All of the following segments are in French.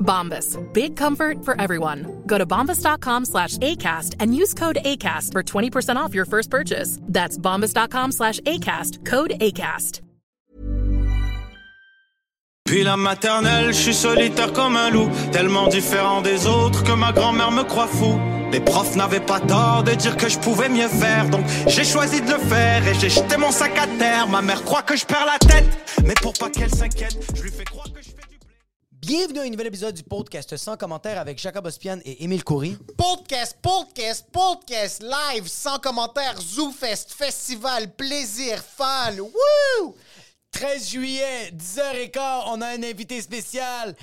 Bombas. Big comfort for everyone. Go to bombas.com slash ACAST and use code ACAST for 20% off your first purchase. That's bombas.com slash ACAST. Code ACAST. Puis la maternelle, je suis solitaire comme un loup, tellement différent des autres que ma grand-mère me croit fou. Les profs n'avaient pas tort de dire que je pouvais mieux faire, donc j'ai choisi de le faire et j'ai jeté mon sac à terre. Ma mère croit que je perds la tête, mais pour pas qu'elle s'inquiète, je lui fais croire que je fais du blé. Bienvenue à un nouvel épisode du podcast sans commentaire avec Jacob Ospian et Émile Coury. Podcast, podcast, podcast, live, sans commentaire, ZooFest, festival, plaisir, fan, wouh! 13 juillet, 10h15, on a un invité spécial.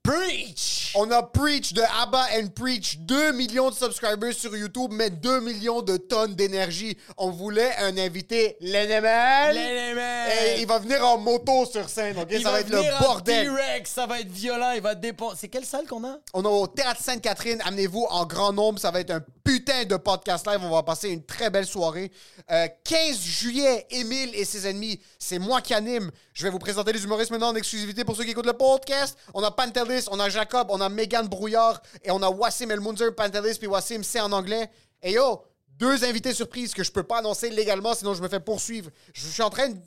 Preach! On a Preach de ABBA and Preach, 2 millions de subscribers sur YouTube, mais 2 millions de tonnes d'énergie. On voulait un invité, l'animal. L'animal. Et il va venir en moto sur scène, ok? Il ça va, va être venir le en bordel. T-Rex, ça va être violent, il va dépenser. C'est quelle salle qu'on a? On est au Théâtre Sainte-Catherine. Amenez-vous en grand nombre. Ça va être un putain de podcast live. On va passer une très belle soirée. Euh, 15 juillet, Émile et ses ennemis. C'est moi qui anime. Je vais vous présenter les humoristes maintenant en exclusivité pour ceux qui écoutent le podcast. On a Pantelis, on a Jacob, on a Megan Brouillard et on a Wassim Elmounzer. Pantelis puis Wassim, c'est en anglais. Et yo, deux invités surprises que je peux pas annoncer légalement, sinon je me fais poursuivre. Je suis en train de,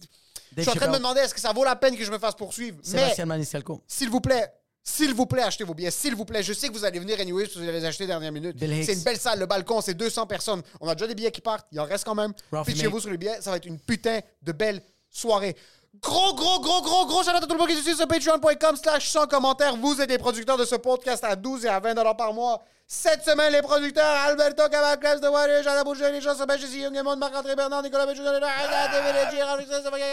je suis en train de me Chappelle. demander est-ce que ça vaut la peine que je me fasse poursuivre. Mais Sébastien Maniscalco. s'il vous plaît, s'il vous plaît, achetez vos billets. S'il vous plaît, je sais que vous allez venir anyway si vous les achetez dernière minute. Bill Hicks. C'est une belle salle, le balcon, c'est 200 personnes. On a déjà des billets qui partent, il en reste quand même. Ralphie Pitchez-vous May. sur les billets, ça va être une putain de belle soirée. Gros, gros, gros, gros, gros shout-out à tout le monde qui nous suit sur patreon.com slash sans commentaire. Vous êtes les producteurs de ce podcast à 12 et à 20 dollars par mois. Cette semaine, les producteurs Alberto Cavaclaps de Warrior, Jean Labouche, les gens se Jesse Young, Edmond, Marc-André Bernard, Nicolas Béchou, Jean-Léna, Arrête, Gérard, Alexandre, Sébastien,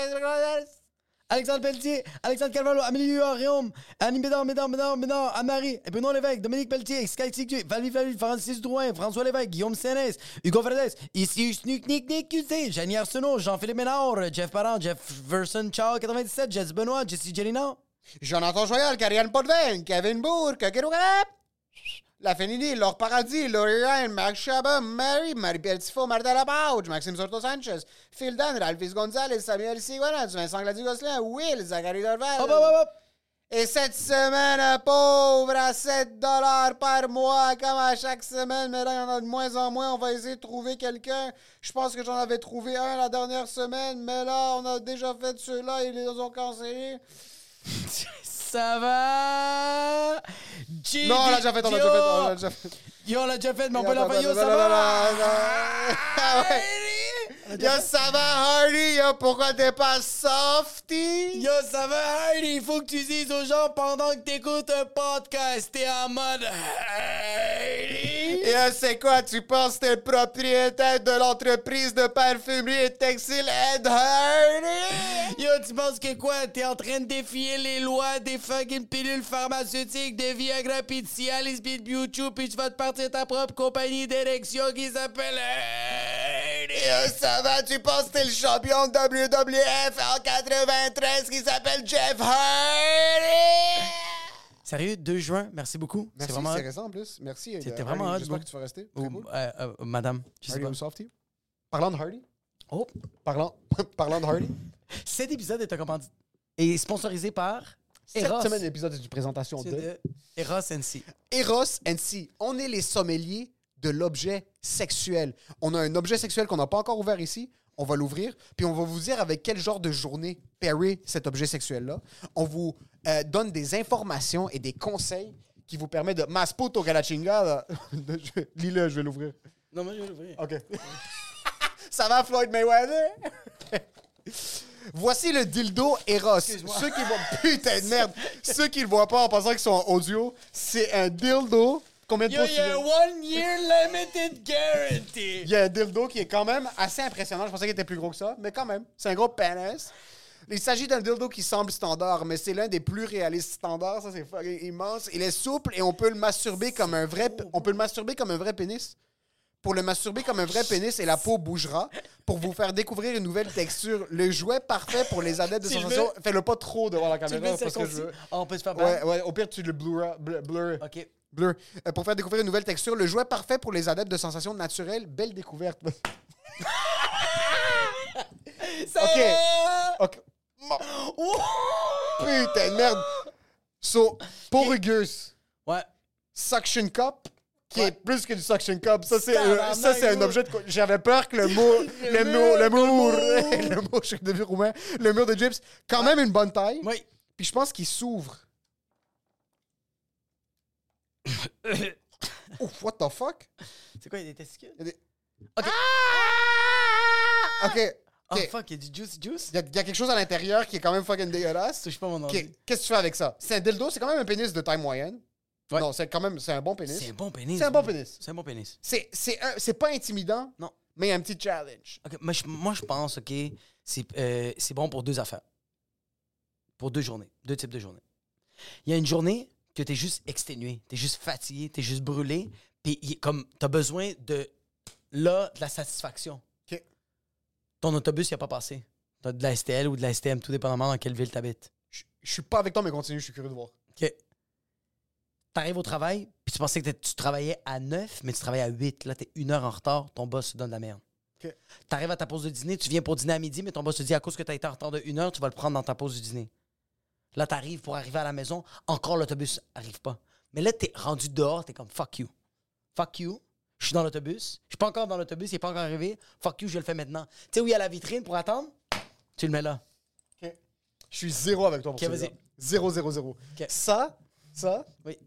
Alexandre Pelletier, Alexandre Calvalo, Amélie Huarium, Annie Bédard, Bédard, Bédard, Bédard, Anne-Marie, Benoît Lévesque, Dominique Pelletier, Sky Ticu, Valérie Valérie, Francis Drouin, François Lévesque, Guillaume Sénès, Hugo Verdes, ici Snook Nick Nick QC, Jenny Arsenault, Jean-Philippe Ménard, Jeff Parent, Jeff Verson, Charles 97, Jess Benoît, Jesse Gelina. Jonathan Joyal, Karian Podvin, Kevin Bourque, Kero Galap, La Fénini, Laure Paradis, Laurie Ryan, Marc Chabat, Mary, Marie-Pierre Tifo, Martha Lapauge, Maxime Sorto-Sanchez, Phil Dan, Ralphis Gonzalez, Samuel Siguana, Vincent Gladys-Gosselin, Will, Zachary Dorval. Hop, hop, hop, hop. Et cette semaine, un pauvre à 7 dollars par mois, comme à chaque semaine. Mais là, il y en a de moins en moins. On va essayer de trouver quelqu'un. Je pense que j'en avais trouvé un la dernière semaine. Mais là, on a déjà fait ceux-là. Ils les ont cancellés. Ça va? Non, on l'a déjà fait, on l'a déjà fait, on l'a déjà fait. Yo, on l'a déjà fait, mais on peut Yo, l'envoyer, ça yo, ça va, va? Ah, ça va, ça va. Ah Yo, ça va, Hardy? Yo, pourquoi t'es pas softy? Yo, ça va, Hardy? Il faut que tu dises aux gens pendant que t'écoutes un podcast, t'es en mode Hardy. Yo, c'est quoi? Tu penses que t'es le propriétaire de l'entreprise de parfumerie et textile Ed Hardy? Yo, tu penses que quoi? T'es en train de défier les lois des fucking pilules pharmaceutiques, de Viagra, pis de Cialis, pis de Beauty, pis tu vas te partir ta propre compagnie d'érection qui s'appelle Yo, Hardy. ça va? Tu penses que t'es le champion de WWF en 93 qui s'appelle Jeff Hardy? Sérieux, 2 juin, merci beaucoup. Merci, c'est récent en plus. Merci. euh, C'était vraiment Hardy. hot, J'espère bro. que tu vas rester. Très Ou, cool. euh, euh, madame, je sais Hardy pas. ou Softy? Parlant de Hardy? Oh. Parlant, parlant de Hardy? Cet épisode est, un commandi- est sponsorisé par Eros. Cette semaine, l'épisode est une présentation C'est de de Eros NC. Eros NC. On est les sommeliers de l'objet sexuel. On a un objet sexuel qu'on n'a pas encore ouvert ici. On va l'ouvrir, puis on va vous dire avec quel genre de journée pairer cet objet sexuel-là. On vous euh, donne des informations et des conseils qui vous permettent de... Masputo Galachinga, Je- lis-le, je vais l'ouvrir. Non, moi, je vais l'ouvrir. OK. Ça va, Floyd Mayweather? Voici le dildo Eros. Ceux qui voient. Putain de merde. Ceux qui le voient pas en pensant qu'ils sont en audio, c'est un dildo. Combien de pouces tu veux? one year limited guarantee. Il y a un dildo qui est quand même assez impressionnant. Je pensais qu'il était plus gros que ça, mais quand même, c'est un gros penis. Il s'agit d'un dildo qui semble standard, mais c'est l'un des plus réalistes standards. Ça, c'est fucking immense. Il est souple et on peut le masturber comme un vrai. On peut le masturber comme un vrai pénis. Pour le masturber comme un vrai pénis et la peau bougera. Pour vous faire découvrir une nouvelle texture, le jouet parfait pour les adeptes de Si je sensations. Fais-le pas trop devant la caméra parce que je veux. Ah, on peut se faire Ouais, ouais, au pire, tu le blurras- blur, blur, Oh, ben. Ok. blur. Euh, pour faire découvrir une nouvelle texture, le jouet parfait pour les adeptes de sensations naturelles. Belle découverte. OK. OK. Bon. Putain de merde. So, pour Rugus, Ouais. suction cup, qui Ouais. est plus que du suction cup. Ça, c'est, euh, Tabarnak, ça, c'est un yo. objet de... co- J'avais peur que le mot... le mur, le mur, le mur, je suis devenu roumain. Le mur de gyps, quand même une bonne taille. Oui. Puis je pense qu'il s'ouvre. Ouf, what the fuck? C'est quoi, il y a des testicules? Il y a des- Ah! Ok. OK. Oh OK. fuck, il y a du juice juice? Il y, a- il y a quelque chose à l'intérieur qui est quand même fucking dégueulasse. Touche pas mon Ok, ordi. Qu'est-ce que tu fais avec ça? C'est un dildo, c'est quand même un pénis de taille moyenne. Ouais. Non, c'est quand même c'est un bon pénis. C'est un bon pénis. C'est un bon pénis. C'est un bon pénis. C'est c'est un- c'est pas intimidant, Non. mais il y a un petit challenge. Ok, moi, je, moi, je pense, OK, c'est euh, c'est bon pour deux affaires. Pour deux journées. Deux types de journées. Il y a une journée que t'es juste exténué, t'es juste fatigué, t'es juste brûlé, puis il est comme t'as besoin de, là, de la satisfaction. OK. Ton autobus, il a pas passé. T'as de la STL ou de la STM, tout dépendamment dans quelle ville t'habites. Je je suis pas avec toi, mais continue, je suis curieux de voir. OK. T'arrives au travail, puis tu pensais que t'es- tu travaillais à 9, mais tu travailles à 8. Là, t'es une heure en retard, ton boss te donne de la merde. OK. T'arrives à ta pause de dîner, tu viens pour dîner à midi, mais ton boss te dit à cause que t'as été en retard de une heure, tu vas le prendre dans ta pause du dîner. Là, t'arrives pour arriver à la maison, encore l'autobus arrive pas. Mais là, t'es rendu dehors, t'es comme fuck you. Fuck you. Je suis dans l'autobus. Je suis pas encore dans l'autobus, il est pas encore arrivé. Fuck you, je le fais maintenant. Tu sais où il y a la vitrine pour attendre? Tu le mets là. Je suis zéro avec toi pour Ok, ça. vas-y. Zéro, zéro, zéro. Ok. Ça, ça, Oui.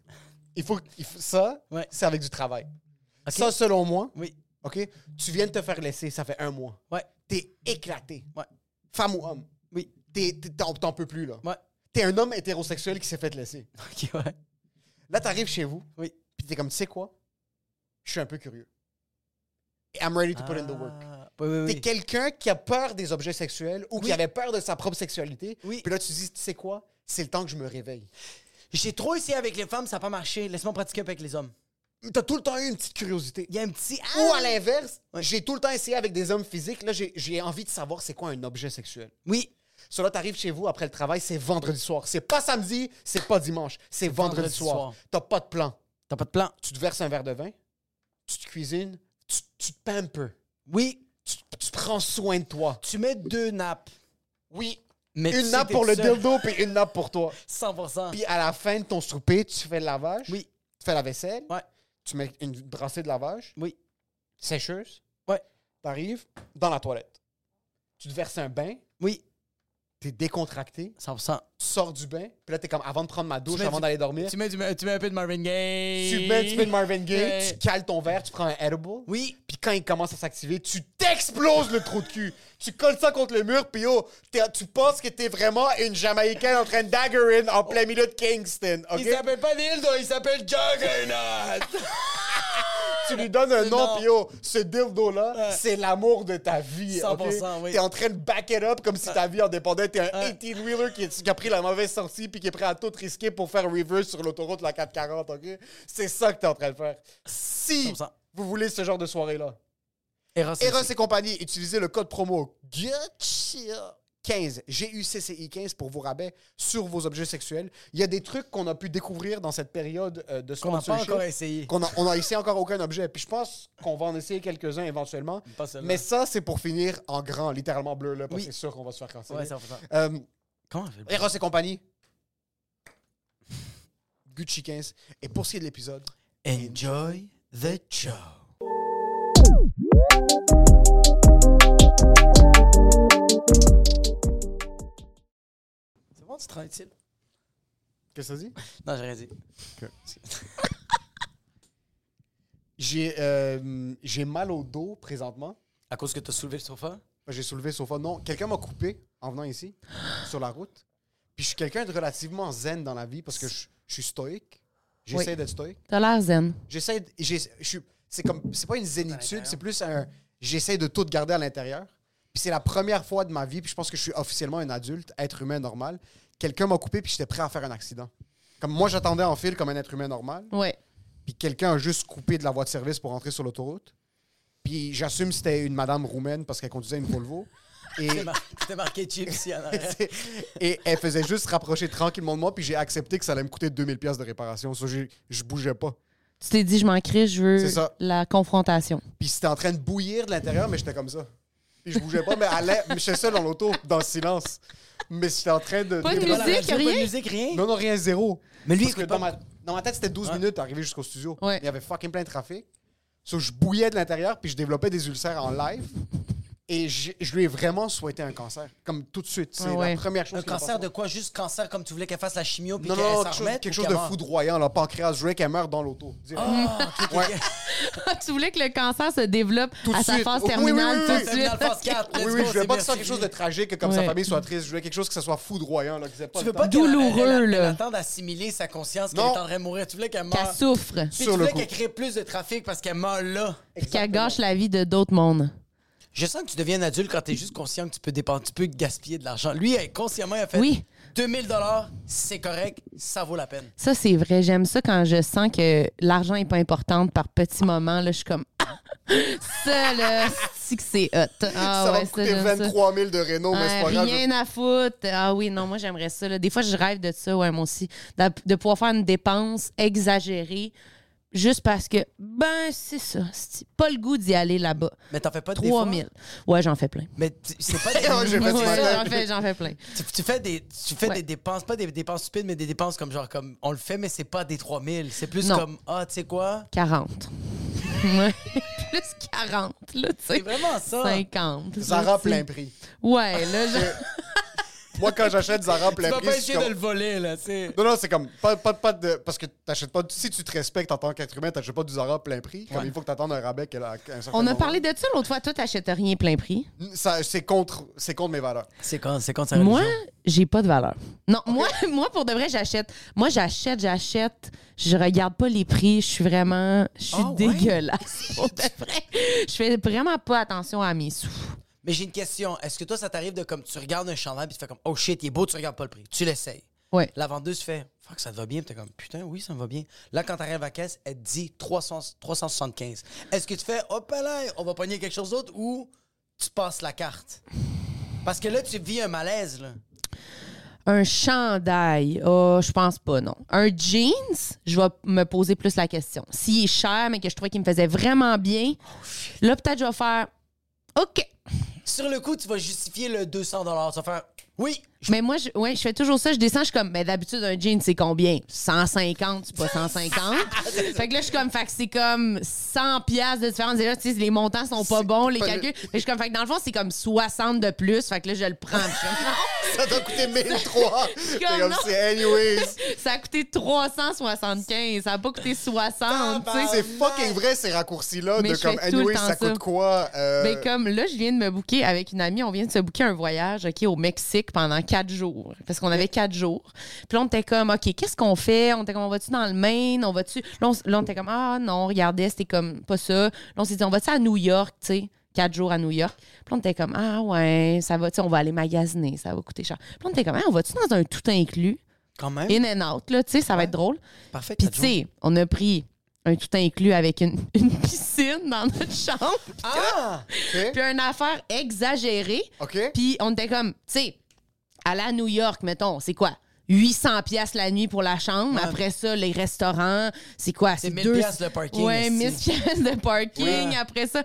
il faut, il faut- ça, Ouais. c'est avec du travail. Ok. Ça, selon moi, Oui. ok, tu viens de te faire laisser, ça fait un mois. Ouais. T'es éclaté. Ouais. Femme ou homme. Oui. T'es- t'es- T'en t'en peux plus, là. Ouais. T'es un homme hétérosexuel qui s'est fait laisser. OK, ouais. Là, t'arrives chez vous, Oui. puis t'es comme, tu sais quoi? Je suis un peu curieux. I'm ready to put in the work. Ah, Oui, oui, oui. T'es quelqu'un qui a peur des objets sexuels ou qui Oui. avait peur de sa propre sexualité. Oui. Puis là, tu te dis, tu sais quoi? C'est le temps que je me réveille. J'ai trop essayé avec les femmes, ça n'a pas marché. Laisse-moi pratiquer un peu avec les hommes. T'as tout le temps eu une petite curiosité. Il y a un petit. Ah! Ou à l'inverse, Ouais. j'ai tout le temps essayé avec des hommes physiques. Là, j'ai- j'ai envie de savoir c'est quoi un objet sexuel. Oui. Cela t'arrive chez vous après le travail, c'est vendredi soir. C'est pas samedi, c'est pas dimanche, c'est vendredi, vendredi soir. soir. T'as pas de plan. T'as pas de plan. Tu te verses un verre de vin, tu te cuisines, tu, tu te pampers, Oui. tu, tu prends soin de toi. Tu mets deux nappes. Oui. Mais tu une sais nappe que pour t'es le tout seul. dildo puis une nappe pour toi. 100 Puis à la fin de ton souper, tu fais le lavage, Oui. tu fais la vaisselle, Ouais. tu mets une brassée de lavage, Oui. sécheuse, Ouais. t'arrives dans la toilette. Tu te verses un bain, Oui. t'es décontracté, 100 tu sors du bain, puis là t'es comme avant de prendre ma douche, mets avant du- d'aller dormir. tu mets, du- tu mets un peu de Marvin Gaye. Tu mets, tu mets de Marvin Gaye, Ouais. tu cales ton verre, tu prends un edible. ben, Oui. Puis quand il commence à s'activer, tu t'exploses le trou de cul. Tu colles ça contre le mur, puis oh, t'es- tu penses que t'es vraiment une Jamaïcaine en train de dagger in en plein milieu de Kingston. OK? pas Dildo, il s'appelle Juggernaut. Tu lui donnes un C'est nom, non. puis oh, ce dildo-là, Ouais. c'est l'amour de ta vie. OK? 100%, oui. T'es en train de back it up comme si ta vie en dépendait. T'es un Ouais. 18-wheeler qui, est- qui a pris la mauvaise sortie, puis qui est prêt à tout risquer pour faire reverse sur l'autoroute la 440. OK? C'est ça que t'es en train de faire. Si 100%. vous voulez ce genre de soirée-là. Eros. Eros et compagnie, utilisez le code promo GUCCI15, G-U-C-C-I-15 pour vos rabais sur vos objets sexuels. Il y a des trucs qu'on a pu découvrir dans cette période euh, de Qu'on n'a pas sponsorship. encore essayé. Qu'on a- on n'a essayé encore aucun objet. Puis je pense qu'on va en essayer quelques-uns éventuellement. Pas seulement. Mais ça, c'est pour finir en grand, littéralement bleu, là, parce Oui. que c'est sûr qu'on va se faire canceller. Ouais, 100%. Euh, Comment on fait le Eros et compagnie. Gucci 15. Et pour ce qui est de l'épisode, Enjoy the show. C'est bon, tu travailles utile? qu'est-ce que ça dit? Non, j'ai rien dit. J'ai euh, j'ai mal au dos présentement. À cause que t'as soulevé le sofa? J'ai soulevé le sofa. Non, quelqu'un m'a coupé en venant ici, sur la route. Puis je suis quelqu'un de relativement zen dans la vie parce que je, je suis stoïque. J'essaie Oui. d'être stoïque. T'as l'air zen. J'essaie. de- j'ai- je suis- C'est comme. C'est pas une zénitude, c'est plus un. J'essaie de tout garder à l'intérieur. Puis c'est la première fois de ma vie, puis je pense que je suis officiellement un adulte, être humain normal. Quelqu'un m'a coupé, puis j'étais prêt à faire un accident. Comme moi, j'attendais en file comme un être humain normal Ouais. puis quelqu'un a juste coupé de la voie de service pour entrer sur l'autoroute. Puis j'assume que c'était une madame roumaine parce qu'elle conduisait une Volvo. Et, C'était marqué Chips ici en arrière. et elle faisait juste se rapprocher tranquillement de moi, puis j'ai accepté que ça allait me coûter 2000 pièces de réparation. Ça, j'ai- je bougeais pas. Tu t'es dit, je m'en crie, je veux C'est ça. la confrontation. Puis c'était en train de bouillir de l'intérieur, mais j'étais comme ça. Puis je bougeais pas, mais elle allait- mais j'étais seul dans l'auto, dans le silence. Mais j'étais en train de... Pas de Pas la Musique, radio, pas de rien. musique, rien. Non, non, rien, zéro. Mais lui, Parce que écoute dans pas- ma, dans ma tête, c'était 12 minutes arrivé jusqu'au studio. Ouais. Il y avait fucking plein de trafic. So, je bouillais de l'intérieur, puis je développais des ulcères en live. Et j'ai- je lui ai vraiment souhaité un cancer. Comme tout de suite. C'est Ah ouais. la première chose Un qui m'a cancer passé. de quoi Juste cancer comme tu voulais qu'elle fasse la chimio puis Non, qu'elle non, non, s'en quelque chose, remette ou Oh, quelque chose de qu'elle meure? Ah, foudroyant. Là, pancréas, je voulais qu'elle meurt dans l'auto. direct. Ouais. tu voulais que le cancer se développe Tout de à sa suite. phase Oui, oui, terminale oui, oui. tout de suite. Terminal phase 4. let's Oui, go, oui, je voulais c'est pas que ce soit merci. quelque chose de tragique, que comme Ouais. sa famille soit triste. Je voulais quelque chose que ça soit foudroyant. Là, que c'est pas Tu le veux pas temps. qu'elle- Douloureux, elle- elle- là. elle attende d'assimiler sa conscience qu'elle est Non. en train de mourir. Tu voulais qu'elle Qu'elle meure. souffre, Puis tu Sur le voulais coup. qu'elle crée plus de trafic parce qu'elle meurt là. puis qu'elle gâche la vie de d'autres mondes. Je sens que tu deviens adulte quand tu es juste conscient que tu peux dépenser, tu peux gaspiller de l'argent. Lui, elle, consciemment, il a fait Oui. 2000 dollars, c'est correct, ça vaut la peine. Ça, c'est vrai. J'aime ça quand je sens que l'argent est pas important par petits moments. Là, je suis comme, ah, ça, là, c'est que c'est hot. Ah, Ça va ouais, me ça, coûter j'aime ça. 23 000 de Renault, Oh, mais c'est Ah, pas grave. rien à foutre. Ah oui, non, moi j'aimerais ça. là. Des fois, je rêve de ça, ouais, moi aussi. De, de pouvoir faire une dépense exagérée juste parce que, ben, c'est ça. C'est pas le goût d'y aller là-bas. Mais t'en fais pas des 3000. Ouais, j'en fais plein. Mais tu- c'est pas Ouais, j'ai des... fait ce Ouais, matin. j'en fais, j'en fais plein. tu, tu fais des tu fais Ouais. des dépenses, pas des dépenses stupides, mais des dépenses comme genre comme on le fait, mais c'est pas des 3000. C'est plus Non. comme ah, tu sais quoi? 40. Ouais. Plus 40, là, tu C'est sais. vraiment ça. 50. Zara là, tu sais. plein prix. Ouais, là, genre- Moi, quand j'achète Zara plein Tu vas prix, pas je suis essayer de comme- le voler, là, tu sais. Non, non, c'est comme. Pas, pas, pas de, parce que t'achètes pas. Si tu te respectes en tant qu'être humain, t'achètes pas du Zara plein prix. Comme il faut que t'attendes un rabais qu'elle a. on a parlé de ça l'autre fois. Toi, t'achètes rien plein prix. Ça, c'est contre, c'est contre mes valeurs. C'est quand c'est quand ça Moi, j'ai pas de valeur. Non, moi, moi, pour de vrai, j'achète. Moi, j'achète, j'achète. Je regarde pas les prix. Je suis vraiment. Je suis Ah ouais? dégueulasse. Pour de vrai. Je fais vraiment pas attention à mes sous. Mais j'ai une question. Est-ce que toi, ça t'arrive de comme tu regardes un chandail puis tu fais comme oh shit, il est beau, tu regardes pas le prix, tu l'essayes. Ouais. La vendeuse fait fuck, ça te va bien, Puis t'es comme putain, oui, ça me va bien. Là, quand t'arrives à la caisse, elle te dit 300, 375. Est-ce que tu fais hop là, on va pogner quelque chose d'autre ou tu passes la carte? Parce que là, tu vis un malaise, là. Un chandail, oh, je pense pas, non. Un jeans, je vais me poser plus la question. S'il est cher, mais que je trouvais qu'il me faisait vraiment bien, Oh, là, peut-être je vais faire OK. Sur le coup, tu vas justifier le 200 Tu vas faire oui, Mais moi, je, ouais, je fais toujours ça. Je descends, je suis comme, mais d'habitude, un jean, c'est combien? 150, c'est pas 150. fait que là, je suis comme, fait que c'est comme 100 piastres de différence. Et là, tu sais, les montants sont pas bons, les pas le- calculs. Mais je suis comme, fait que dans le fond, c'est comme 60 de plus. Fait que là, je le prends. Puis je suis comme, non, Ça t'a coûté 1003. T'es comme, non. c'est anyways. ça a coûté 375. Ça a pas coûté 60, tu sais. C'est fucking vrai ces raccourcis-là Mais de je comme fais tout le anyways, temps ça coûte ça. quoi? euh, Ben, comme là, je viens de me booker avec une amie, on vient de se booker un voyage ok, au Mexique pendant quatre jours. Parce qu'on avait quatre jours. Puis là, on était comme, OK, qu'est-ce qu'on fait? On était comme, on va-tu dans le Maine? On va-tu. Là, on, s- là, on était comme, ah non, regardez, c'était comme pas ça. Là, on s'est dit, on va-tu à New York, tu sais? Quatre jours à New York. Puis là, on était comme, ah ouais, ça va, tu sais, on va aller magasiner, ça va coûter cher. Puis là, on était comme, ah, on va-tu dans un tout inclus? quand même. In and out, là, tu sais, ça va être drôle. Parfait. Puis, quatre tu jours. sais, on a pris un tout inclus avec une, une piscine dans notre chambre. Ah! ok, Puis une affaire exagérée. OK. Puis on était comme, tu sais, aller à New York, mettons, c'est quoi? 800 pièces la nuit pour la chambre. Après ça, les restaurants, c'est quoi? C'est 1000 piastres le parking, Ouais, esti. 1000 pièces de parking. Ouais. Après ça,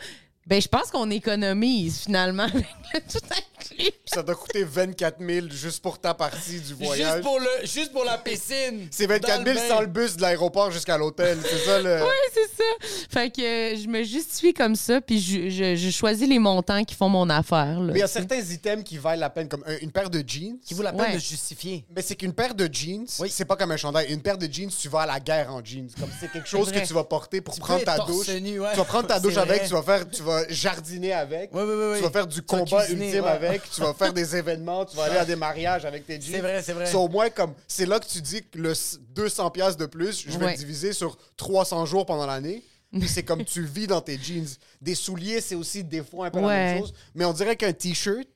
ben je pense qu'on économise finalement avec le tout inclus. coucher. Ça doit coûter 24 000 juste pour ta partie du voyage. Juste pour, le, juste pour la piscine. C'est 24 Dans 000 bain. sans le bus de l'aéroport jusqu'à l'hôtel. C'est ça le. Oui, c'est ça. Fait que euh, je me justifie comme ça, puis je, je- je choisis les montants qui font mon affaire. là. Mais il y a certains items qui valent la peine, comme un- une paire de jeans. Qui vaut la peine Ouais. de justifier. Mais c'est qu'une paire de jeans, Oui. c'est pas comme un chandail. Une paire de jeans, tu vas à la guerre en jeans. Comme c'est quelque chose vrai. que tu vas porter pour Tu peux prendre être ta torse douche. nu, ouais. Tu vas prendre ta douche C'est avec, vrai. tu vas faire, tu vas jardiner avec. Ouais, ouais, ouais, ouais. Tu vas faire du Tu vas combat cuisiner, ultime ouais. avec, tu vas faire des événements, tu vas aller à des mariages avec tes jeans. C'est vrai, c'est vrai. au moins comme c'est là que tu dis que le s- 200 pièces de plus, je vais Ouais. le diviser sur 300 jours pendant l'année. Puis c'est comme tu vis dans tes jeans. Des souliers, c'est aussi des fois un peu la même Ouais. chose, mais on dirait qu'un t-shirt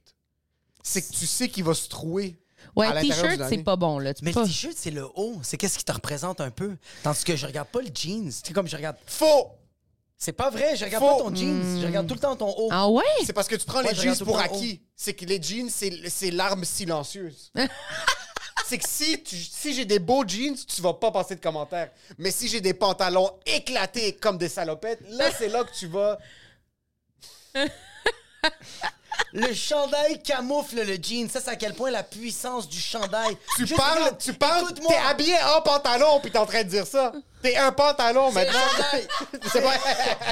c'est que tu sais qu'il va se trouver. à ouais, l'intérieur du t-shirt, dernier. c'est pas bon. Là. Tu Mais peux le pas- t-shirt, c'est le haut. C'est qu'est-ce qui te représente un peu. Tandis que je regarde pas le jeans. C'est comme je regarde. Faux! C'est pas vrai, je regarde Faux. pas ton jeans. Je Hmm. regarde tout le temps ton haut. Ah ouais? C'est parce que tu prends Ouais, les je jeans regarde tout le pour temps acquis. C'est que les jeans, c'est c'est l'arme silencieuse. Hein? c'est que si, tu- si j'ai des beaux jeans, tu vas pas passer de commentaires. Mais si j'ai des pantalons éclatés comme des salopettes, là, c'est là que tu vas. Le chandail camoufle le jean. Ça, c'est à quel point la puissance du chandail. Tu Juste parles, regarde, tu parles, écoute-moi. t'es habillé en pantalon, puis t'es en train de dire ça. T'es un pantalon C'est le maintenant. chandail. C'est pas.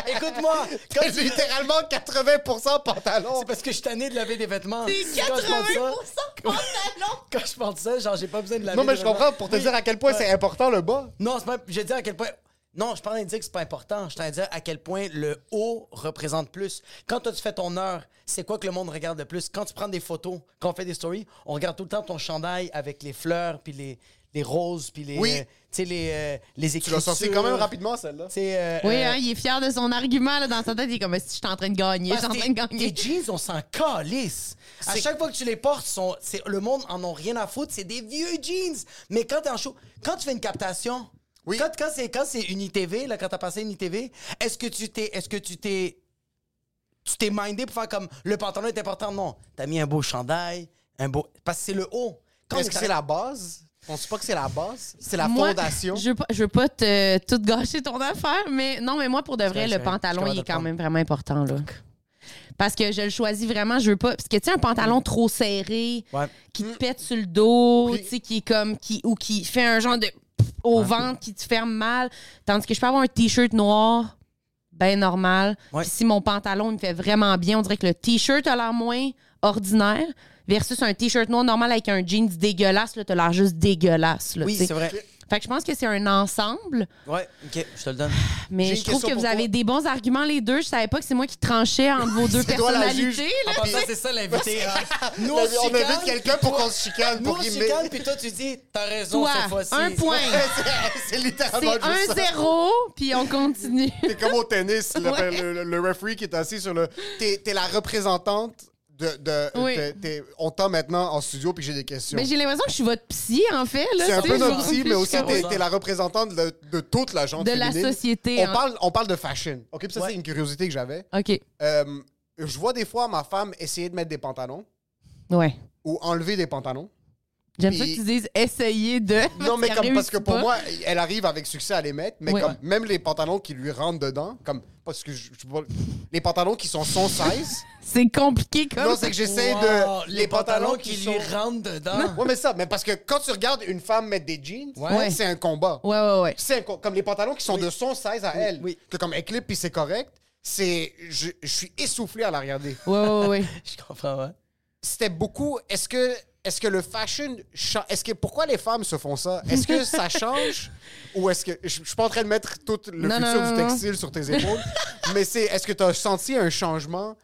Écoute-moi. Quand T'es littéralement 80% pantalon. C'est parce que je suis tanné de laver des vêtements. Quand je porte ça, 80% pantalon! quand je porte ça, genre, j'ai pas besoin de laver Non, mais des je vêtements. comprends pour te Oui. dire à quel point Ouais. c'est important le bas. Non, c'est pas... je dis à quel point. Non, je suis pas en train de dire que c'est pas important. Je suis en train de dire à quel point le haut représente plus. Quand toi, tu fais ton heure, c'est quoi que le monde regarde le plus? Quand tu prends des photos, quand on fait des stories, on regarde tout le temps ton chandail avec les fleurs, puis les, les roses, puis les, Oui. euh, tu sais, les, euh, les Tu écritures. l'as sorti quand même rapidement, celle-là. Tu sais, euh, Oui, euh, hein, il est fier de son argument. Là, dans sa tête, il est comme si je suis en train de gagner. Je suis en parce train de que gagner. Ah, Tes jeans, on s'en calisse. À C'est- chaque fois que tu les portes, sont, c'est- le monde en a rien à foutre. C'est des vieux jeans. Mais quand t'es en show, quand tu fais une captation, Oui. quand, quand c'est quand c'est une ITV, là, quand t'as passé une ITV, est-ce que tu t'es, est-ce que tu t'es, tu t'es mindé pour faire comme le pantalon est important Non, t'as mis un beau chandail, un beau, parce que c'est le haut. Quand Est-ce que c'est la base? On sait pas que c'est la base. C'est la Moi, fondation. Je veux pas, je veux pas te tout gâcher ton affaire, mais non, mais moi, pour de vrai, correct, le c'est correct. pantalon, Je suis il est quand capable de même vraiment important, là. Parce que je le choisis vraiment, je veux pas. Parce que, tu sais, un pantalon trop serré, Mm. Ouais. Mm. qui te pète sur le dos, Puis- tu sais, qui est comme. Qui, ou qui fait un genre de. au ventre, qui te ferme mal. Tandis que je peux avoir un T-shirt noir, ben normal. Ouais. Puis si mon pantalon, il me fait vraiment bien, on dirait que le T-shirt a l'air moins ordinaire. Versus un t-shirt noir normal avec un jeans dégueulasse, là, t'as l'air juste dégueulasse. Là, Oui, tu sais. c'est vrai. Fait que je pense que c'est un ensemble, Ouais, ok, je te le donne. mais une je trouve question que vous pour avez toi. des bons arguments les deux. Je savais pas que c'est moi qui tranchais entre vos deux C'est toi la juge. personnalités. Ah, là. En passant, c'est ça l'invité. hein. Nous, on on se invite chicane. quelqu'un pour qu'on se chicane, Nous, pour on qu'il se mé- chicane, puis toi, tu dis, t'as raison Toi, cette fois-ci. un point. C'est- C'est littéralement C'est juste un ça. zéro, puis on continue. Ah, T'es comme au tennis, le, Ouais. le- le- le referee qui est assis sur le. T'es t'es la représentante de. de- Oui. t'es- t'es- on t'a maintenant en studio, puis j'ai des questions. mais j'ai l'impression que je suis votre psy, en fait. là. C'est un Tu peu sais, notre je- psy, mais je- aussi je- t'es t'es la représentante de, de toute la gente De la féminine. société, On hein. parle, on parle de fashion. Ok, puis ça, Ouais. c'est une curiosité que j'avais. OK. Euh, je vois des fois ma femme essayer de mettre des pantalons Ouais. ou enlever des pantalons. J'aime Puis- ça que tu dises essayer de. Non, mais qu'elle comme parce que réussit pour pas. moi, elle arrive avec succès à les mettre, mais Oui. comme même les pantalons qui lui rentrent dedans, comme parce que je, je- les pantalons qui sont son size. C'est compliqué comme. non, c'est que j'essaie Wow, de les pantalons qui lui sont. rentrent dedans. Ouais, mais ça, mais parce que quand tu regardes une femme mettre des jeans, Ouais. c'est un combat. Ouais, ouais, ouais. C'est un co- comme les pantalons qui sont de son size à elle, oui. que comme elle clip puis c'est correct. C'est je, je suis essoufflé à la regarder. Ouais, ouais, ouais. Je comprends, ouais. C'était beaucoup. Est-ce que est-ce que le fashion cha- est-ce que pourquoi les femmes se font ça Est-ce que ça change ou est-ce que je, je suis pas en train de mettre tout le Non, futur non, du non, non. textile sur tes épaules, mais c'est est-ce que tu as senti un changement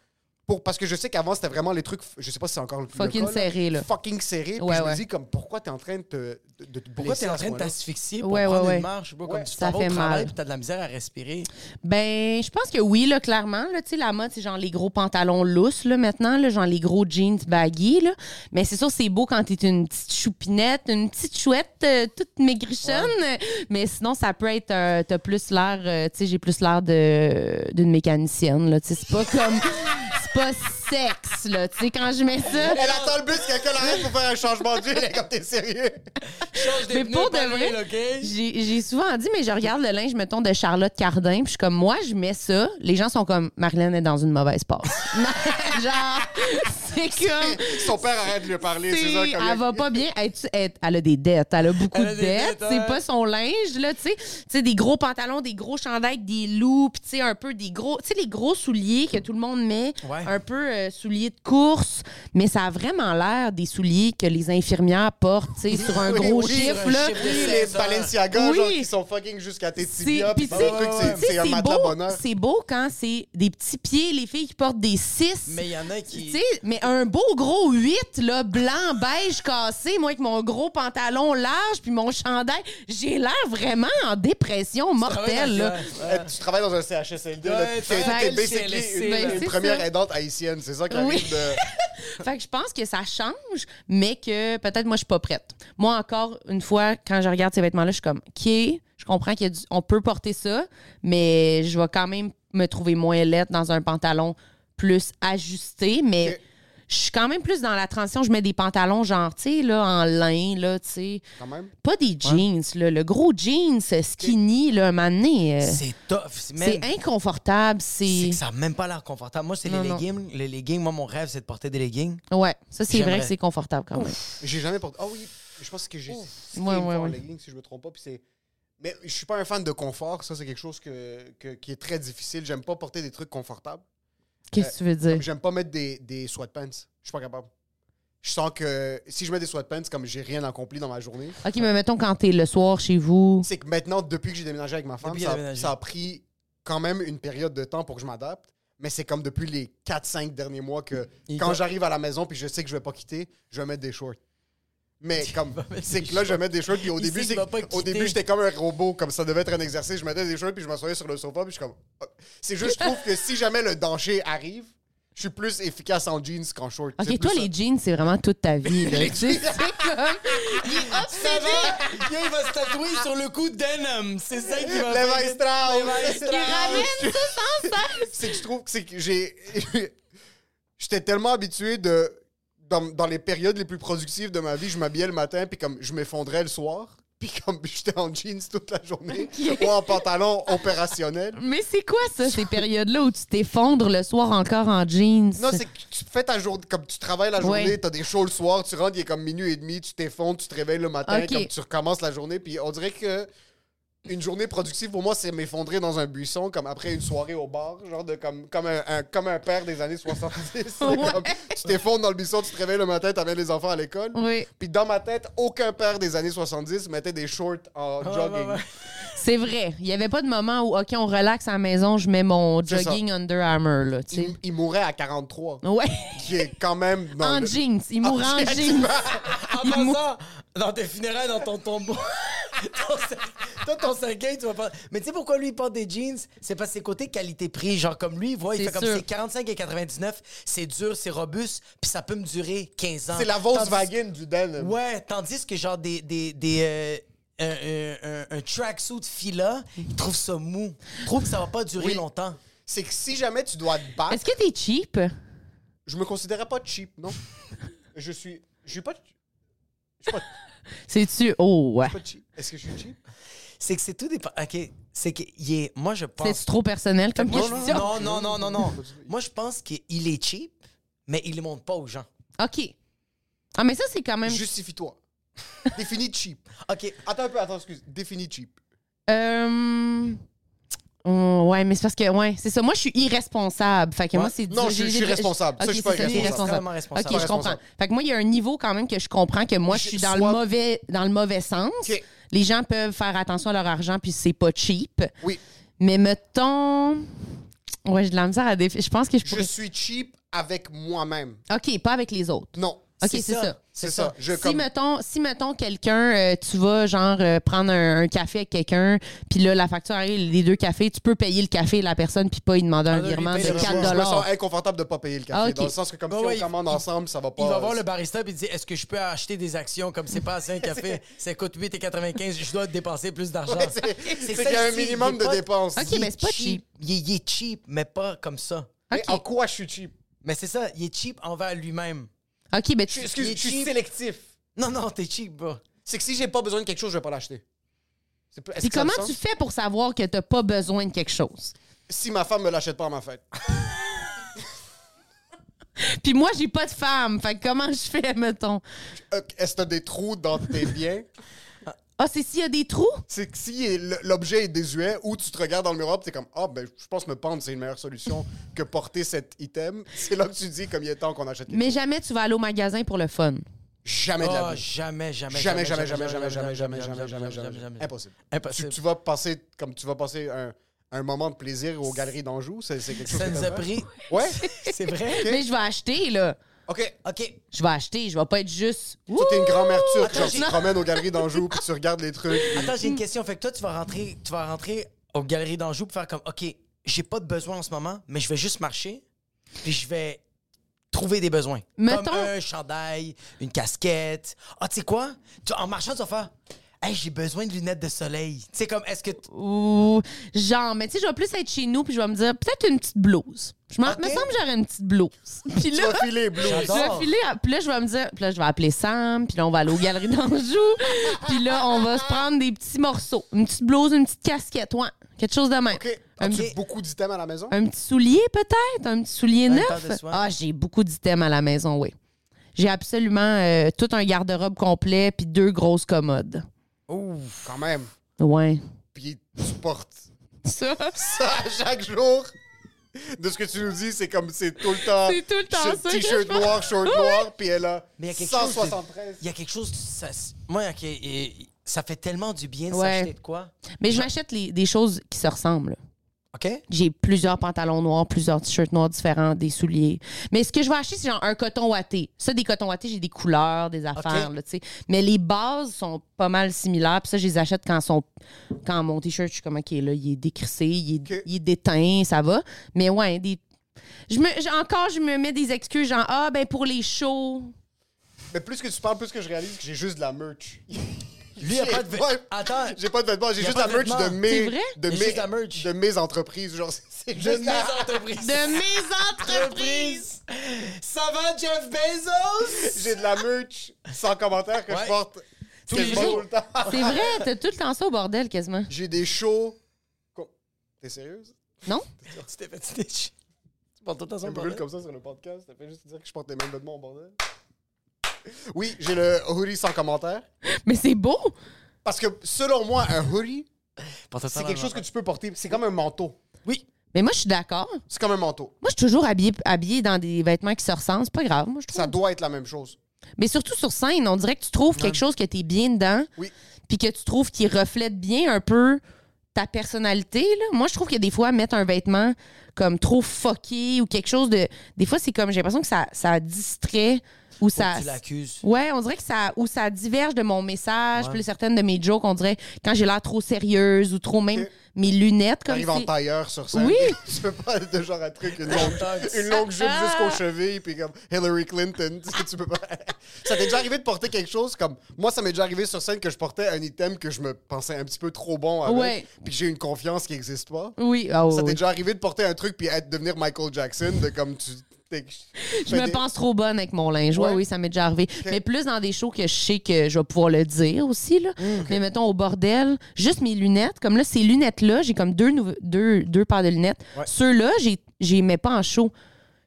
pour parce que je sais qu'avant c'était vraiment les trucs je sais pas si c'est encore le le Fucking cas, serré, là. Fucking serré. puis Ouais, je me ouais. dis comme pourquoi tu es en train de te de, de te Pourquoi blesser t'es à en ce train de point-là? t'asphyxier pour Ouais, ouais, prendre ouais. une marche? Je sais pas, Ouais. comme tu Ça t'en vas au fait travail mal. pis t'as de la misère à respirer. Ben, je pense que oui, là, clairement. Là, tu sais, la mode, c'est genre les gros pantalons lousses, là, maintenant, là, genre les gros jeans baggy, là. Mais c'est sûr, c'est beau quand t'es une petite choupinette, une petite chouette, euh, toute maigrichonne. Mais sinon, ça peut être, euh, t'as plus l'air, euh, tu sais, j'ai plus l'air de- d'une mécanicienne, là. Tu sais, c'est pas comme. c'est pas sexe, là. Tu sais, quand je mets ça. Elle attend le bus, quelqu'un l'arrête pour faire un changement de vie. Elle est comme, t'es sérieux? Change des Mais pneus, pour de pas vrai, l'huile, OK? j'ai j'ai souvent dit, mais je regarde le linge, mettons, de Charlotte Cardin, puis je suis comme, moi, je mets ça. Les gens sont comme, Marlène est dans une mauvaise passe. Non, Genre, c'est comme. Son père arrête de lui parler, c'est- c'est ça. Comme elle va pas bien. Elle, tu- elle- elle a des dettes. Elle a beaucoup Elle a de des dettes. dettes, c'est ouais. pas son linge, là, tu sais. Tu sais, des gros pantalons, des gros chandails avec des loupes, tu sais, un peu des gros. Tu sais, les gros souliers que tout le monde met. Ouais. Un peu euh, souliers de course. Mais ça a vraiment l'air des souliers que les infirmières portent, tu sais, sur un Oui, gros oui, chiffre, un là. chiffre de Oui, c'est les ça. Balenciaga, Oui. genre, qui sont fucking jusqu'à tes C'est tibias. puis pis tu c'est sais, un truc, tu c'est sais, c'est un c'est matelas beau, bonheur. c'est beau quand c'est des petits pieds, les filles qui portent des 6. Mais il y en a Tu qui. sais, mais un beau gros 8, là, blanc, beige, cassé, moi, avec mon gros pantalon large, puis mon chandail, j'ai l'air vraiment en dépression Ah mortelle, là. Euh, Tu travailles dans un CHSLD, là. Ouais, T'es t'es t'es un basically CLSC, une- là. une C'est première ça. aidante haïtienne. C'est ça qui Oui. arrive de... Fait que je pense que ça change, mais que peut-être moi, je suis pas prête. Moi, encore une fois, quand je regarde ces vêtements-là, je suis comme, OK, je comprends qu'il y a du- on peut porter ça, mais je vais quand même me trouver moins laide dans un pantalon plus ajusté, mais. Ok. Je suis quand même plus dans la transition. Je mets des pantalons genre, tu sais, là, en lin, là, tu sais. Quand même. Pas des jeans, là. Le gros jeans skinny, là, un moment donné, euh, C'est tough. man. c'est inconfortable. C'est. C'est que ça n'a même pas l'air confortable. Moi, c'est Non, les non. leggings. Les leggings, moi, mon rêve, c'est de porter des leggings. Ouais, ça, c'est vrai J'aimerais. que c'est confortable quand même. J'ai jamais porté. Ah oui, je pense que j'ai. c'est Ouais, une ouais, fois en ouais. legging, si je me trompe pas. Puis c'est. Mais je suis pas un fan de confort. Ça, c'est quelque chose que, que- qui est très difficile. J'aime pas porter des trucs confortables. Qu'est-ce que tu veux dire? Comme J'aime pas mettre des, des sweatpants. Je suis pas capable. Je sens que si je mets des sweatpants, comme j'ai rien accompli dans ma journée. Ok, mais mettons quand t'es le soir chez vous. C'est que maintenant, depuis que j'ai déménagé avec ma femme, Depuis qu'elle ça, a déménagé. ça a pris quand même une période de temps pour que je m'adapte. Mais c'est comme depuis les 4-5 derniers mois que Il quand va- j'arrive à la maison puis je sais que je vais pas quitter, je vais mettre des shorts. Mais comme, c'est que là, je vais mettre des shorts. Puis au Il début, sait qu'il c'est- va pas au quitter. début j'étais comme un robot. Comme ça devait être un exercice. Je mettais des shorts puis je m'assoyais sur le sofa puis je suis comme. oh. C'est juste, je trouve que si jamais le danger arrive, je suis plus efficace en jeans qu'en shorts. C'est Ok, plus toi, ça. les jeans, c'est vraiment toute ta vie. Là. Tu sais, c'est comme. Il est obsédé. Yo, il va se tatouer sur le cou denim. C'est ça qu'il va faire. Levi Strauss! Levi Il Strauss. ramène ça sans cesse. c'est que je trouve que c'est que j'ai. J'étais tellement habitué de. Dans, dans les périodes les plus productives de ma vie, je m'habillais le matin, puis comme je m'effondrais le soir, puis comme j'étais en jeans toute la journée, ou en pantalon opérationnel. Mais c'est quoi ça, ces périodes-là où tu t'effondres le soir encore en jeans? Non, c'est que tu fais ta journée, comme tu travailles la journée, Ouais. t'as des shows le soir, tu rentres, il est comme minuit et demi, tu t'effondres, tu te réveilles le matin, Ok. comme tu recommences la journée, puis on dirait que une journée productive pour moi, c'est m'effondrer dans un buisson, comme après une soirée au bar, genre de comme, comme, un, un- comme un père des années 70. C'est Ouais. comme, tu t'effondres dans le buisson, tu te réveilles le matin, t'amènes les enfants à l'école. Oui, Puis dans ma tête, aucun père des années 70 mettait des shorts en jogging. c'est vrai. Il n'y avait pas de moment où, OK, on relaxe à la maison, je mets mon C'est ça. jogging Under Armour, là, tu sais. Il, il mourait à 43, Ouais. qui est quand même... dans en le- jeans. Il mourra en, Ah, jeans. En passant, dans tes funérailles, dans ton tombeau, ton cin- toi, ton cinquième, tu vas pas. Mais tu sais pourquoi lui il porte des jeans? C'est parce que c'est côté qualité-prix. Genre comme lui, il voit, il C'est fait comme sûr. c'est 45 et 99, c'est dur, c'est robuste, puis ça peut me durer 15 ans. C'est la Tandis- Volkswagen du denim. Ouais, tandis que genre des. des, des euh, un, un, un, un tracksuit fila, il trouve ça mou. Il trouve que ça va pas durer Oui. longtemps. c'est que si jamais tu dois te battre, Est-ce que t'es cheap? je me considérais pas cheap, non? je suis. Je suis pas. Je suis pas, C'est-tu. Oh, ouais. pas cheap. Est-ce que je suis cheap? C'est que c'est tout dépend. OK. C'est que il est. Moi, je pense. C'est-tu trop personnel comme Moi, question? je- non, non, non, non, non. Continue. Moi, je pense qu'il est cheap, mais il le montre pas aux gens. OK. Ah, mais ça, c'est quand même. Justifie-toi. Définis cheap. OK. Attends un peu, attends, excuse. Définis cheap. Euh... oh, ouais, mais c'est parce que. Ouais, c'est ça. Moi, je suis irresponsable. Fait que Ouais. moi, c'est. Non, je- j'ai- je suis j'ai- responsable. Ça, Ok, je suis pas c'est t'es irresponsable. Extrêmement responsable. Ok, je comprends. Responsable. Fait que moi, il y a un niveau quand même que je comprends que moi, je Je- suis dans soit- le mauvais, dans le mauvais sens. Ok. Les gens peuvent faire attention à leur argent, puis c'est pas cheap. Oui. Mais mettons. Ouais, j'ai de la misère à défi. Je pense que je Je pourrais. suis cheap avec moi-même. OK, pas avec les autres. Non. OK, c'est ça. C'est ça. Je si, comme. mettons, si, mettons, quelqu'un, euh, tu vas, genre, euh, prendre un, un café avec quelqu'un, puis là, la facture arrive, les deux cafés, tu peux payer le café de la personne, puis pas lui demander un Ah, là, virement lui de paye le Je, je 4 me sens inconfortable de pas payer le café. Ah, ok. Dans le sens que, comme Ouais, si ouais, on il- commande il- ensemble, ça va pas. Il va voir le barista et il dit Est-ce que je peux acheter des actions comme c'est pas assez un café Ça coûte 8,95 Je dois dépenser plus d'argent. Ouais, c'est- c'est qu'il y a ça un ici, il minimum est de pas- dépenses. Ok, mais c'est pas cheap. Il, est- il est cheap, mais pas comme ça. Mais OK. en quoi je suis cheap? Mais c'est ça, il est cheap envers lui-même. OK, ben Je, tu... suis- excuse, Il est je suis cheap. sélectif. Non, non, t'es cheap, bro. C'est que si j'ai pas besoin de quelque chose, je vais pas l'acheter. C'est pas- est-ce Puis que ça a comment du sens? tu fais pour savoir que t'as pas besoin de quelque chose? Si ma femme me l'achète pas à ma fête. Puis moi, j'ai pas de femme. Fait que comment je fais, mettons? Euh, Est-ce que t'as des trous dans tes biens? Ah, c'est s'il y a des trous? C'est que si il- l'objet est désuet ou tu te regardes dans le miroir pis t'es comme Ah ben je pense me pendre c'est une meilleure solution que porter cet item, c'est là que tu dis comme il est temps qu'on achète quelque Mais chose. jamais tu vas aller au magasin pour le fun. jamais de la Oh, vie. jamais, jamais, Ah, Jamais, jamais, jamais, jamais, jamais, jamais, jamais, jamais, jamais, jamais. Impossible. Tu, Impossible. tu vas passer comme tu vas passer un, un moment de plaisir aux galeries d'Anjou, c'est c'est quelque chose Ça que nous t'as a fait? pris. Ouais. C'est vrai? Mais je vais acheter, là. OK. OK. Je vais acheter. Je vais pas être juste. Toi t'es une grand-mère turque, Attends, genre tu j'ai- te promènes aux galeries d'Anjou puis tu regardes les trucs. Attends, Mm. j'ai une question. Fait que toi, tu vas rentrer, tu vas rentrer aux galeries d'Anjou pour faire comme, OK, j'ai pas de besoin en ce moment, mais je vais juste marcher, puis je vais trouver des besoins. Mettons- Comme un chandail, une casquette. Ah, tu sais quoi? Tu- en marchant, tu vas faire, hey, j'ai besoin de lunettes de soleil. Tu sais, comme, est-ce que... t- Ouh. Genre, mais tu sais, je vais plus être chez nous, puis je vais me dire, peut-être une petite blouse. Je m'en- Ok. me semble que j'aurais une petite blouse. Puis Tu là, vas filer bleu. je vais filer. à- Puis là, je vais me dire, puis là, je vais appeler Sam, puis là, on va aller aux galeries d'Anjou, puis là, on va se prendre des petits morceaux. Une petite blouse, une petite casquette, ouais. Quelque chose de même. OK. Un As-tu petit- beaucoup d'items à la maison? Un petit soulier, peut-être? Un petit soulier Un neuf? tas de soie. Ah, j'ai beaucoup d'items à la maison, oui. J'ai absolument euh, tout un garde-robe complet puis deux grosses commodes. Ouf. Quand même. Ouais. Puis tu portes Ça, ça à chaque jour. De ce que tu nous dis, c'est comme c'est tout le temps. C'est tout le temps shit- ça que je T-shirt pense. noir, short noir, puis elle a Mais il y a quelque chose de- 173. Il y a quelque chose... Ça, moi, ok, et- ça fait tellement du bien de Ouais. s'acheter de quoi. Mais je m'achète les- des choses qui se ressemblent. OK? J'ai plusieurs pantalons noirs, plusieurs t-shirts noirs différents, des souliers. Mais ce que je vais acheter, c'est genre un coton watté. Ça, des cotons wattés, j'ai des couleurs, des affaires, là, tu sais. Mais les bases sont pas mal similaires. Puis ça, je les achète quand, sont... quand mon t-shirt, je suis comme, OK, là, il est décrissé, il est, Ok. il est déteint, ça va. Mais ouais, des... Je me, j'- encore, je me mets des excuses, genre, ah, ben pour les shows. Mais plus que tu parles, plus que je réalise que j'ai juste de la merch. Lui, il a pas de... Ouais. Attends, J'ai pas de vêtements, j'ai Y a juste pas la de merch de vêtements. mes, C'est vrai? de, Y a mes juste la merch. de mes entreprises. Genre, c'est de juste mes la- entreprises. De mes entreprises! entreprises. Ça va, Jeff Bezos? J'ai de la merch sans commentaire que je Ouais. porte Tous quasiment les jours. tout le temps. C'est vrai, t'as tout le temps ça au bordel, quasiment. J'ai des shows. qu'on- T'es sérieuse? Non? Tu t'es fait snitch. Tu portes tout le temps Je son me brûle bordel. comme ça sur le podcast. Ça fait juste dire que je porte les mêmes vêtements au bordel. Oui, j'ai le hoodie sans commentaire. Mais c'est beau! Parce que selon moi, un hoodie, Porte tout le temps c'est dans le quelque chose que bordel. tu peux porter. C'est comme un manteau. Oui. Mais moi, je suis d'accord. C'est comme un manteau. Moi, je suis toujours habillée, habillée dans des vêtements qui se ressemblent. C'est pas grave, moi, je trouve. Ça doit être la même chose. Mais surtout sur scène, on dirait que tu trouves quelque chose que t'es bien dedans, Oui. puis que tu trouves qui reflète bien un peu ta personnalité. Là. Moi, je trouve que des fois, mettre un vêtement comme trop foqué ou quelque chose de... Des fois, c'est comme, j'ai l'impression que ça, ça distrait ou ça... Tu l'accuses. Ouais, on dirait que ça ou ça diverge de mon message, puis certaines de mes jokes, on dirait quand j'ai l'air trop sérieuse ou trop même Ok. mes lunettes comme T'arrives en si- tailleur sur scène. Oui. tu peux pas être de genre un truc, une longue, une longue jupe Ah! jusqu'aux chevilles, puis comme Hillary Clinton. Tu, sais, tu peux pas. ça t'est déjà arrivé de porter quelque chose comme. Moi, ça m'est déjà arrivé sur scène que je portais un item que je me pensais un petit peu trop bon avec, Ouais. puis que j'ai une confiance qui n'existe pas. Oui, ah oui, Ça t'est oui. déjà arrivé de porter un truc puis être devenir Michael Jackson de comme tu. t'es- Je me des- pense trop bonne avec mon linge. Ouais, Ouais. oui, ça m'est déjà arrivé. Mais plus dans des shows que je sais que je vais pouvoir le dire aussi. Là. Mm, Mais mettons au bordel, juste mes lunettes. Comme là, ces lunettes-là, j'ai comme deux, nouve- deux, deux paires de lunettes. Ceux-là, j'ai- je les mets pas en show.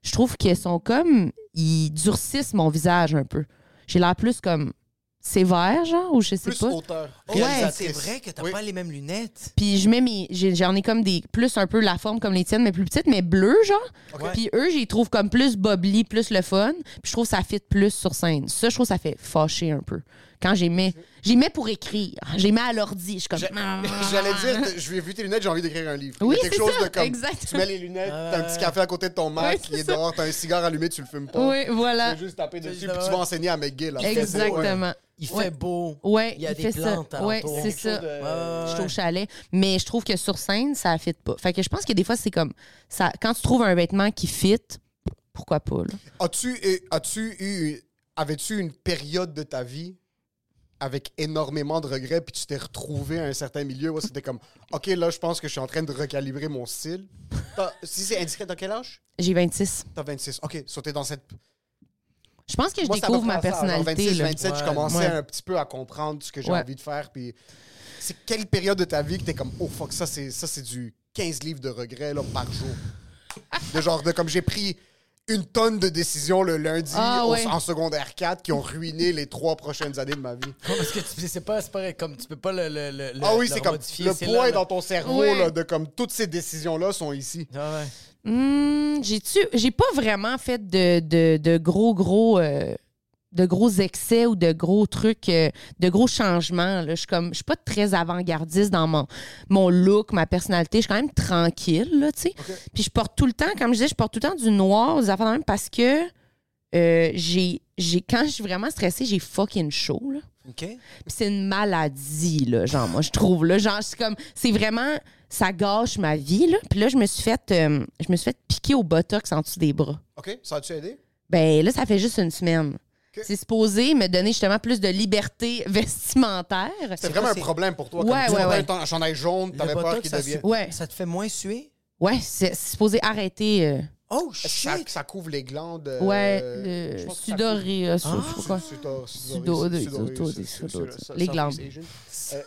Je trouve qu'elles sont comme. Ils durcissent mon visage un peu. J'ai l'air plus comme sévère, genre, ou je sais Plus pas. hauteur. Ouais, Réalisatrice. c'est vrai que t'as Oui. pas les mêmes lunettes. Puis je mets mes. j'ai- J'en ai comme des. Plus un peu la forme comme les tiennes, mais plus petites, mais bleues, genre. Puis eux, j'y trouve comme plus bubbly, plus le fun. Puis je trouve ça fit plus sur scène. Ça, je trouve ça fait fâcher un peu. Quand j'y mets. J'y mets pour écrire. J'y mets à l'ordi. Je suis comme. J'allais dire, t- je vais vu tes lunettes, j'ai envie d'écrire un livre. Oui, Il y a quelque c'est chose ça, de comme. exact. Tu mets les lunettes, t'as un petit café à côté de ton Ouais, Mac, c'est il est ça. dehors, t'as un cigare allumé, tu le fumes pas. Oui, voilà. Tu veux juste taper dessus, juste puis tu avant. vas enseigner à McGill. après. Exactement. Il fait Ouais. beau. Ouais, Il y a des fait plantes ça. Ouais, alentour. c'est Quelque chose ça. Ouais, Je suis ouais. au chalet. Mais je trouve que sur scène, ça fit pas. Fait que je pense que des fois, c'est comme. ça Quand tu trouves un vêtement qui fit, pourquoi pas, là? As-tu, euh, as-tu eu. Avais-tu une période de ta vie avec énormément de regrets, puis tu t'es retrouvé à un certain milieu où c'était comme, OK, là, je pense que je suis en train de recalibrer mon style. T'as- Si c'est indiscret, t'as quel âge? J'ai 26. T'as 26. OK, sauter dans cette. Je pense que je Moi, ça découvre m'a ma fait ça, genre personnalité. 26, là. 27, je commençais Ouais. un petit peu à comprendre ce que j'ai Ouais. envie de faire. Puis c'est quelle période de ta vie que t'es comme, oh fuck, ça c'est ça c'est du 15 livres de regrets là, par jour. de genre de comme j'ai pris une tonne de décisions le lundi Ah, au- ouais. en secondaire 4 qui ont ruiné les trois prochaines années de ma vie. Parce que tu- c'est pas, c'est pas comme tu peux pas le. le, le le- ah oui, le c'est comme remodifier, le c'est poids là, est dans ton cerveau Ouais. là, de comme toutes ces décisions là sont ici. Ah ouais. Hmm, j'ai-tu, j'ai pas vraiment fait de, de, de gros, gros, euh, de gros excès ou de gros trucs, euh, de gros changements. là. Je suis comme, je suis pas très avant-gardiste dans mon, mon look, ma personnalité. Je suis quand même tranquille, là, tu sais. Puis je porte tout le temps, comme je disais, je porte tout le temps du noir, des affaires de même parce que euh, j'ai, j'ai, quand je suis vraiment stressée, j'ai fucking chaud, là. OK. Puis c'est une maladie, là, genre, moi, je trouve, là. Genre, c'est comme, c'est vraiment, ça gâche ma vie, là. Puis là, je me suis fait, euh, je me suis fait piquer au botox en dessous des bras. OK, ça a-tu aidé? Ben là, ça fait juste une semaine. Ok. C'est supposé me donner justement plus de liberté vestimentaire. C'est vraiment un problème pour toi. Ouais, comme ouais, tu ouais. portais un chandail jaune, Le t'avais peur botox, qu'il ça devienne. su- Ouais, Ça te fait moins suer? ouais, c'est c'est supposé arrêter. euh, Oh, Ça, shit! ça couvre les glandes. euh, ouais, je le pense que ça Ah, couvre- sudoré, euh, ça, je sais pas quoi. Sudor- Sudo- sudoré- des- sudoré- auto- su- des- su- sudo- su- les su- glandes. Asian. Euh,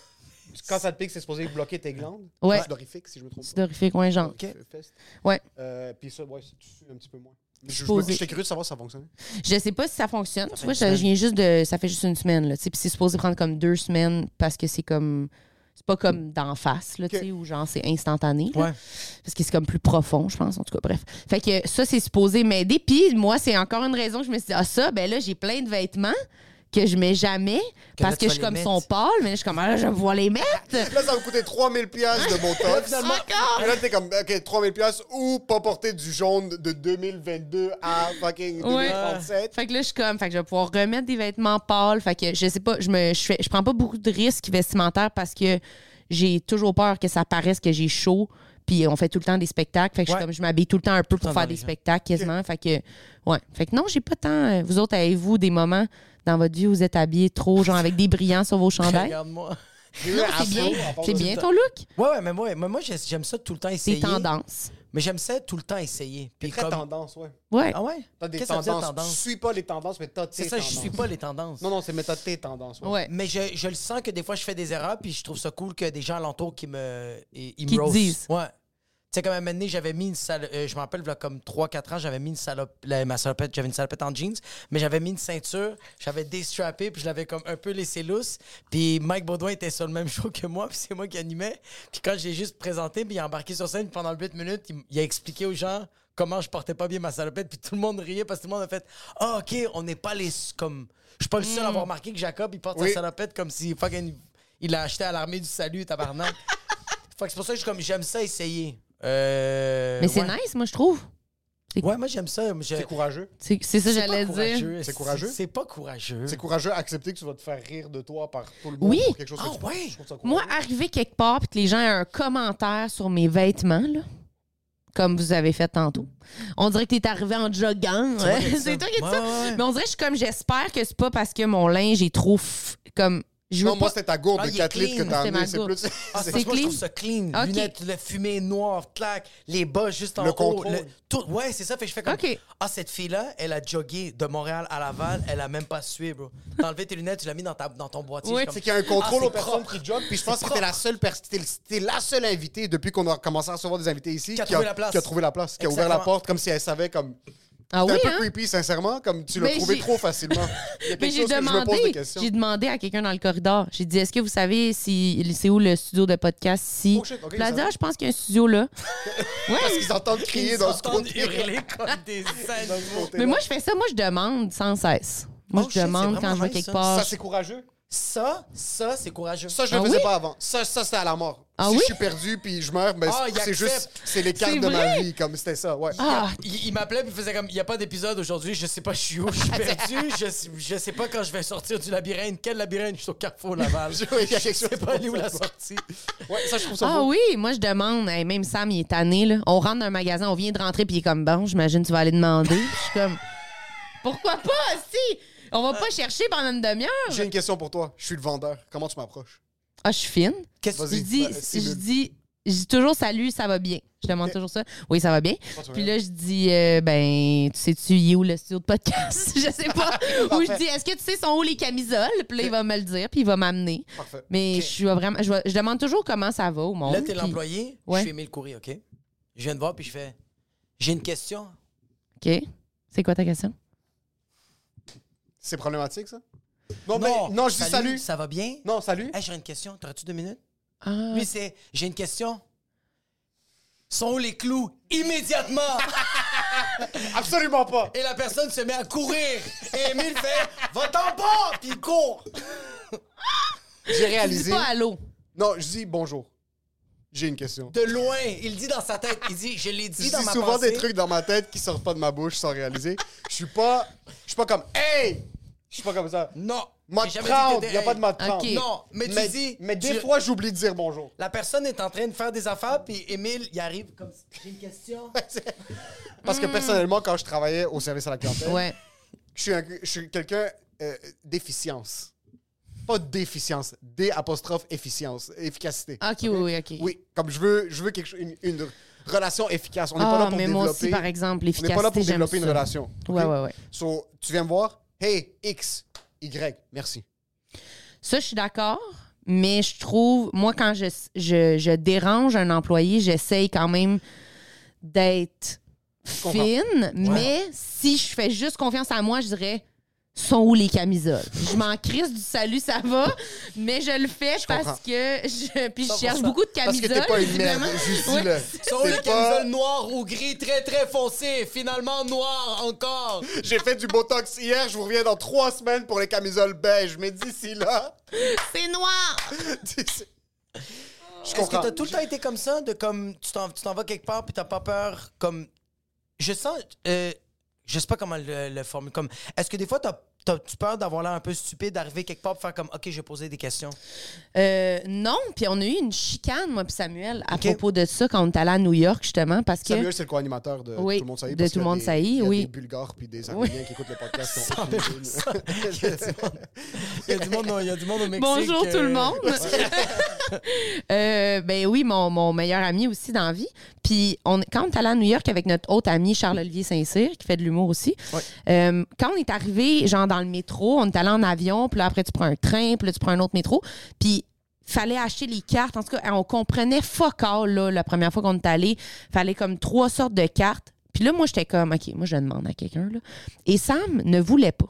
Quand ça te pique, c'est supposé bloquer tes glandes. Ouais. Sudorifique, si je me trompe pas. Sudorifique, ouais, genre. Fest. Ouais. Euh, Puis ça, ouais, ça te suit un petit peu moins. Je- Je Supposé. me- j'étais curieux de savoir si ça fonctionnait. Je sais pas si ça fonctionne. Tu vois, je je viens juste de. Ça fait juste une semaine, là. tu sais. Puis c'est supposé prendre comme deux semaines parce que c'est comme. C'est pas comme d'en face, là, tu sais, où genre c'est instantané. là. Ouais. Parce que c'est comme plus profond, je pense, en tout cas. Bref. Fait que ça, c'est supposé m'aider. Puis moi, c'est encore une raison que je me suis dit, ah, ça, ben là, j'ai plein de vêtements que je mets jamais Que parce là, tu que vas je suis les comme mettre. son pâle, mais je suis comme, ah, là, je vais pouvoir les mettre. Là, ça me coûtait 3000 pièces de Botox. Encore! Et là, t'es comme, OK, 3000 pièces ou pas porter du jaune de 2022 à fucking Ouais. 2037. Fait que là, je suis comme, fait que je vais pouvoir remettre des vêtements pâles. Fait que je sais pas, je me, je, fais- je prends pas beaucoup de risques vestimentaires parce que j'ai toujours peur que ça paraisse que j'ai chaud. Puis on fait tout le temps des spectacles. Fait que je Ouais. suis comme, je m'habille tout le temps un peu le pour temps faire dans des les gens. spectacles quasiment. Fait que, ouais. Fait que non, j'ai pas tant. euh, Vous autres, avez-vous des moments dans votre vie où vous êtes habillés trop, genre avec des brillants sur vos chandails? Regarde-moi. J'ai eu un C'est bien, afro, à part c'est de ça. bien ton look. Ouais, ouais, mais moi, mais moi j'ai- j'aime ça tout le temps C'est essayer. tendance. Mais j'aime ça tout le temps essayer. Puis T'es très comme- tendance, ouais. Ouais. Ah ouais? T'as des Qu'est-ce que ça veut dire, tendances. Tu suis pas les tendances, mais t'as tes C'est ça, tendances. je suis pas les tendances. Non, non, c'est mais t'as tes tendances. ouais. Mais je, je le sens que des fois, je fais des erreurs, puis je trouve ça cool que des gens alentour qui me, ils ils Qui te me roast. disent. Ouais. Tu sais, comme à un moment donné, j'avais mis une salopette, je me rappelle, voilà, comme 3-4 ans, j'avais mis une salopette, ma salopette, j'avais une salopette en jeans, mais j'avais mis une ceinture, j'avais déstrappé, puis je l'avais comme un peu laissé lousse. Puis Mike Baudouin était sur le même show que moi, puis c'est moi qui animais. Puis quand j'ai juste présenté, puis il a embarqué sur scène, puis pendant 8 minutes, il, il a expliqué aux gens comment je portais pas bien ma salopette, puis tout le monde riait parce que tout le monde a fait Ah, ok, on n'est pas les. comme Je suis pas le seul à avoir remarqué que Jacob, il porte Oui. sa salopette comme si fucking il l'a acheté à l'armée du salut, tabarnak. fait que c'est pour ça que je suis comme j'aime ça essayer. Euh, Mais c'est ouais. nice, moi, je trouve. Ouais, moi j'aime ça. Je- C'est courageux. C'est c'est ça que c'est pas j'allais dire. courageux. C'est courageux? C'est pas courageux. C'est courageux à accepter que tu vas te faire rire de toi par tout le monde. Oui. pour quelque chose que Ah, tu- ouais. ah, je trouve ça courageux. Moi, arriver quelque part puis que les gens aient un commentaire sur mes vêtements, là, comme vous avez fait tantôt, on dirait que t'es arrivé en joggant. moi qui ai dit ça. C'est toi qui dis Ouais, ça. ouais, ouais. Mais on dirait que je suis comme, j'espère que c'est pas parce que mon linge est trop. f- Comme. Je veux non, moi, pas- c'était ta gourde Ah, de il est 4 litres que clean. t'as C'est amenée. ma C'est gourde. plus. Ah, c'est parce C'est que moi, je clean? trouve ça clean. Ok. Lunettes, le fumée noire, clac, les bas juste en Le haut. contrôle. tout, ouais, c'est ça. Fait que je fais comme. Ok. Ah, cette fille-là, elle a jogué de Montréal à Laval, elle a même pas sué, bro. T'as enlevé tes lunettes, tu l'as mis dans, ta, dans ton boîtier. Ouais. Je suis comme, C'est qu'il y a un contrôle Ah, aux c'est personnes propre. qui joguent. Puis je pense C'est que t'es la propre. seule pers- t'es le- t'es la seule invitée depuis qu'on a commencé à recevoir des invités ici Qui a trouvé la place. qui a trouvé la place, qui a ouvert la Exactement. porte comme si elle savait comme. Ah C'était oui, un peu hein? creepy, sincèrement, comme tu l'as Mais trouvé j'ai- trop facilement. Il y a Mais quelque j'ai chose que je me pose des demandé, questions. j'ai demandé à quelqu'un dans le corridor. J'ai dit, est-ce que vous savez si c'est où le studio de podcast si Oh shit, ok, Puis elle a ça dit, va. ah, je pense qu'il y a un studio là. ouais. Ils entendent crier dans ce s'entendent côté. hurler comme des animaux. Mais moi, je fais ça. Moi, je demande sans cesse. Moi, Oh shit, je c'est demande vraiment quand je vais nice, quelque ça. part. Ça, c'est courageux. Ça, ça, c'est courageux. Ah, Ça, je le Ah faisais oui? pas avant. Ça, ça c'était à la mort. Ah si oui? je suis perdu puis je meurs, ben, Ah, il c'est accepte. juste. C'est les cartes C'est de ma vrai? vie, comme c'était ça. Ouais. Ah, Il, il m'appelait puis il faisait comme il n'y a pas d'épisode aujourd'hui, je sais pas je suis où, je suis perdu, je, sais- je sais pas quand je vais sortir du labyrinthe, quel labyrinthe, je suis au Carrefour Laval. je Il y a quelque chose sais pas aller où la sortie. Ouais, ça, je trouve ça Ah beau. oui, moi je demande, Hey, même Sam il est tanné là. On rentre dans un magasin, on vient de rentrer puis il est comme bon, j'imagine tu vas aller demander. Puis je suis comme pourquoi pas si On va pas chercher pendant une demi-heure. J'ai une question pour toi. Je suis le vendeur. Comment tu m'approches? Ah, je suis fine. Qu'est-ce Je dis, Bah, c'est je le- dis, je dis toujours salut, ça va bien. Je demande Ok. toujours ça. Oui, ça va bien. tu Puis là, je dis, euh, ben, tu sais-tu, il est où le studio de podcast? je sais pas. Ou je dis, est-ce que tu sais, sont où les camisoles? Puis là, il va me le dire, puis il va m'amener. Parfait. Mais Ok. je suis vraiment. Je, vais- je demande toujours comment ça va au monde. Là, t'es puis- l'employé. Ouais. Je suis Émile Coury, OK? Je viens de voir, puis je fais... J'ai une question. OK. C'est quoi ta question? C'est problématique, ça? Non, Oh, mais non, je dis salut. Ça va bien? Non, salut. Hey, j'ai une question. T'aurais-tu deux minutes? Ah, Lui, c'est... J'ai une question. Sont où les clous? Immédiatement! Absolument pas. Et la personne se met à courir. Et Émile fait « Va-t'en pas! » Puis il court. J'ai tu dis réalisé. pas allô. Non, je dis bonjour. J'ai une question. De loin, il dit dans sa tête, il dit « Je l'ai Je dit dis dans ma souvent pensée. des trucs dans ma tête qui sortent pas de ma bouche sans réaliser. Je suis pas. Je suis pas comme Hey! Je suis pas comme ça. Non. Moi J'ai de jamais dit que prendre, t'étais- y a pas de moi de Ok. prendre. Non, mais tu Mais, dis... mais des tu- fois, j'oublie de dire bonjour. La personne est en train de faire des affaires, puis Émile, il arrive comme « J'ai une question. Parce Hmm. que personnellement, quand je travaillais au service à la clientèle, Ouais. je suis, un- je suis quelqu'un euh, d'efficience. Pas d'efficience, D apostrophe efficience, efficacité. OK, oui, oui, OK. Oui, comme je veux, je veux quelque chose- une, une relation efficace. On n'est Ah, pas là pour mais développer. moi aussi, par exemple, on n'est pas là l'efficacité, pour j'aime développer une ça. relation. Ouais, ok? ouais, ouais. So, tu viens me voir, hey, X, Y, merci. Ça, je suis d'accord. Mais je trouve, moi, quand je, je, je dérange un employé, j'essaye quand même d'être comprends. fine. Mais si je fais juste confiance à moi, je dirais sont où les camisoles? Je m'en crisse du salut, ça va, mais je le fais comprends. parce que je, puis je cherche 100%. beaucoup de Parce que camisoles. t'es pas une merde, évidemment. Justy, Ouais. là. Sont T'es les pas- camisoles noirs ou gris très très foncés, finalement noirs encore. J'ai fait du Botox hier, je vous reviens dans trois semaines pour les camisoles beiges, mais d'ici là... C'est noir! d'ici- Je Est-ce que comprends. t'as tout le temps été comme ça, de comme tu t'en, tu t'en vas quelque part puis t'as pas peur, comme je sens, euh, je sais pas comment le, le formuler, comme est-ce que des fois t'as, t'as- tu peur d'avoir l'air un peu stupide, d'arriver quelque part pour faire comme ok j'ai posé des questions. Euh, non, puis on a eu une chicane, moi puis Samuel, à Ok. propos de ça quand on est allé à New York, justement, parce que... Samuel, c'est le co-animateur de Oui, Tout le monde saillit. de parce Tout qu'il y le a monde des- saillit, il y a oui. des Bulgares puis des Arméniens qui écoutent le podcast. qui ont aucune idée. Il y a du monde, au- il y a du monde au Mexique. Bonjour euh, tout le monde. Euh, ben oui, mon, mon meilleur ami aussi dans la vie. Puis on, quand on est allé à New York avec notre autre ami Charles-Olivier Saint-Cyr, qui fait de l'humour aussi, euh, quand on est arrivé, genre dans le métro, on est allé en avion, puis là, après tu prends un train, puis là tu prends un autre métro. Puis fallait acheter les cartes. En tout cas, on comprenait fuck all, là, la première fois qu'on est allé. Fallait comme trois sortes de cartes. Puis là, moi, j'étais comme, OK, moi, je demande à quelqu'un. là. Et Sam ne voulait pas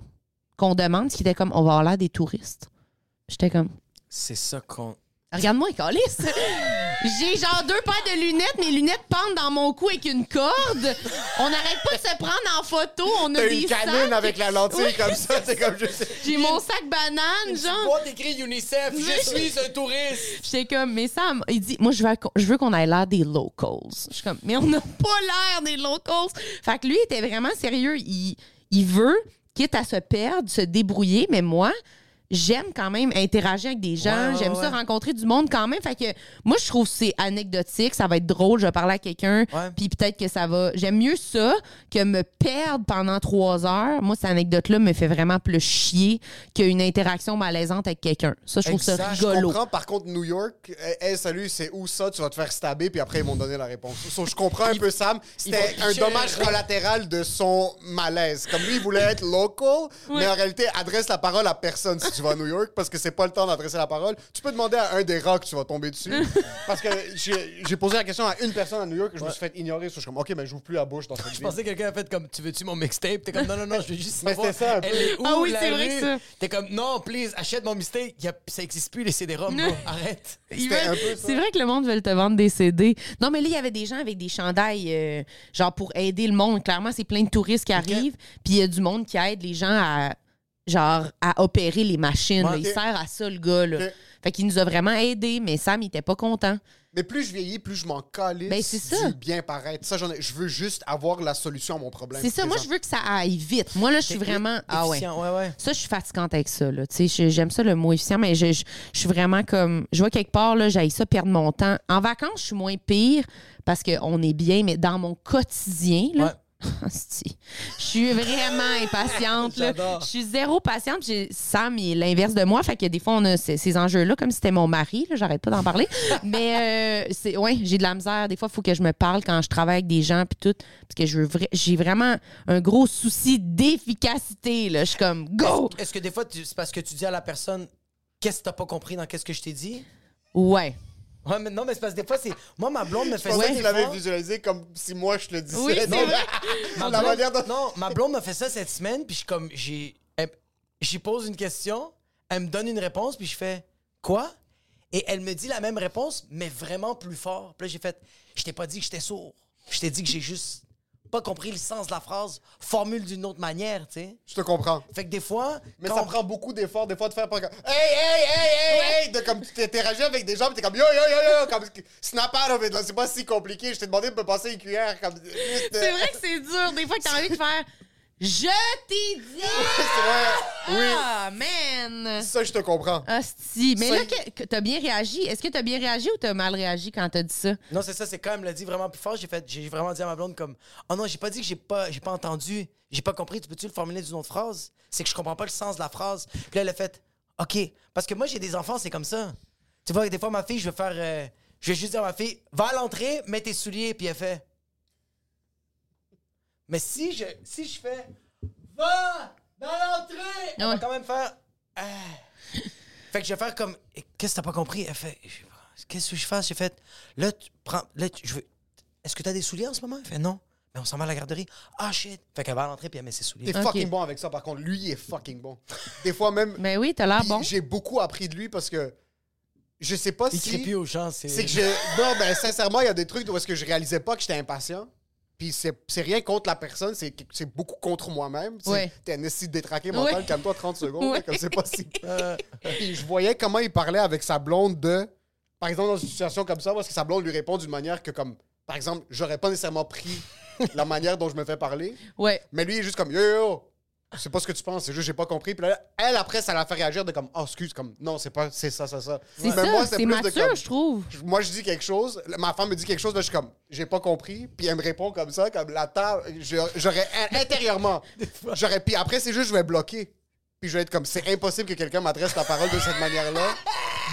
qu'on demande, ce qui était comme, on va avoir l'air des touristes. J'étais comme, C'est ça qu'on. Regarde-moi, calice! J'ai genre deux paires de lunettes, mes lunettes pendent dans mon cou avec une corde. On n'arrête pas de se prendre en photo. On a T'as des une canine sacs. avec la lentille comme ça, c'est comme je sais. J'ai mon sac banane, genre. Moi t'écris UNICEF, je suis un touriste. J'étais comme, mais Sam, il dit, moi, je veux, je veux qu'on ait l'air des locals. Je suis comme, mais on n'a pas l'air des locals. Fait que lui, il était vraiment sérieux. Il, il veut, quitte à se perdre, se débrouiller, mais moi, j'aime quand même interagir avec des gens. Ouais, ouais, j'aime ça ouais. rencontrer du monde quand même. Fait que moi, je trouve que c'est anecdotique. Ça va être drôle. Je vais parler à quelqu'un. Ouais. Puis peut-être que ça va. J'aime mieux ça que me perdre pendant trois heures. Moi, cette anecdote-là me fait vraiment plus chier qu'une interaction malaisante avec quelqu'un. Ça, je trouve ça Exact. Je rigolo. comprends, par contre, New York, euh, hey, salut, c'est où ça? Tu vas te faire stabber, puis après, ils m'ont donné la réponse. So, je comprends un peu Sam. C'était vont un pitcher. dommage collatéral de son malaise. Comme lui, il voulait être local, mais en réalité, adresse la parole à personne si tu vas à New York, parce que c'est pas le temps d'adresser la parole. Tu peux demander à un des rocks, tu vas tomber dessus. parce que j'ai j'ai posé la question à une personne à New York, et je me suis fait ignorer. So, je suis comme, OK, mais j'ouvre plus la bouche dans cette Je ville. pensais que quelqu'un a fait comme tu veux-tu mon mixtape. T'es comme non non non, je veux juste Mais savoir. c'était ça, un peu. Elle est où Ah oui, la c'est vrai rue? que ça. T'es comme non please achète mon mixtape. Y a- Ça existe plus les CD-ROM. bro. Arrête. Ils C'était veulent- un peu ça. C'est vrai que le monde veut te vendre des CD. Non, mais là, il y avait des gens avec des chandails, euh, genre pour aider le monde. Clairement, c'est plein de touristes qui arrivent, puis il y a du monde qui aide les gens à, genre, à opérer les machines. Ouais, là. Il ok. sert à ça, le gars. Là. Ok. Fait qu'il nous a vraiment aidés, mais Sam, il était pas content. Mais plus je vieillis, plus je m'en calisse Ben, c'est ça. du bien paraître. Ça, j'en ai- je veux juste avoir la solution à mon problème. C'est ça, moi, je veux que ça aille vite. Moi, là, je suis vraiment. Ah ouais. Efficient, ouais ouais. Ça, je suis fatigante avec ça. là. Tu sais, je- J'aime ça, le mot efficient, mais je, je, je suis vraiment comme. Je vois quelque part, là, j'aille ça perdre mon temps. En vacances, je suis moins pire parce qu'on est bien, mais dans mon quotidien, là, Ouais. Asti. Je suis vraiment impatiente. là. J'adore. Je suis zéro patiente. puis j'ai- Sam, il est l'inverse de moi. Fait que des fois, on a ces, ces enjeux-là, comme si c'était mon mari. là, J'arrête pas d'en parler. Mais euh, c'est ouais, j'ai de la misère. Des fois, il faut que je me parle quand je travaille avec des gens puis tout. Parce que je veux vra- j'ai vraiment un gros souci d'efficacité. là. Je suis comme go! Est-ce que des fois, tu- c'est parce que tu dis à la personne qu'est-ce que t'as pas compris dans qu'est-ce que je t'ai dit? Ouais. Ouais, mais non, mais c'est parce que des fois, c'est. Moi, ma blonde me fait Je pensais ça. que des tu l'avais fois. visualisé comme si moi je le disais. Oui, c'est Non, vrai. la Ma blonde- manière dont- Non, ma blonde m'a fait ça cette semaine, puis je suis comme j'ai elle- j'y pose une question, elle me donne une réponse, puis je fais quoi Et elle me dit la même réponse, mais vraiment plus fort. Puis là j'ai fait, je t'ai pas dit que j'étais sourd, je t'ai dit que j'ai juste pas compris le sens de la phrase, formule d'une autre manière, tu sais. Je te comprends. Fait que des fois, Mais quand ça on- prend beaucoup d'efforts, des fois, de faire pas comme. Hey, hey, hey, hey, hey! De comme tu t'interagis avec des gens, pis t'es comme yo, yo, yo, yo, comme snap out of it, là, c'est pas si compliqué. Je t'ai demandé de me passer une cuillère, comme. euh, C'est C'est vrai que c'est dur. Des fois, que t'as envie de faire Je t'ai dit! c'est vrai. Ah, man! Oui, ça, je te comprends. Hostie. Mais Ça, là, il- que- que t'as bien réagi. Est-ce que t'as bien réagi ou t'as mal réagi quand t'as dit ça? non, c'est ça, c'est quand elle me l'a dit vraiment plus fort, j'ai fait j'ai vraiment dit à ma blonde comme "Oh non, j'ai pas dit que j'ai pas j'ai pas entendu, j'ai pas compris, tu peux-tu le formuler d'une autre phrase C'est que je comprends pas le sens de la phrase." Puis là elle a fait "OK, parce que moi j'ai des enfants, c'est comme ça." Tu vois, des fois ma fille, je vais faire euh, je vais juste dire à ma fille "Va à l'entrée, mets tes souliers" puis elle fait Mais si je si je fais "Va dans l'entrée", elle va Ouais. quand même faire Ah. Fait que je vais faire comme Eh, qu'est-ce que t'as pas compris Elle fait Je- Qu'est-ce que je fasse J'ai fait là tu prends là tu- je veux Est-ce que t'as des souliers en ce moment Elle fait non. Mais on s'en va à la garderie. Ah shit. Fait qu'elle va à l'entrée puis elle met ses souliers. T'es fucking bon avec ça, par contre. Lui, il est fucking bon. Des fois, même. Mais Ben oui, t'as l'air puis bon. J'ai beaucoup appris de lui parce que. Je sais pas Il si. crie plus aux gens, c'est C'est que je. Non, ben, sincèrement, il y a des trucs où est-ce que je réalisais pas que j'étais impatient. Puis c'est c'est rien contre la personne, c'est c'est beaucoup contre moi-même. Tu sais, Ouais. T'es un esti détraqué mental, Ouais. calme-toi 30 secondes, là, Ouais. comme c'est pas si. Puis je voyais comment il parlait avec sa blonde de. Par exemple, dans une situation comme ça, parce que sa blonde lui répond d'une manière que, comme, par exemple, j'aurais pas nécessairement pris la manière dont je me fais parler. Ouais. Mais lui, il est juste comme yo yo, yo. C'est pas ce que tu penses, c'est juste j'ai pas compris. Puis là, elle, après, ça la fait réagir de comme oh, excuse, comme non, c'est pas, c'est ça, ça, ça. C'est Mais ça, c'était c'est plus de mature, comme- je trouve. je- moi, je dis quelque chose, ma femme me dit quelque chose, là, je suis comme, j'ai pas compris, puis elle me répond comme ça, comme la table, je- j'aurais, in- intérieurement, j'aurais, puis après, c'est juste, je vais bloquer. Puis je vais être comme, c'est impossible que quelqu'un m'adresse la parole de cette manière-là.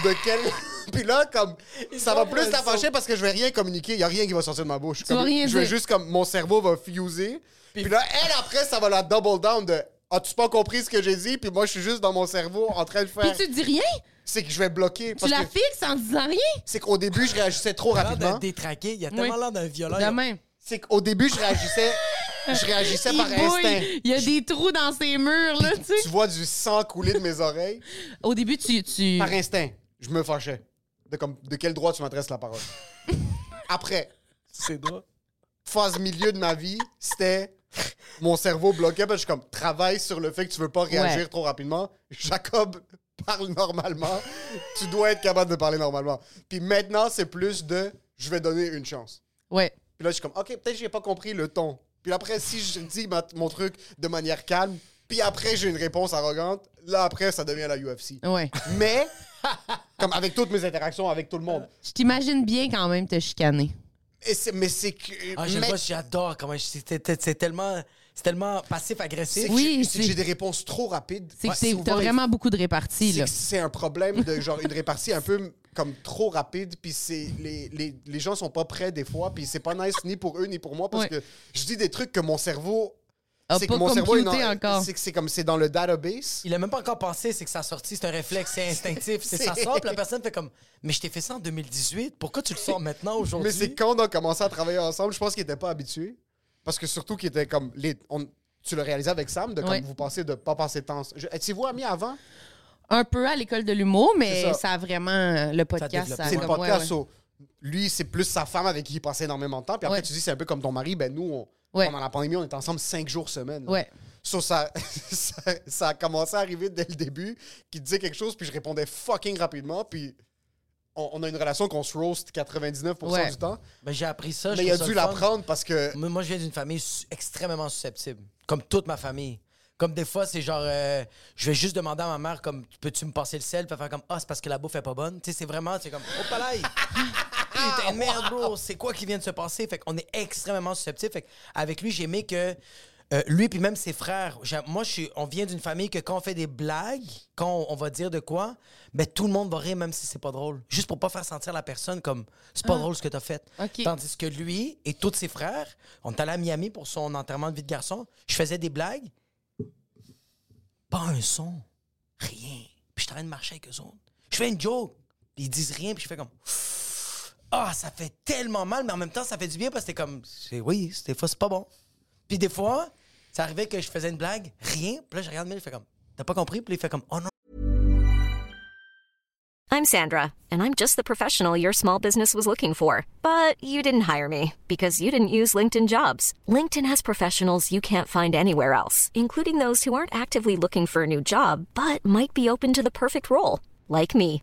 De quel. Puis là, comme, ça va plus la fâcher parce que je vais rien communiquer, il y a rien qui va sortir de ma bouche. Comme, vas rien je vais dire. juste, comme, mon cerveau va fuser. Puis là, elle, après, ça va la double down de. As-tu pas compris ce que j'ai dit? Puis moi, je suis juste dans mon cerveau en train de Puis faire. tu dis rien? C'est que je vais bloquer. Tu Parce la que fixes en disant rien? c'est qu'au début, je réagissais trop l'air d'un rapidement. détraqué, il y a tellement Oui. l'air d'un violent. De même. C'est qu'au début, je réagissais, je réagissais Il par instinct. bouille. Il y a des trous dans ses murs, là, tu Tu sais. vois du sang couler de mes oreilles. Au début, tu. tu... Par instinct, je me fâchais. De, comme, de quel droit tu m'adresses la parole? Après, C'est drôle. phase milieu de ma vie, c'était mon cerveau bloqué parce que je suis comme travaille sur le fait que tu veux pas réagir Ouais. trop rapidement. Jacob parle normalement. tu dois être capable de parler normalement. Puis maintenant, c'est plus de je vais donner une chance. Ouais. Puis là, je suis comme, OK, peut-être que j'ai pas compris le ton. Puis après, si je dis ma- mon truc de manière calme, puis après, j'ai une réponse arrogante, là, après, ça devient la UFC. Ouais. Mais, comme avec toutes mes interactions avec tout le monde. Je t'imagine bien quand même te chicaner. Et c'est- mais c'est que. Ah, je le mais- vois, j'adore comment je- c'est c'est- c'est tellement c'est tellement passif c'est agressif. que Oui, j'ai- c'est que c'est- j'ai des réponses trop rapides. C'est Ouais, que t'es- souvent, t'as il- vraiment beaucoup de réparties, c'est là. que c'est un problème de genre une répartie un peu comme trop rapide puis c'est les, les, les gens sont pas prêts des fois puis c'est pas nice ni pour eux ni pour moi parce Ouais. que je dis des trucs que mon cerveau A c'est pas que mon cerveau est computé dans- encore. c'est que c'est comme c'est dans le database Il a même pas encore pensé, c'est que ça a sorti, c'est un réflexe, c'est instinctif, c'est ça sort, puis la personne fait comme mais je t'ai fait ça en 2018, pourquoi tu le sors maintenant mais aujourd'hui c'est quand on a commencé à travailler ensemble je pense qu'il était pas habitué parce que surtout qu'il était comme les on- tu le réalisais avec Sam de comme Ouais. vous passez de pas passer de temps je, eh, étiez-vous amis avant Un peu à l'école de l'humour, mais C'est ça. ça. a vraiment. euh, Le podcast, développe. ça a c'est le Ah, comme- podcast ouais, ouais. so, lui c'est plus sa femme avec qui il passait énormément de temps puis après Ouais. tu dis c'est un peu comme ton mari ben nous on- Ouais. pendant la pandémie on était ensemble cinq jours semaine là. Ouais. So, ça, ça, ça a commencé à arriver dès le début, qu'il disait quelque chose, puis je répondais fucking rapidement, puis on, on a une relation qu'on se roast 99% Ouais. du temps. Mais Ben, j'ai appris ça, je mais il a trouve dû ça le fun. l'apprendre parce que Moi, moi, je viens d'une famille su- extrêmement susceptible, comme toute ma famille. Comme des fois, c'est genre, euh, je vais juste demander à ma mère, comme, peux-tu me passer le sel? Puis elle va faire comme, ah, c'est parce que la bouffe est pas bonne. Tu sais, c'est vraiment, c'est comme, oh, palais! putain de merde, bro, c'est quoi qui vient de se passer? Fait qu'on est extrêmement susceptible. Fait avec lui, j'aimais que. euh, lui puis même ses frères. J'a- Moi, je suis, on vient d'une famille que quand on fait des blagues, quand on, on va dire de quoi, ben tout le monde va rire même si c'est pas drôle, juste pour pas faire sentir la personne comme c'est pas drôle ce que t'as fait. Ok. Tandis que lui et tous ses frères, on est allé à Miami pour son enterrement de vie de garçon. Je faisais des blagues, pas un son, rien. Puis je suis en train de marcher avec eux autres. Je fais une joke, puis ils disent rien, puis je fais comme. Ah, ça fait tellement mal, mais en même temps, ça fait du bien parce que t'es comme, c'est oui, c'est- des fois, c'est pas bon. Puis des fois, ça arrivait que je faisais une blague, rien, puis là, je regarde Mel, je fais comme, t'as pas compris, puis là, il fait comme, oh non. I'm Sandra, and I'm just the professional your small business was looking for. But you didn't hire me because you didn't use LinkedIn jobs. LinkedIn has professionals you can't find anywhere else, including those who aren't actively looking for a new job but might be open to the perfect role, like me.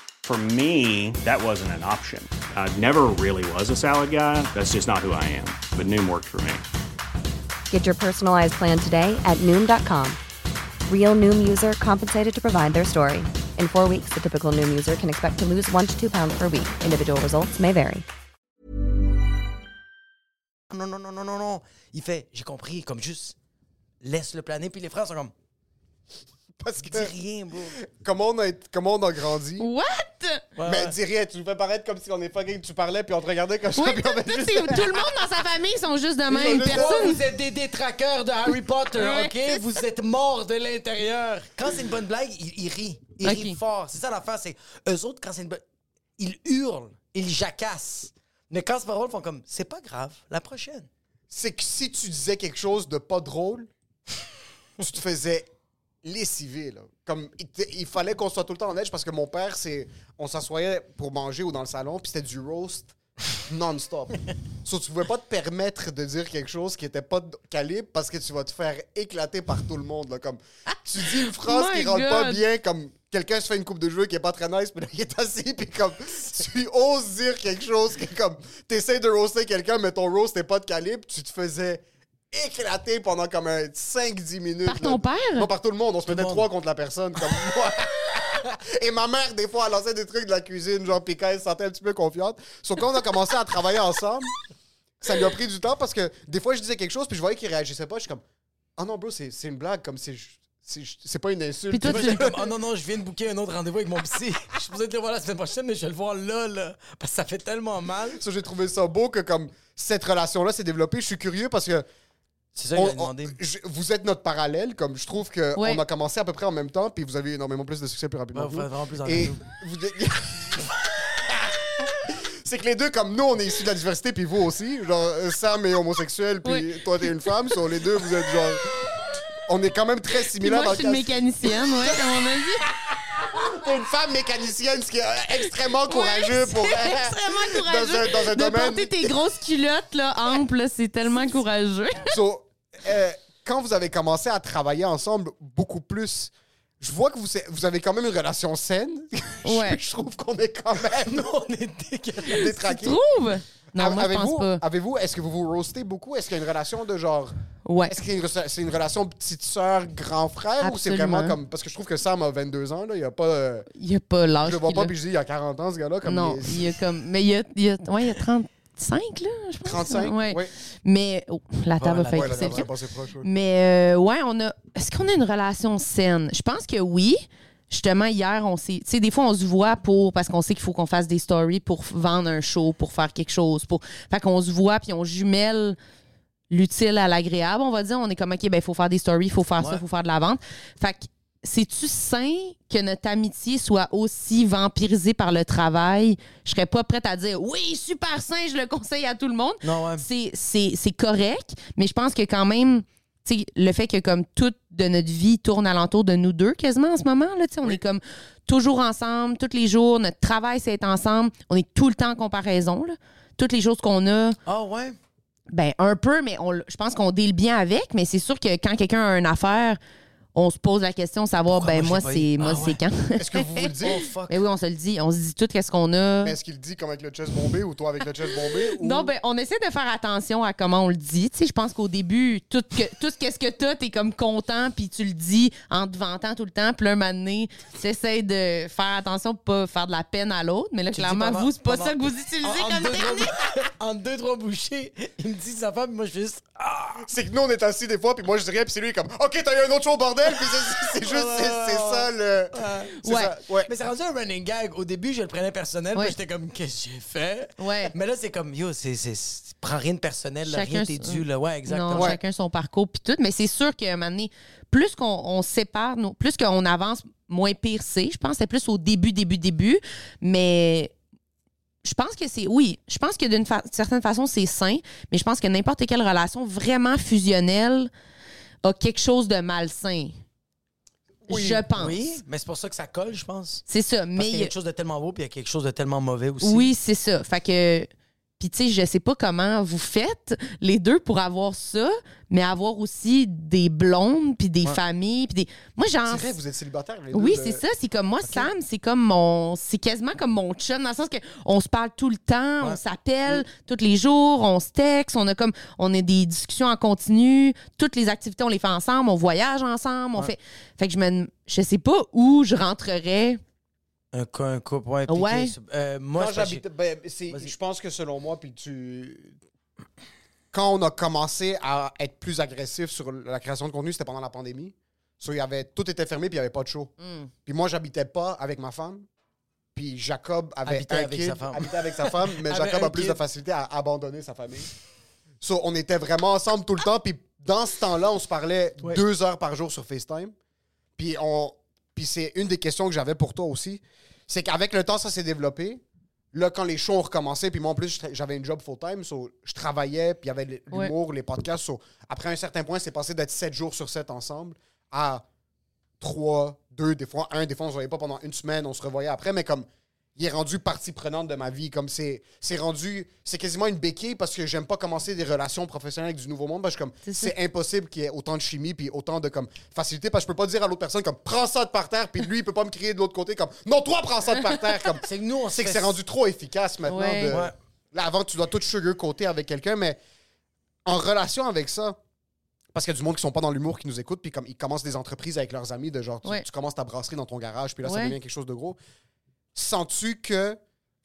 For me, that wasn't an option. I never really was a salad guy. That's just not who I am. But Noom worked for me. Get your personalized plan today at Noom.com. Real Noom user compensated to provide their story. In four weeks, the typical Noom user can expect to lose one to two pounds per week. Individual results may vary. Non, non, non, non, non, non. Il fait, j'ai compris, comme juste, laisse-le planer. Puis les frères sont comme, Parce que dis rien, bro. comment on a, été- comment on a grandi. What? Mais dis rien, tu nous fais paraître comme si on est fucking, tu parlais puis on te regardait comme ça. Oui, puis tout, on avait tout- juste- c'est- tout le monde dans sa famille sont juste de Ils même. sont juste- Personne. Vous êtes des détraqueurs de Harry Potter, Ouais, c'est OK? Vous êtes morts de l'intérieur. Quand c'est une bonne blague, ils il rient. Ils Ok. rient fort. C'est ça l'affaire, c'est eux autres, quand c'est une bonne... Ils hurlent, ils jacassent. Mais quand c'est pas drôle, ils font comme, c'est pas grave, la prochaine. C'est que si tu disais quelque chose de pas drôle, tu te faisais lessiver, là. Comme, il, te- il fallait qu'on soit tout le temps en edge parce que mon père, c'est... On s'assoyait pour manger ou dans le salon, puis c'était du roast non-stop. so, tu pouvais pas te permettre de dire quelque chose qui était pas de calibre parce que tu vas te faire éclater par tout le monde, là. Comme, tu dis une phrase My qui rentre pas God. bien, comme... Quelqu'un se fait une coupe de jeu qui est pas très nice, puis là, il est assis, puis comme, tu oses dire quelque chose qui est comme, t'essayes de roaster quelqu'un, mais ton roast n'est pas de calibre, tu te faisais éclater pendant comme un 5-10 minutes. Par là. ton père? Non, par tout le monde. On se mettait monde. trois contre la personne, comme moi. Et ma mère, des fois, elle lançait des trucs de la cuisine, genre, puis quand elle se sentait un petit peu confiante. Sauf quand on a commencé à travailler ensemble, ça lui a pris du temps parce que des fois, je disais quelque chose, puis je voyais qu'il réagissait pas. Je suis comme, ah non, bro, c'est c'est une blague, comme c'est. c'est- C'est pas une insulte. Puis toi, Moi, tu- j'étais comme, oh non, non, je viens de booker un autre rendez-vous avec mon psy. je suis supposé être le voir la semaine prochaine, mais je vais le voir là, là. Parce que ça fait tellement mal. Ça, j'ai trouvé ça beau que comme cette relation-là s'est développée. Je suis curieux parce que C'est ça qu'il on- a demandé. on- je- vous êtes notre parallèle. Comme je trouve que Ouais. on a commencé à peu près en même temps, puis vous avez énormément plus de succès plus rapidement. Ouais, que vous nous. faites vraiment plus en Et même temps. vous dé- C'est que les deux, comme nous, on est issus de la diversité, puis vous aussi. Genre, euh, Sam est homosexuel, puis Oui. toi, t'es une femme. sur les deux, vous êtes genre. On est quand même très Puis similaires moi, je suis une dans le cas. mécanicienne, ouais, comme on a dit. T'es une femme mécanicienne, ce qui est euh, extrêmement courageux Ouais, pour. c'est extrêmement courageux. Dans un, dans un de domaine. porter tes grosses culottes là, amples, là, c'est tellement courageux. So, euh, quand vous avez commencé à travailler ensemble beaucoup plus, je vois que vous, vous avez quand même une relation saine. Je- Ouais. je, trouve qu'on est quand même on est dégueulasse. détraqués. Trouve? Non, Av- moi, je pense avez-vous- pas. Avez-vous, est-ce que vous vous roastez beaucoup? Est-ce qu'il y a une relation de genre. Ouais. Est-ce que c'est une re- c'est une relation petite sœur, grand frère ou c'est Absolument. vraiment comme. Parce que je trouve que Sam a 22 ans, là, il a pas. euh, Ah, Il n'y a pas l'âge. je le vois qu'il pas, a. puis je dis, il y a 40 ans, ce gars-là. Comme non, il est- il y a comme. Mais il y a, il y a- ouais, il y a 35, là, je pense. 35. Ouais. Oui. Mais. oh, la table Ouais, a failli Ah, Ouais, là, pisser le c'est camp. passé proche, ouais. Mais, euh, ouais, on a. Est-ce qu'on a une relation saine? Je pense que oui. Justement, hier, on s'est. Tu sais, des fois, on se voit pour. Parce qu'on sait qu'il faut qu'on fasse des stories pour f- vendre un show, pour faire quelque chose. Pour... Fait qu'on se voit, puis on jumelle l'utile à l'agréable, on va dire. On est comme, OK, ben, il faut faire des stories, il faut faire ça, Ouais. il faut faire de la vente. Fait que, c'est-tu sain que notre amitié soit aussi vampirisée par le travail? Je serais pas prête à dire, oui, super sain, je le conseille à tout le monde. Non, ouais. C'est- C'est c'est correct, mais je pense que quand même, tu sais, le fait que comme toute de notre vie tourne alentour de nous deux quasiment en ce moment, là, tu sais, on est comme toujours ensemble, tous les jours, notre travail, c'est être ensemble, on est tout le temps en comparaison, là. Tous les choses qu'on a, Ah ouais? Ben, un peu, mais on, l- je pense qu'on deal bien avec, mais c'est sûr que quand quelqu'un a une affaire, on se pose la question de savoir, ben, moi, moi, j'ai pas c'est eu? moi Ah c'est quand. Est-ce que vous Eh? vous le dites? Oh, fuck. Ben oui, on se le dit. On se dit tout qu'est-ce qu'on a. Mais est-ce qu'il le dit comme avec le chest bombé ou toi avec le chest bombé? Ou... Non, ben, on essaie de faire attention à comment on le dit. Tu sais, je pense qu'au début, tout, que, tout ce qu'est-ce que t'as, t'es comme content, puis tu le dis en te vantant tout le temps. Puis là, un moment donné, t'essaies de faire attention pour pas faire de la peine à l'autre. Mais là, Tu le dis clairement, pendant- vous, c'est pas pendant- ça que vous utilisez en- en comme deux, technique. trois- En deux, trois bouchées, il me dit sa femme, moi, je suis juste. C'est que nous, on est assis des fois, puis moi, je dis rien, puis c'est lui comme « OK, t'as eu un autre show, bordel! » Puis c'est- c'est c'est juste, c'est c'est ça le... c'est ça. Mais c'est rendu un running gag. Au début, je le prenais personnel, Ouais. puis j'étais comme, qu'est-ce que j'ai fait? Ouais. Mais là, c'est comme, yo, c'est, c'est, c'est- prends rien de personnel, là, rien t'est son- dû, là. Ouais, exactement. Non, Ouais. chacun son parcours puis tout. Mais c'est sûr qu'à un moment donné, plus qu'on on sépare, nos- plus qu'on avance, moins pire c'est. Je pense que c'est plus au début, début, début. Mais je pense que c'est... Oui, je pense que d'une fa- certaine façon, c'est sain. Mais je pense que n'importe quelle relation vraiment fusionnelle a quelque chose de malsain. je pense. Oui, mais c'est pour ça que ça colle, je pense. C'est ça, Parce mais qu'il y il y a a- quelque chose de tellement beau, puis il y a quelque chose de tellement mauvais aussi. Oui, c'est ça. Fait que. Puis, tu sais, je sais pas comment vous faites, les deux, pour avoir ça, mais avoir aussi des blondes, puis des Ouais. familles, puis des. Moi, C'est genre. vrai, vous êtes célibataire, les deux, euh, Oui, de- c'est ça. C'est comme moi, Sam, c'est comme mon. C'est quasiment comme mon chum, dans le sens que on se parle tout le temps, on s'appelle Mm. tous les jours, on se texte, on a comme. On a des discussions en continu, toutes les activités, on les fait ensemble, on voyage ensemble, on Ouais. fait. Fait que je me. Je sais pas où je rentrerais. Un, cou- un couple, ouais. puis Ouais. qui- euh, moi, Quand c'est parce que- j'habitais- ben, c'est- je pense que selon moi, puis tu. Quand on a commencé à être plus agressif sur la création de contenu, c'était pendant la pandémie. So, il y avait, tout était fermé, puis il n'y avait pas de show. Hmm. Mm. Puis moi, j'habitais pas avec ma femme. Puis Jacob avait Habitait un avec kid, sa femme. habitait avec sa femme, mais Avait Jacob un a plus kid. de facilité à abandonner sa famille. So, on était vraiment ensemble tout le temps. Puis dans ce temps-là, on se parlait Ouais. deux heures par jour sur FaceTime. Puis on, puis c'est une des questions que j'avais pour toi aussi, c'est qu'avec le temps, ça s'est développé. Là, quand les shows ont recommencé, puis moi en plus, je tra- j'avais une job full-time, so, je travaillais, puis il y avait l- Ouais. l'humour, les podcasts. so, après un certain point, c'est passé d'être 7 jours sur 7 ensemble à 3, 2, des fois 1, des fois on se voyait pas pendant une semaine, on se revoyait après, mais comme il est rendu partie prenante de ma vie. Comme c'est, c'est rendu, c'est quasiment une béquille parce que j'aime pas commencer des relations professionnelles avec du nouveau monde parce que comme c'est, impossible qu'il y ait autant de chimie puis autant de comme facilité parce que je peux pas dire à l'autre personne comme prends ça de par terre puis lui il peut pas me crier de l'autre côté comme non toi prends ça de par terre comme c'est que nous on c'est que fait- c'est rendu trop efficace maintenant Ouais. de- Ouais. là avant tu dois tout sugar côté avec quelqu'un mais en relation avec ça parce qu'il y a du monde qui sont pas dans l'humour qui nous écoute puis comme ils commencent des entreprises avec leurs amis de genre tu, Ouais. tu commences ta brasserie dans ton garage puis là ça Ouais. devient quelque chose de gros sens-tu que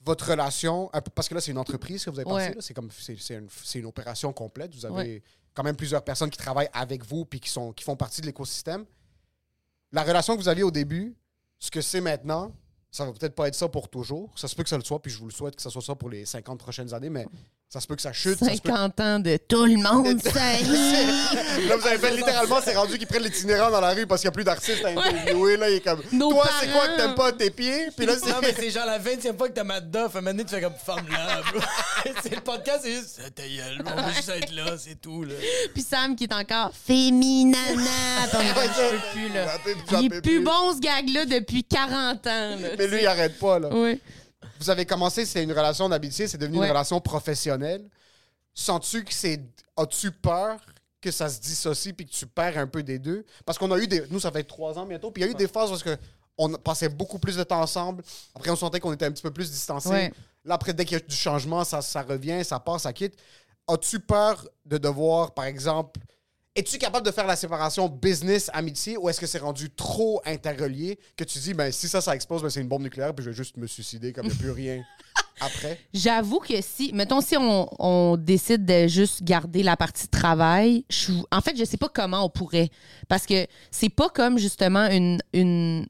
votre relation, euh, parce que là, c'est une entreprise que vous avez partie, Ouais. là, c'est comme c'est c'est une, c'est une opération complète. Vous avez Ouais. quand même plusieurs personnes qui travaillent avec vous puis qui, sont, qui font partie de l'écosystème. La relation que vous aviez au début, ce que c'est maintenant, ça va peut-être pas être ça pour toujours. Ça se peut que ça le soit, puis je vous le souhaite que ça soit ça pour les 50 prochaines années, mais ça se peut que ça chute. ça se peut- 50 ans de tout le monde, ça Là, vous avez fait littéralement, c'est rendu qu'ils prennent l'itinérant dans la rue parce qu'il n'y a plus d'artistes à interviewer. Là, il est comme, toi, c'est quoi que t'aimes pas tes pieds? Puis là, c'est. Non, mais c'est genre la 20e fois que t'as Mad Duff. À un moment donné, tu fais comme femme là, bro. c'est le podcast, c'est juste Ah, ta gueule, on veut juste être là, c'est tout, là. Puis Sam qui est encore féminana. Attends, je peux plus, là. Il est plus bon, ce gag-là, depuis 40 ans. là. Mais lui, il arrête pas, là. Oui. Vous avez commencé, c'était une relation d'amitié, c'est devenu Ouais. une relation professionnelle. Sens-tu que c'est. As-tu peur que ça se dissocie puis que tu perds un peu des deux? Parce qu'on a eu des. Nous, ça fait trois ans bientôt, puis il y a eu des phases parce que on passait beaucoup plus de temps ensemble. Après, on sentait qu'on était un petit peu plus distancés. Ouais. Là, après, dès qu'il y a du changement, ça, ça revient, ça part, ça quitte. As-tu peur de devoir, par exemple, es-tu capable de faire la séparation business-amitié ou est-ce que c'est rendu trop interrelié que tu dis, ben, si ça, ça explose, ben, c'est une bombe nucléaire puis je vais juste me suicider comme il n'y a plus rien après? J'avoue que si, mettons, si on, on décide de juste garder la partie travail, je, suis- en fait, je sais pas comment on pourrait. Parce que c'est pas comme justement une. une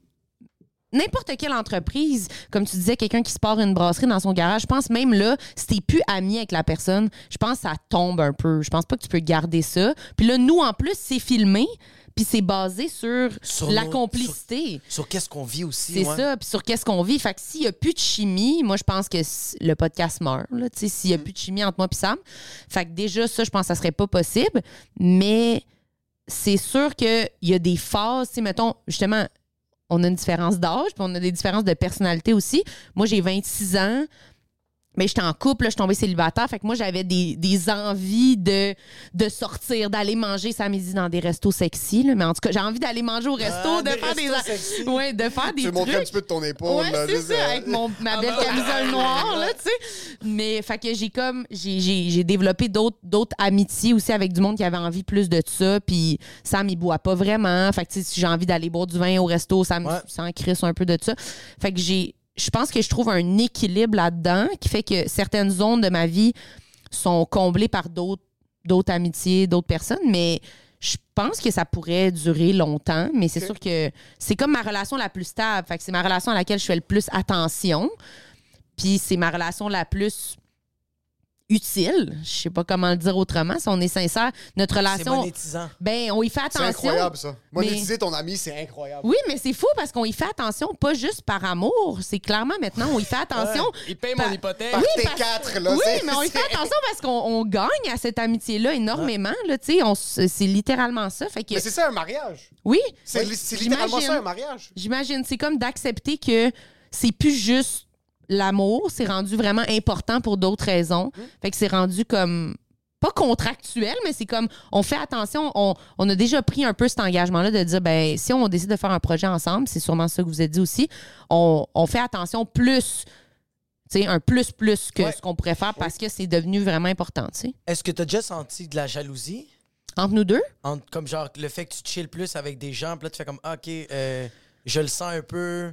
N'importe quelle entreprise, comme tu disais, quelqu'un qui se part une brasserie dans son garage, je pense même là, si t'es plus ami avec la personne, je pense que ça tombe un peu. Je pense pas que tu peux garder ça. Puis là, nous, en plus, c'est filmé, puis c'est basé sur, Sur la nos- complicité. Sur, sur qu'est-ce qu'on vit aussi, C'est ouais. ça, puis sur qu'est-ce qu'on vit. Fait que s'il n'y a plus de chimie, moi, je pense que s- le podcast meurt. là. Tu sais, S'il n'y Mm. a plus de chimie entre moi et Sam. Fait que déjà, ça, je pense que ça serait pas possible. Mais c'est sûr qu'il y a des phases. Tu sais, mettons, justement, on a une différence d'âge, puis on a des différences de personnalité aussi. Moi, j'ai 26 ans. mais j'étais en couple, là, je suis tombée célibataire. Fait que moi, j'avais des, des envies de, de sortir, d'aller manger ça midi dans des restos sexy. là. Mais en tout cas, j'ai envie d'aller manger au resto, Ah, de, des faire des, restos sexy. ouais, de faire des Tu veux trucs. montrer un petit peu de ton épaule, Ouais, là, c'est juste, ça, euh, avec mon, ma ah, belle bah, camisole noire, là, tu sais. Mais, fait que j'ai comme, j'ai- j'ai j'ai développé d'autres d'autres amitiés aussi avec du monde qui avait envie plus de ça. Puis Sam, il boit pas vraiment. Fait que, tu sais, si j'ai envie d'aller boire du vin au resto, Sam s'en crisse un peu de ça. Fait que j'ai, je pense que je trouve un équilibre là-dedans qui fait que certaines zones de ma vie sont comblées par d'autres d'autres amitiés, d'autres personnes, mais je pense que ça pourrait durer longtemps, mais c'est sûr que c'est comme ma relation la plus stable. Fait que c'est ma relation à laquelle je fais le plus attention. Puis c'est ma relation la plus utile. Je sais pas comment le dire autrement. Si on est sincère, notre relation. monétisant. Ben, on y fait attention. C'est incroyable, ça. Mais- Monétiser ton ami, c'est incroyable. oui, mais c'est fou parce qu'on y fait attention, pas juste par amour. C'est clairement maintenant, on y fait attention. Ouais, il paye mon par- hypothèque. Oui, Par tes parce- quatre, là, Oui, c'est- mais on y fait c'est- attention parce qu'on on gagne à cette amitié-là énormément. Là, tu sais, on s- c'est littéralement ça. Fait que, Mais c'est ça, un mariage. Oui. C'est Oui. li- c'est littéralement J'imagine. ça, un mariage. J'imagine. C'est comme d'accepter que c'est plus juste l'amour, c'est rendu vraiment important pour d'autres raisons. Mmh. Fait que c'est rendu comme pas contractuel, mais c'est comme on fait attention, on, on a déjà pris un peu cet engagement-là de dire ben si on décide de faire un projet ensemble, c'est sûrement ça que vous avez dit aussi, on, on fait attention plus, tu sais, un plus plus que Ouais. ce qu'on pourrait faire parce que c'est devenu vraiment important, tu sais. Est-ce que tu as déjà senti de la jalousie? Entre nous deux? En- comme genre le fait que tu chilles plus avec des gens, puis là tu fais comme ah, OK, euh, je le sens un peu.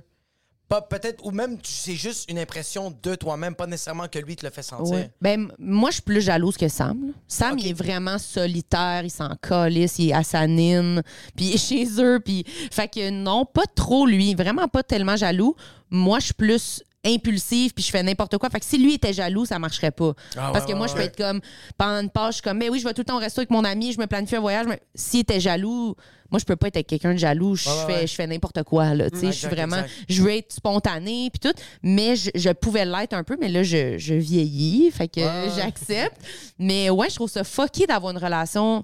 Pas peut-être, ou même tu- c'est juste une impression de toi-même, pas nécessairement que lui te le fait sentir. Ouais. Ben, m- moi, je suis plus jalouse que Sam. là. Sam, il est vraiment solitaire, il s'en colisse, il est à sa nine, puis il est chez eux. Puis... Fait que non, pas trop lui, vraiment pas tellement jaloux. Moi, je suis plus impulsive, puis je fais n'importe quoi. Fait que si lui était jaloux, ça marcherait pas. Ah ouais, Parce que ouais, moi, ouais, je peux ouais. être comme, pendant une page, je suis comme, mais oui, je vais tout le temps au resto avec mon ami, je me planifie un voyage. Mais s'il était jaloux, moi, je peux pas être avec quelqu'un de jaloux. Je Ouais, ouais, fais, ouais. je fais n'importe quoi, là. Tu sais, Mm, je suis exact, vraiment, exact. je veux être spontanée puis tout, mais je, je pouvais l'être un peu, mais là, je, je vieillis, fait que Ouais. j'accepte. Mais ouais, je trouve ça fucké d'avoir une relation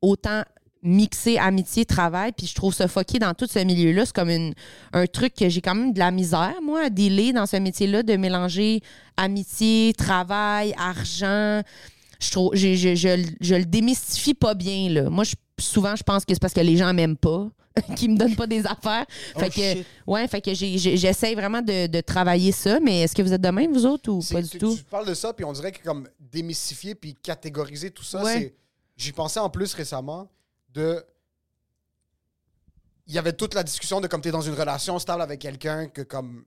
autant mixée amitié, travail, puis je trouve ça fucké dans tout ce milieu-là. C'est comme une, un truc que j'ai quand même de la misère, moi, à dealer dans ce métier-là, de mélanger amitié, travail, argent. Je, trouve, j'ai- je, je, je le démystifie pas bien, là. Moi, je- souvent, je pense que c'est parce que les gens m'aiment pas, qu'ils me donnent pas des affaires. Fait Oh, que, shit. ouais, fait que j'ai- j'ai- j'essaie vraiment de, de travailler ça, mais est-ce que vous êtes de même, vous autres, ou pas du Tu, tout? tu parles de ça, puis on dirait que comme démystifier puis catégoriser tout ça, Ouais. c'est. J'y pensais en plus récemment de. Il y avait toute la discussion de comme t'es dans une relation stable avec quelqu'un, que comme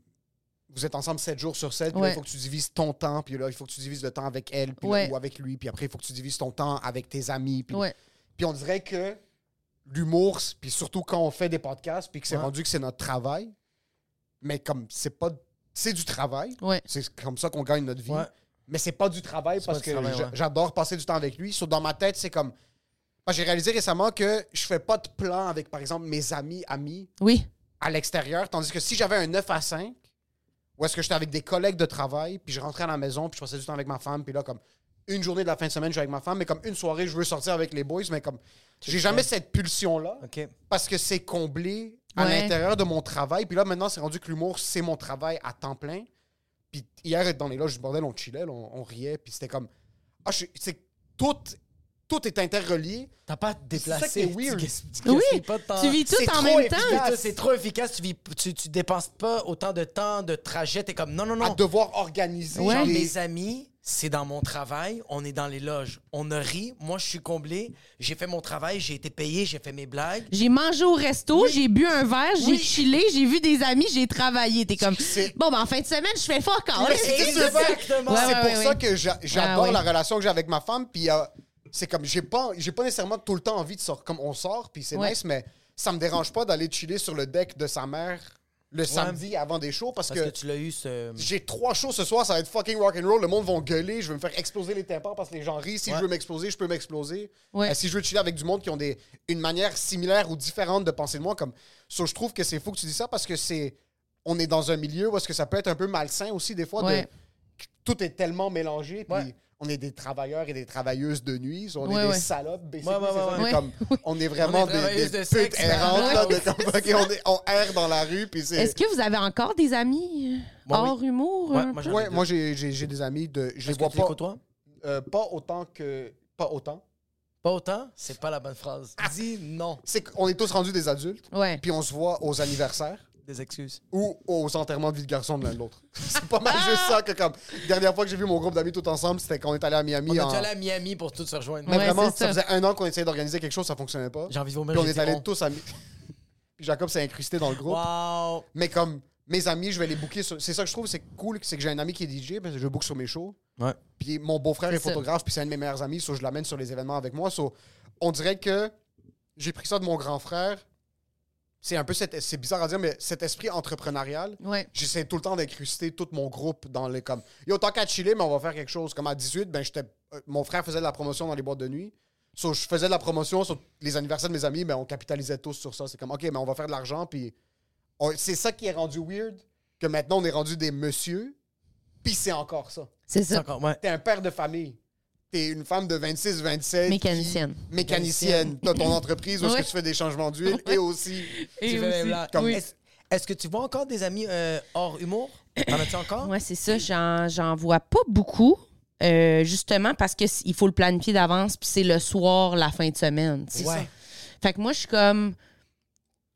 vous êtes ensemble 7 jours sur 7, puis là, Ouais. il faut que tu divises ton temps, puis là, il faut que tu divises le temps avec elle, puis là, Ouais. ou avec lui, puis après, il faut que tu divises ton temps avec tes amis. Puis, Ouais. puis on dirait que l'humour, c- puis surtout quand on fait des podcasts, puis que c'est Ouais. rendu que c'est notre travail, mais comme c'est pas. C'est du travail. C'est comme ça qu'on gagne notre vie. Ouais. Mais c'est pas du travail C'est parce pas que du travail, j'a- ouais. j'adore passer du temps avec lui. So, dans ma tête, c'est comme. Moi, J'ai réalisé récemment que je fais pas de plan avec, par exemple, mes amis, amis Oui. à l'extérieur. Tandis que si j'avais un 9 à 5, où est-ce que j'étais avec des collègues de travail, puis je rentrais à la maison, puis je passais du temps avec ma femme, puis là, comme une journée de la fin de semaine, je suis avec ma femme, mais comme une soirée, je veux sortir avec les boys, mais comme. J'ai jamais cette pulsion-là OK. parce que c'est comblé à Ouais. l'intérieur de mon travail. Puis là, maintenant, c'est rendu que l'humour, c'est mon travail à temps plein. Puis hier, dans les loges du bordel, on chillait, là, on, on riait, puis c'était comme... Ah, je- c'est tout, tout est interrelié. T'as pas C'est déplacé. ça qui est weird. Tu gas- tu gaspilles Oui, pas de temps. tu vis tout C'est en trop même temps. efficace. C'est tout- C'est trop efficace. Tu, vis, tu, tu dépenses pas autant de temps, de trajet. T'es comme non, non, non. À devoir organiser Genre, des- mes amis, c'est dans mon travail. On est dans les loges. On a ri. Moi, je suis comblé. J'ai fait mon travail. J'ai été payé. J'ai fait mes blagues. J'ai mangé au resto, j'ai bu un verre, j'ai chillé, j'ai vu des amis, j'ai travaillé. T'es comme, bon, ben, en fin de semaine, je fais fort quand Mais C'est c'est pour ça- c'est pour ça que j'a- Ah j'adore la relation que j'ai avec ma femme. Puis euh, c'est comme, j'ai pas, j'ai pas nécessairement tout le temps envie de sortir. Comme on sort, puis c'est Ouais. nice, mais ça me dérange pas d'aller chiller sur le deck de sa mère le Ouais. samedi avant des shows parce, Parce que tu l'as eu Euh, ce. J'ai trois shows ce soir, ça va être fucking rock and roll. Le monde va gueuler, je vais me faire exploser les tympans parce que les gens rient. Si je veux m'exploser, je peux m'exploser. Ouais. Euh, si je veux chiller avec du monde qui ont des, une manière similaire ou différente de penser de moi, comme so, je trouve que c'est fou que tu dis ça parce que c'est on est dans un milieu où est-ce que ça peut être un peu malsain aussi des fois. de- Ouais. tout est tellement mélangé. Puis Ouais. on est des travailleurs et des travailleuses de nuit. so on Ouais, est ouais. des salopes, basically. Ouais, ouais, c'est ça, ouais, mais ouais. comme, Oui. on est On vraiment est des, travailleuses des de sexe, putes errantes. là, de Ouais, comme, c'est ok, on, est- on erre dans la rue. Puis c'est. Est-ce que vous avez encore des amis euh, Moi, oui. hors humour? Ouais, euh? moi, j'ai j'ai- j'ai des amis de. Je les vois que tu les pas. côtoies? Euh, pas autant que. Pas autant. Pas autant, c'est pas la bonne phrase. Ah. Dis non. C'est qu'on est tous rendus des adultes. Ouais. Puis on se voit aux anniversaires. Des excuses. Ou aux enterrements de vie de garçon de l'un de l'autre. c'est pas mal juste ça que comme. Dernière fois que j'ai vu mon groupe d'amis tout ensemble, c'était quand on est allé à Miami. On est en- allé à Miami pour tous se rejoindre. Mais vraiment, ça. faisait un an qu'on essayait d'organiser quelque chose, ça fonctionnait pas. J'ai envie de vomir, Puis on j'ai est dit allés on. tous à. Mi- Puis Jacob s'est incrusté dans le groupe. Mais comme mes amis, je vais les booker. sur- C'est ça que je trouve, c'est cool, c'est que j'ai un ami qui est DJ, parce que je book sur mes shows. Ouais. Puis mon beau-frère C'est est ça. photographe, puis c'est un de mes meilleurs amis, so je l'amène sur les événements avec moi. So, on dirait que j'ai pris ça de mon grand frère. C'est un peu cet- c'est bizarre à dire, mais cet esprit entrepreneurial. J'essaie tout le temps d'incruster tout mon groupe dans les comme. Yo, tant qu'à chiller, mais on va faire quelque chose. Comme à 18, ben j'étais. euh, Mon frère faisait de la promotion dans les boîtes de nuit. So, je faisais de la promotion sur les anniversaires de mes amis, mais on capitalisait tous sur ça. C'est comme, OK, mais on va faire de l'argent, puis on- C'est ça qui est rendu weird, que maintenant on est rendu des messieurs, puis c'est encore ça. C'est ça. C'est encore, ouais. T'es un père de famille. T'es une femme de 26, 27. Mécanicienne. qui- Mécanicienne. T'as ton entreprise où est-ce Ouais. que tu fais des changements d'huile et aussi. Tu fais les blagues. Comme- Est-ce est-ce que tu vois encore des amis euh, hors humour? T'en as-tu encore? Ouais, c'est ça. J'en, j'en vois pas beaucoup. euh, justement parce que s- il faut le planifier d'avance puis c'est le soir la fin de semaine C'est Ouais. ça. fait que moi je suis comme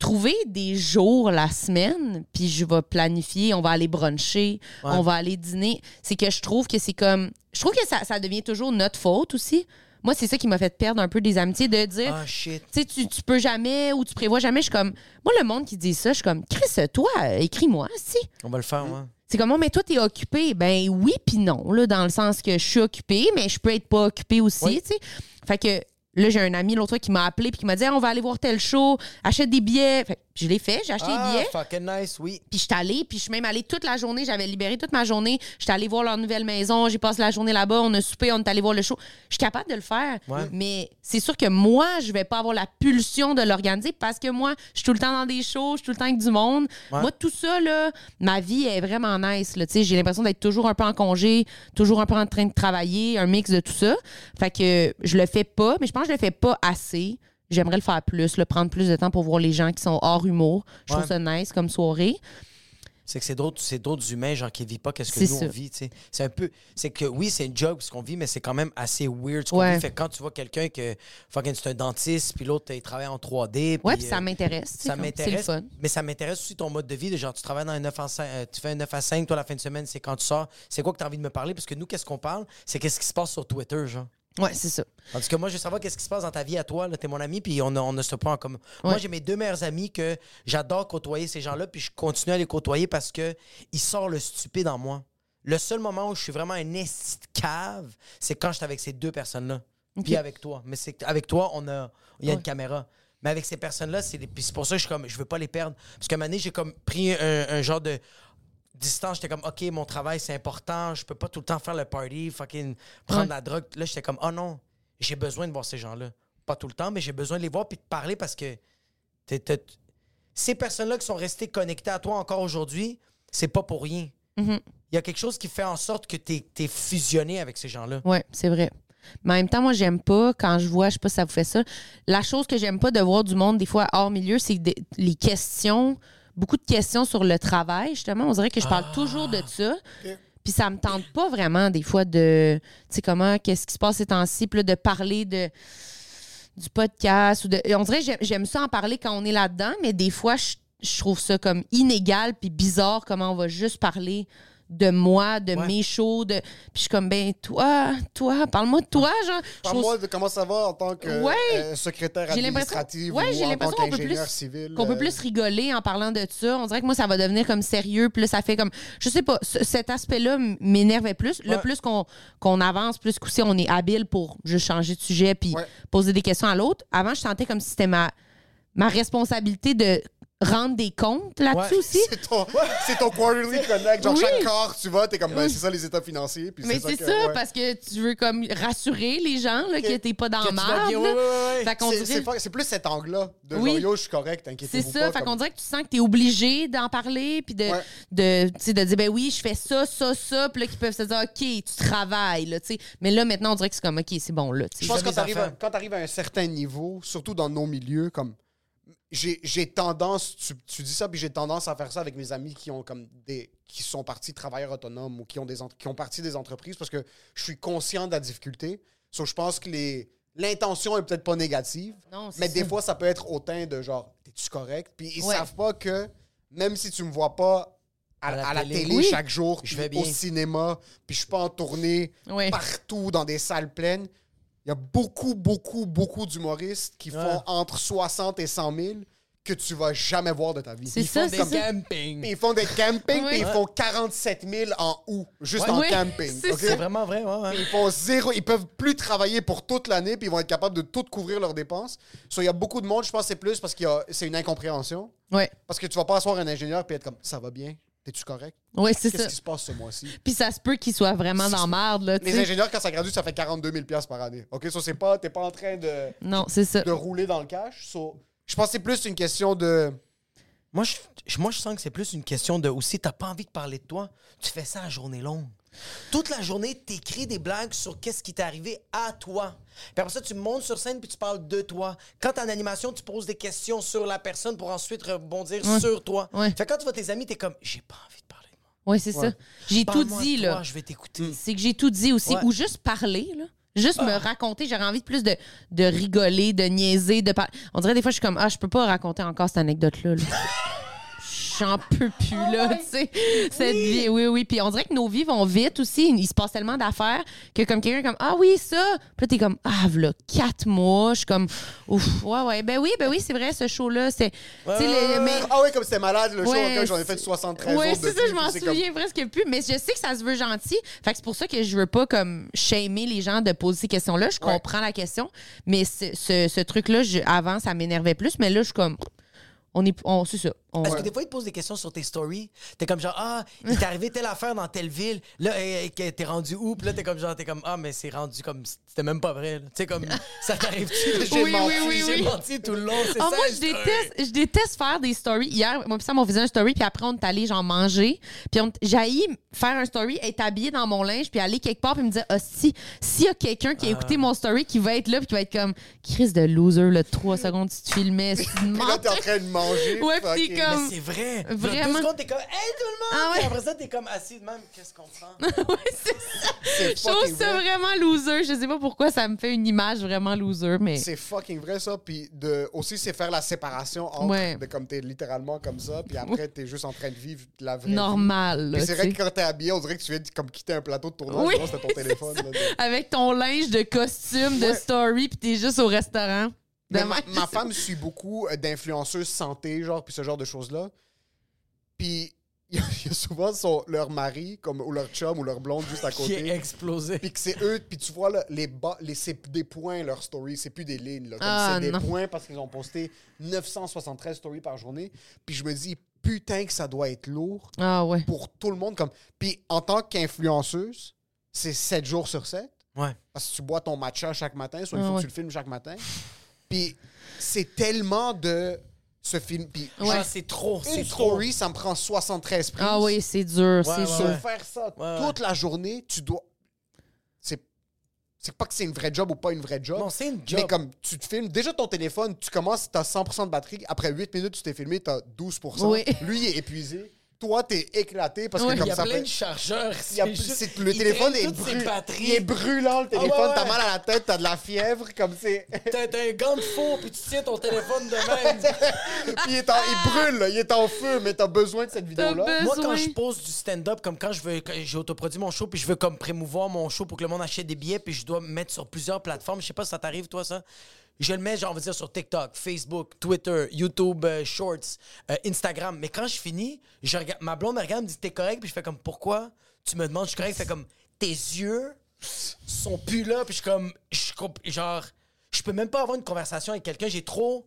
trouver des jours la semaine puis je vais planifier on va aller bruncher Ouais. on va aller dîner c'est que je trouve que c'est comme je trouve que ça, ça devient toujours notre faute aussi moi c'est ça qui m'a fait perdre un peu des amitiés de dire Ah, shit. tu sais, tu, tu peux jamais ou tu prévois jamais. Je suis comme, moi, le monde qui dit ça, je suis comme, Chris, toi, euh, écris-moi, si. On va le faire, ouais. C'est comme, oh, mais toi, t'es occupé. Ben oui, puis non, là, dans le sens que je suis occupée, mais je peux être pas occupée aussi, tu sais. Fait que là, j'ai un ami l'autre fois qui m'a appelé puis qui m'a dit, Ah, on va aller voir tel show, achète des billets. Fait que je l'ai fait, j'ai acheté ah, des billets. fucking nice, oui. Puis je suis allée, puis je suis même allée toute la journée. J'avais libéré toute ma journée. J'étais allée voir leur nouvelle maison. J'ai passé la journée là-bas. On a soupé, on est allé voir le show. Je suis capable de le faire. Ouais. Mais c'est sûr que moi, je vais pas avoir la pulsion de l'organiser parce que moi, je suis tout le temps dans des shows, je suis tout le temps avec du monde. Ouais. Moi, tout ça, là, ma vie est vraiment nice. là. Tu sais, J'ai l'impression d'être toujours un peu en congé, toujours un peu en train de travailler, un mix de tout ça. Fait que je le fais pas, mais je pense que je le fais pas assez. J'aimerais le faire plus, le prendre plus de temps pour voir les gens qui sont hors humour. Je Ouais. trouve ça nice comme soirée. C'est que c'est d'autres, c'est d'autres humains genre qui vivent pas qu'est-ce que C'est nous ça. on vit, tu sais. C'est un peu c'est que oui, c'est une joke ce qu'on vit mais c'est quand même assez weird ce qu'on Ouais. vit. Fait que quand tu vois quelqu'un que fucking c'est un dentiste puis l'autre il travaille en 3D puis Ouais, puis ça euh, m'intéresse, tu sais, Ça comme- c'est le m'intéresse. fun. Mais ça m'intéresse aussi ton mode de vie de genre tu travailles dans un 9 à 5, euh, tu fais un 9 à 5 toi la fin de semaine, c'est quand tu sors, c'est quoi que tu as envie de me parler parce que nous qu'est-ce qu'on parle, c'est qu'est-ce qui se passe sur Twitter genre. Ouais, c'est ça. Tandis que moi, je veux savoir qu'est-ce qui se passe dans ta vie à toi. là. T'es mon ami, puis on a, on a ce point comme. Moi, j'ai mes deux meilleurs amis que j'adore côtoyer ces gens-là, puis je continue à les côtoyer parce que ils sortent le stupide en moi. Le seul moment où je suis vraiment un esti de cave, c'est quand je suis avec ces deux personnes-là. Ok. Puis avec toi. Mais c'est avec toi, on a, il y a une caméra. Mais avec ces personnes-là, c'est les- puis c'est pour ça que je suis comme, je veux pas les perdre. Parce qu'à un moment donné, j'ai comme pris un, un genre de distance. J'étais comme, OK, mon travail, c'est important. Je peux pas tout le temps faire le party, fucking prendre Ouais. la drogue. Là, j'étais comme, oh non, j'ai besoin de voir ces gens-là. Pas tout le temps, mais j'ai besoin de les voir puis de parler parce que t'es- t'es- ces personnes-là qui sont restées connectées à toi encore aujourd'hui, c'est pas pour rien. Mhm. Il y a quelque chose qui fait en sorte que t'es es fusionné avec ces gens-là. Ouais, c'est vrai. Mais en même temps, moi, j'aime pas quand je vois, je sais pas si ça vous fait ça. La chose que j'aime pas de voir du monde, des fois, hors milieu, c'est des- les questions, beaucoup de questions sur le travail, justement. On dirait que je parle toujours Ah. de ça. Puis ça me tente pas vraiment, des fois, de. Tu sais, comment, qu'est-ce qui se passe ces temps-ci, puis là, de parler de du podcast ou de. On dirait que j'aime- j'aime ça en parler quand on est là-dedans, mais des fois, je, je trouve ça comme inégal puis bizarre comment on va juste parler de moi, de mes shows, de. Puis je suis comme, ben, toi, toi, parle-moi de toi, genre. Je trouve- Parle-moi de comment ça va en tant que Ouais. euh, secrétaire J'ai l'impression- administrative ouais, j'ai ou en tant l'impression qu'on peut qu'ingénieur plus- civil. Qu'on peut euh, plus rigoler en parlant de ça. On dirait que moi, ça va devenir comme sérieux. Plus ça fait comme. Je sais pas, ce- cet aspect-là m- m'énervait plus. Le Ouais. plus qu'on qu'on avance, plus qu'aussi on est habile pour juste changer de sujet puis poser des questions à l'autre. Avant, je sentais comme si c'était ma, ma responsabilité de rendre des comptes là-dessus Ouais. aussi. C'est ton, c'est ton quarterly connect. Genre, Oui. chaque quart, tu vas, t'es comme, ben, c'est ça les états financiers. Puis Mais c'est ça, que- ouais. parce que tu veux comme rassurer les gens là, que t'es pas dans Que le tu vas marde. bien, ouais, là. ouais, ouais. Fait qu'on C'est- dirait- c'est pas- C'est plus cet angle-là de Oui. genre, yo, je suis correct, C'est inquiétez-vous ça, pas, fait comme- qu'on dirait que tu sens que t'es obligé d'en parler, puis de, de, tu sais, de dire, ben oui, je fais ça, ça, ça, puis là, qu'ils peuvent se dire, OK, tu travailles, là, tu sais. Mais là, maintenant, on dirait que c'est comme, OK, c'est bon, là, tu sais. Je pense que quand t'arrives à- quand tu arrives à un certain niveau, surtout dans nos milieux, comme j'ai j'ai tendance, tu, tu dis ça, puis j'ai tendance à faire ça avec mes amis qui ont comme des qui sont partis travailleurs autonomes ou qui ont des en- qui ont parti des entreprises parce que je suis conscient de la difficulté. So, je pense que les l'intention est peut-être pas négative, Non, c'est mais des ça. fois ça peut être hautain de genre t'es-tu correct Puis ils Ouais. savent pas que même si tu me vois pas à, à la, télé, Oui. chaque jour, Je je vais vais au bien. cinéma, puis je suis pas en tournée Ouais. partout dans des salles pleines. Il y a beaucoup, beaucoup, beaucoup d'humoristes qui font entre 60 et 100 000 que tu vas jamais voir de ta vie. C'est Ils ça, font des c'est ça. campings. Puis Ils font des campings, Ouais. puis ils font 47 000 en août, juste Ouais. en Oui, camping. c'est ok? ça. C'est vraiment vrai, ouais, ouais. Puis Ils font zéro, ils peuvent plus travailler pour toute l'année, puis ils vont être capables de tout couvrir leurs dépenses. So, il y a beaucoup de monde, je pense que c'est plus parce que c'est une incompréhension. Ouais. Parce que tu vas pas asseoir un ingénieur puis être comme, ça va bien, t'es-tu correct? Ouais, c'est Qu'est-ce ça. qui se passe ce mois-ci? Puis ça se peut qu'ils soient vraiment dans la merde, là, tu Les sais. ingénieurs, quand ça gradue, ça fait 42 000 piastres par année. OK, ça, c'est pas... T'es pas en train de... Non, c'est ça. De rouler dans le cash. So, je pense que c'est plus une question de... Moi, je, je- moi, je sens que c'est plus une question de aussi, t'as pas envie de parler de toi, tu fais ça à journée longue. Toute la journée, t'écris des blagues sur qu'est-ce qui t'est arrivé à toi. Puis après ça, tu montes sur scène puis tu parles de toi. Quand t'es en animation, tu poses des questions sur la personne pour ensuite rebondir Ouais. sur toi. Ouais. Fait que quand tu vois tes amis, t'es comme, j'ai pas envie de parler de moi. Ouais, c'est ça. J'ai tout Parle-moi dit, de toi, là. Mm. Je vais t'écouter. C'est que j'ai tout dit aussi. Mm. Ouais. Ou juste parler, là. Juste me Ah. raconter. J'aurais envie de plus de, de rigoler, de niaiser, de parler. On dirait des fois, je suis comme, ah, je peux pas raconter encore cette anecdote-là. là. J'en peux plus, Ah là, tu sais. Cette vie, oui, oui. Puis on dirait que nos vies vont vite aussi. Il se passe tellement d'affaires que, comme quelqu'un, est comme, ah oui, ça. Puis là, t'es comme, ah, voilà, quatre mois. Je suis comme, ouf, ouais, ouais. Ben oui, ben oui, c'est vrai, ce show-là, c'est. tu sais, le- mais- Ah oui, comme c'était malade, le show, Ouais, encore, j'en ai fait 73 oui, autres c'est ça, depuis, je m'en puis c'est comme- souviens presque plus. Mais je sais que ça se veut gentil. Fait que c'est pour ça que je veux pas comme shamer les gens de poser ces questions-là. Je comprends la question, mais ce, ce- ce truc-là, je- avant, ça m'énervait plus. Mais là, je suis comme, on est, on, c'est ça. On- Parce que des fois, ils te posent des questions sur tes stories. T'es comme genre, ah, il t'est arrivé telle affaire dans telle ville. Là, eh, eh, t'es rendu où? Puis là, t'es comme genre, t'es comme, ah, mais c'est rendu comme, c'était même pas vrai. là. Tu sais, comme, ça t'arrive-tu? J'ai Oui, menti, oui, oui, j'ai oui. menti tout le long. C'est Ah, ça, moi, le je story. déteste, je déteste faire des stories. Hier, moi, pis Sam, on faisait un story, puis après, on est allé, genre, manger. Puis on- j'ai haï faire un story, être habillée dans mon linge, puis aller quelque part, puis me dire, ah, si, s'il y a quelqu'un qui a Ah. écouté mon story, qui va être là, puis qui va être comme, Chris de loser, là, trois secondes, tu te filmais, c'est une Puis là, t'es en train de manger. Ouais, fuck, puis t'es ok. comme- Mais c'est vrai. Vraiment. Vraiment. Deux secondes, t'es comme, hey, tout le monde! Ah ouais. Puis après ça, t'es comme assis de même, qu'est-ce qu'on prend? Je trouve ça vraiment loser. Je sais pas pourquoi ça me fait une image vraiment loser, mais. C'est fucking vrai ça. Puis de, aussi, c'est faire la séparation entre Ouais. de comme t'es littéralement comme ça, puis après t'es juste en train de vivre la vraie. vie. Normal, Puis c'est là, tu vrai sais. que quand t'es habillé, on dirait que tu viens de comme quitter un plateau de tournage. Oui, non, c'était ton téléphone. là, de- Avec ton linge de costume, de story, puis t'es juste au restaurant. Mais Demain, ma, Ben, je ma sais femme suit beaucoup euh, d'influenceuses santé, genre, puis ce genre de choses-là. Puis il y, a- il y a souvent son- leur mari, comme, ou leur chum, ou leur blonde juste à Qui côté. est explosé. Puis que c'est eux, puis tu vois, là, les bas, les, c'est des points, leur story, c'est plus des lignes. là. Comme Ah, c'est des non. points parce qu'ils ont posté 973 stories par journée. Puis je me dis, putain, que ça doit être lourd Ah ouais. pour tout le monde. Comme... Puis en tant qu'influenceuse, c'est 7 jours sur 7. Ouais. Parce que tu bois ton matcha chaque matin, soit il Ah faut ouais. que tu le filmes chaque matin. Puis c'est tellement de ce film. Puis Ouais. genre, Ah, c'est trop, une c'est trop. story, ça me prend 73 prises. Ah oui, c'est dur, c'est Se dur. faire ça toute la journée, tu dois. C'est c'est pas que c'est une vraie job ou pas une vraie job. Non, c'est une job. Mais comme tu te filmes, déjà ton téléphone, tu commences, t'as 100% de batterie. Après 8 minutes, tu t'es filmé, t'as 12%. Oui. Lui, il est épuisé. Toi, t'es éclaté parce que Il comme y a ça plein fait- de chargeurs. il y a- c'est juste- c'est- le il téléphone traîne est, toutes ses brû- batteries. Ah il est brûlant, le téléphone, ouais. t'as mal à la tête, t'as de la fièvre, comme c'est... T'as t'as un gant de four, puis tu tiens ton téléphone de même. il, est en- il brûle, là, il est en feu, mais t'as besoin de cette vidéo-là. Moi, besoin. quand je pose du stand-up, comme quand je veux, quand j'ai autoproduit mon show, puis je veux comme prémouvoir mon show pour que le monde achète des billets, puis je dois me mettre sur plusieurs plateformes. Je sais pas si ça t'arrive, toi, ça. Je le mets, genre, on va dire, sur TikTok, Facebook, Twitter, YouTube, euh, Shorts, euh, Instagram. Mais quand je finis, je regarde, ma blonde me regarde, me dit T'es correct, puis je fais comme Pourquoi tu me demandes, je suis correct. Fait comme Tes yeux sont plus là, puis je suis comme je, comp- Genre, je peux même pas avoir une conversation avec quelqu'un, j'ai trop.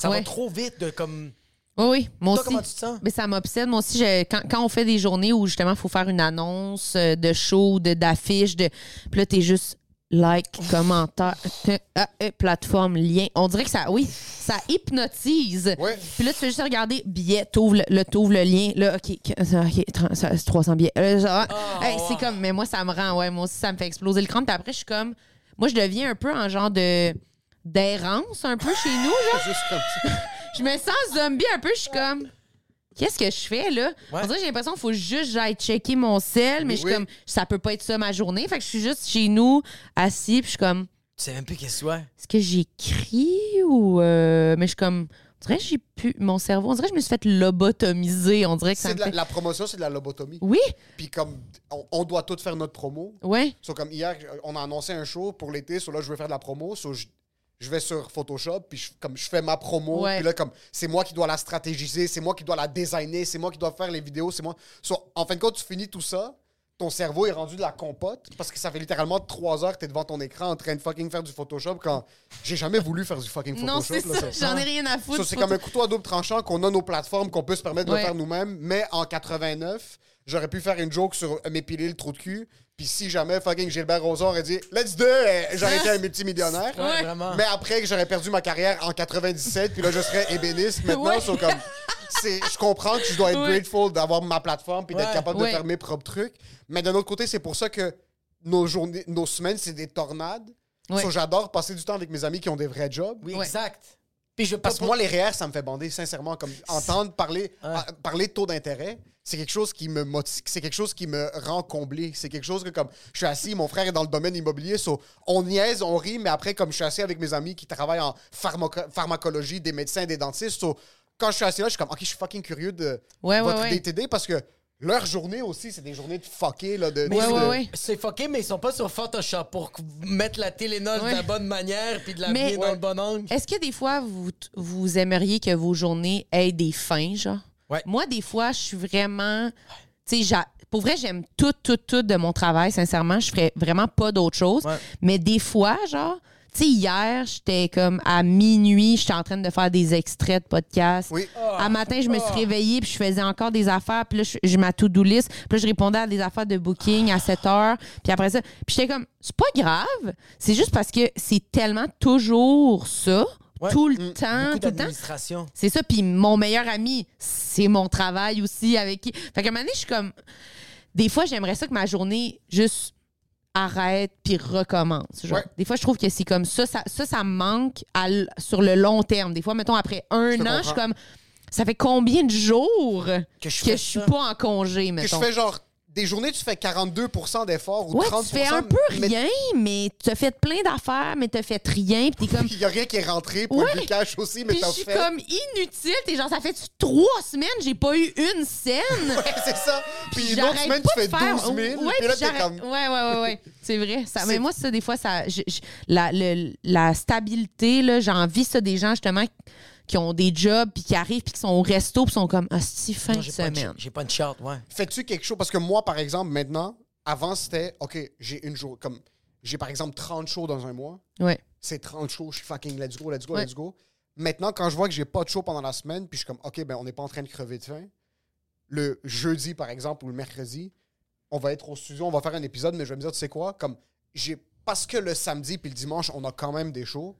Ça Ouais. va trop vite de comme. Oui, oui, moi Toi, aussi. comment tu te sens? Mais ça m'obsède. Moi aussi, je- quand, quand on fait des journées où justement, il faut faire une annonce euh, de show, de- d'affiche, de. Puis là, t'es juste like, commentaire, t- ah, euh, plateforme, lien. On dirait que ça, oui, ça hypnotise. Puis là, tu fais juste regarder billet, t'ouvres le, là, t'ouvres le lien. Là, OK, que- ça, OK, tr- ça, c'est 300 billets. Euh, ça, Ah, hey, C'est comme, mais moi, ça me rend, ouais, moi aussi, ça me fait exploser le crâne. Puis après, je suis comme, moi, je deviens un peu en genre de d'errance un peu chez nous. Genre. je me sens zombie un peu, je suis comme. Qu'est-ce que je fais là? On dirait que j'ai l'impression qu'il faut juste que j'aille checker mon sel, mais je suis Oui. comme ça peut pas être ça ma journée. Fait que je suis juste chez nous, assis, puis je suis comme Tu sais même plus qu'est-ce que soit. est-ce que j'écris ou euh, mais je suis comme on dirait que j'ai pu mon cerveau, on dirait que je me suis fait lobotomiser, on dirait que ça C'est me de la, fait- la promotion, c'est de la lobotomie. Oui. Puis comme on, on doit tous faire notre promo. Ouais. So, comme hier, on a annoncé un show pour l'été, so là je veux faire de la promo, so je, je vais sur Photoshop puis je, comme je fais ma promo, Ouais. puis là comme c'est moi qui dois la stratégiser, c'est moi qui dois la designer, c'est moi qui dois faire les vidéos, c'est moi. So, en fin de compte, tu finis tout ça, ton cerveau est rendu de la compote parce que ça fait littéralement trois heures que t'es devant ton écran en train de fucking faire du Photoshop quand j'ai jamais voulu faire du fucking Photoshop. Non, c'est là, ça, j'en ai rien à foutre. So, du c'est photo- comme un couteau à double tranchant qu'on a nos plateformes qu'on peut se permettre de Ouais. faire nous-mêmes. Mais en 89, j'aurais pu faire une joke sur euh, m'épiler le trou de cul. Puis si jamais fucking Gilbert Rozon aurait dit Let's do it, eh, j'aurais été un multimillionnaire. Ouais, Ouais. vraiment. Mais après que j'aurais perdu ma carrière en 97, puis là je serais ébéniste maintenant. Ouais. so, comme, c'est- je comprends que je dois être Ouais. grateful d'avoir ma plateforme puis d'être Ouais. capable Ouais. de faire mes propres trucs. Mais d'un autre côté, c'est pour ça que nos journées, nos semaines, c'est des tornades. Ouais. So, j'adore passer du temps avec mes amis qui ont des vrais jobs. Oui, exact. Puis je Parce que moi, les REER, ça me fait bander, sincèrement. Comme entendre parler, à- parler de taux d'intérêt, c'est quelque chose qui me motive, c'est quelque chose qui me rend comblé. C'est quelque chose que, comme, je suis assis, mon frère est dans le domaine immobilier, so, on niaise, on rit, mais après, comme je suis assis avec mes amis qui travaillent en pharmaco- pharmacologie, des médecins, des dentistes, so, quand je suis assis là, je suis comme, OK, je suis fucking curieux de Ouais, ouais, votre ouais. DTD parce que leur journée aussi, c'est des journées de fucké, là, de. Mais de- c'est- C'est fucké, mais ils sont pas sur Photoshop pour qu- mettre la télénole Ouais. de la bonne manière puis de la Mais- bien dans le bon angle. Est-ce que des fois, vous, vous aimeriez que vos journées aient des fins, genre? Moi, des fois, je suis vraiment. Tu sais, j'a- pour vrai, j'aime tout, tout, tout de mon travail, sincèrement. Je ferais vraiment pas d'autre chose. Mais des fois, genre. Tu sais, hier, j'étais comme à minuit, j'étais en train de faire des extraits de podcasts. Oui. À matin, je me suis Ah. réveillée, puis je faisais encore des affaires, puis là, je, je ma to-do list, puis là, je répondais à des affaires de booking à 7 heures, puis après ça, puis j'étais comme, c'est pas grave, c'est juste parce que c'est tellement toujours ça, Ouais. tout le Mm. temps, Beaucoup tout le temps. d'administration. C'est ça. Puis mon meilleur ami, c'est mon travail aussi avec qui. Fait qu'à un moment donné, je suis comme. Des fois, j'aimerais ça que ma journée juste arrête puis recommence. genre. Ouais. Des fois, je trouve que c'est comme ça. Ça, ça, ça me manque à l- sur le long terme. Des fois, mettons, après un Je te an, je suis comprends. comme. Ça fait combien de jours que je, fais suis ça? pas en congé, que je mettons? fais genre. Des journées, tu fais 42% d'efforts ou Ouais, 30%. tu fais un peu rien, mais tu as fait plein d'affaires, mais tu as fait rien, puis t'es comme... Il y a rien qui est rentré, point de cash aussi, mais Puis t'as je fait. suis comme inutile. T'es genre, ça fait trois semaines, j'ai pas eu une scène. Ouais, c'est ça. Puis une j'arrête autre semaine, pas tu fais de faire- 12 000, Ouais, puis là, puis t'es j'arrête- comme- Ouais, ouais, ouais, ouais. C'est vrai. Ça, mais C'est- moi, ça, des fois, ça, je- je- la, le- la stabilité, là, j'ai envie ça des gens, justement, qui ont des jobs, puis qui arrivent, puis qui sont au resto, puis sont comme, ah, si fin de semaine. J'ai pas une charte, ouais. Fais-tu quelque chose? Parce que moi, par exemple, maintenant, avant, c'était, OK, j'ai une jour, comme, j'ai par exemple 30 shows dans un mois. Ouais. C'est 30 shows, je suis fucking let's go, let's go, Ouais. let's go. Maintenant, quand je vois que j'ai pas de show pendant la semaine, puis je suis comme, OK, ben, on n'est pas en train de crever de faim. Le jeudi, par exemple, ou le mercredi, on va être au studio, on va faire un épisode, mais je vais me dire, tu sais quoi, comme, j'ai, parce que le samedi puis le dimanche, on a quand même des shows,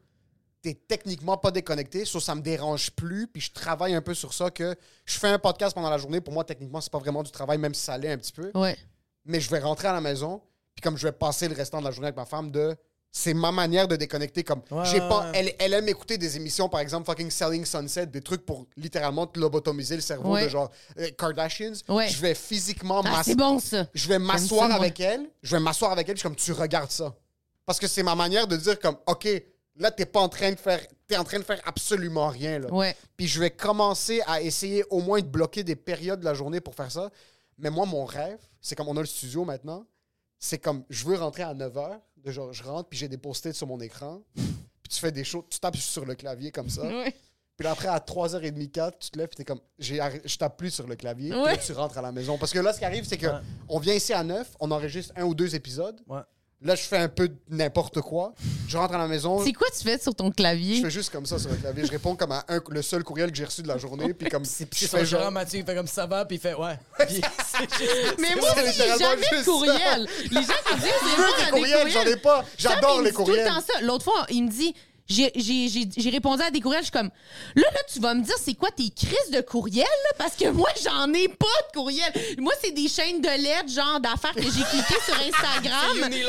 t'es techniquement pas déconnecté, sauf ça me dérange plus, puis je travaille un peu sur ça que je fais un podcast pendant la journée, pour moi techniquement c'est pas vraiment du travail, même si ça l'est un petit peu. Ouais. Mais je vais rentrer à la maison, puis comme je vais passer le restant de la journée avec ma femme de c'est ma manière de déconnecter comme j'ai ouais, pas ouais. elle, elle aime écouter des émissions par exemple fucking Selling Sunset, des trucs pour littéralement te lobotomiser le cerveau Ouais. de genre euh, Kardashians. Ouais. Je vais physiquement Ah, m'ass- c'est bon, ça. Je vais J'aime m'asseoir ça, moi. avec elle, je vais m'asseoir avec elle, puis je suis comme tu regardes ça. Parce que c'est ma manière de dire comme OK, là t'es pas en train de faire t'es en train de faire absolument rien là. Ouais. Puis je vais commencer à essayer au moins de bloquer des périodes de la journée pour faire ça. Mais moi mon rêve, c'est comme on a le studio maintenant, c'est comme je veux rentrer à 9h, de genre je rentre puis j'ai des post-it sur mon écran. Puis tu fais des choses, tu tapes sur le clavier comme ça. Ouais. Puis là, après, à 3h30, 4, tu te lèves, puis t'es comme, j'ai arr- je tape plus sur le clavier, puis Ouais. là, tu rentres à la maison. Parce que là, ce qui arrive, c'est que on vient ici à 9, on enregistre un ou deux épisodes. Là, je fais un peu de n'importe quoi. Je rentre à la maison. C'est quoi tu fais sur ton clavier? Je fais juste comme ça sur le clavier. Je réponds comme à un, le seul courriel que j'ai reçu de la journée. Puis comme. C'est Puis son gérant Mathieu, il fait comme ça va, puis il fait ouais. Puis c'est juste- Mais c'est moi, ça, aussi, j'ai littéralement, jamais de juste courriel. Les gens qui disent, Je c'est veux moi, des des courriels, courriels. j'en ai pas. Sam, J'adore il me les dit courriels. tout le temps ça. L'autre fois, il me dit, j'ai- j'ai j'ai- j'ai répondu à des courriels, je suis comme, là, là, tu vas me dire, c'est quoi tes crises de courriels, là? Parce que moi, j'en ai pas de courriel. Moi, c'est des chaînes de lettres, genre d'affaires que j'ai cliquées sur Instagram. Puis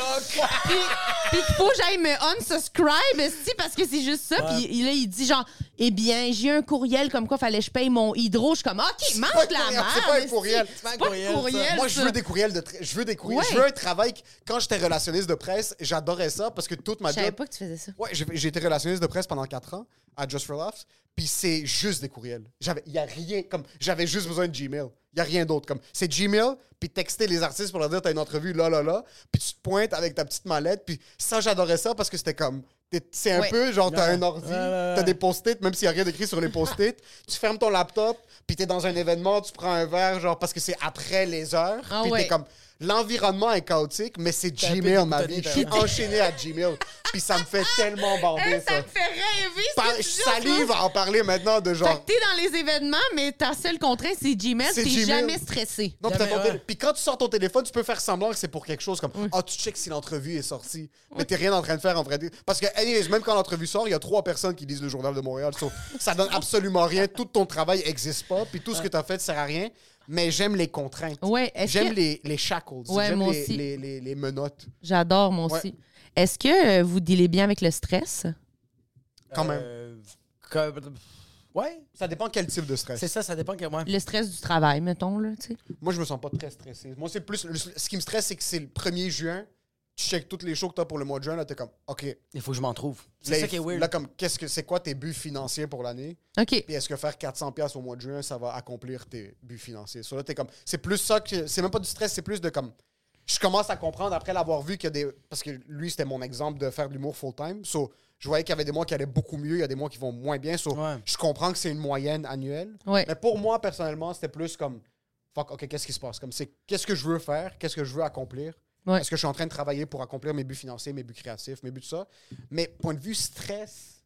puis qu'il faut que j'aille me unsubscribe, esti, parce que c'est juste ça. Puis il- là, il dit, genre, eh bien, j'ai un courriel comme quoi fallait que je paye mon hydro. Je suis comme, OK, mange pas un de la courriel, merde. c'est pas un esti. courriel. C'est pas un courriel. Moi, je ça. veux des courriels de tra- je veux des courriels. Je Ouais. veux un travail que- quand j'étais relationniste de presse, j'adorais ça parce que toute ma Je savais job pas que tu faisais ça. Ouais, j'ai j'ai été relationniste de presse pendant 4 ans à Just for Laughs, puis c'est juste des courriels. J'avais il y a rien comme j'avais juste besoin de Gmail. Il y a rien d'autre comme c'est Gmail puis texter les artistes pour leur dire t'as une entrevue là là là, puis tu te pointes avec ta petite mallette puis ça j'adorais ça parce que c'était comme t'es- c'est un Ouais. peu genre t'as Ouais. un ordi, Ouais, ouais, ouais. t'as des post-it même s'il y a rien d'écrit sur les post-it, tu fermes ton laptop puis t'es dans un événement, tu prends un verre genre parce que c'est après les heures, Ah puis ouais. t'es comme L'environnement est chaotique, mais c'est un peu Gmail, ma dégoûtonné, vie. Je t'as suis raison. enchaîné à Gmail. Puis ça me fait tellement Hey, bander, Eh, ça Ah, ben, ça. Ben, me fait rêver. ce Par- que tu je dis en ce salive moment. à en parler maintenant de Fait genre. que t'es dans les événements, mais ta seule contrainte, c'est Gmail. C'est T'es Gmail. jamais stressé. Non, puis t'as ton Jamais, tél- ouais. puis quand tu sors ton téléphone, tu peux faire semblant que c'est pour quelque chose comme Ah, tu checkes si l'entrevue est sortie. Mais t'es rien en train de faire en vrai. Parce que, anyways, même quand l'entrevue sort, il y a trois personnes qui lisent le Journal de Montréal. So, ça donne absolument rien. Tout ton travail n'existe pas. Puis tout ce que t'as fait sert à rien. Mais j'aime les contraintes. Ouais, est-ce j'aime que- les, les shackles. Ouais, j'aime moi les, aussi. les- les- les menottes. J'adore, moi Ouais. aussi. Est-ce que euh, vous dealez bien avec le stress? Quand même. Euh, comme- Ouais, Ça dépend quel type de stress. c'est ça, ça dépend que moi. Le stress du travail, mettons, là, tu sais. Moi, je me sens pas très stressé. Moi, c'est plus. le- ce qui me stresse, c'est que c'est le 1er juin. Tu checkes toutes les shows que t'as pour le mois de juin, là, t'es comme, OK. Il faut que je m'en trouve. là, C'est ça qui est il- weird. Là, comme, qu'est-ce que c'est quoi tes buts financiers pour l'année? OK. Puis est-ce que faire 400$ piastres au mois de juin, ça va accomplir tes buts financiers? So, là, t'es comme, c'est plus ça que. C'est même pas du stress, c'est plus de comme. Je commence à comprendre après l'avoir vu qu'il y a des. Parce que lui, c'était mon exemple de faire de l'humour full-time. So, je voyais qu'il y avait des mois qui allaient beaucoup mieux, il y a des mois qui vont moins bien. So, Ouais. je comprends que c'est une moyenne annuelle. Ouais. Mais pour moi, personnellement, c'était plus comme fuck, OK, qu'est-ce qui se passe? Comme c'est qu'est-ce que je veux faire? Qu'est-ce que je veux accomplir? Ouais. Est-ce que je suis en train de travailler pour accomplir mes buts financiers, mes buts créatifs, mes buts de ça? Mais point de vue stress,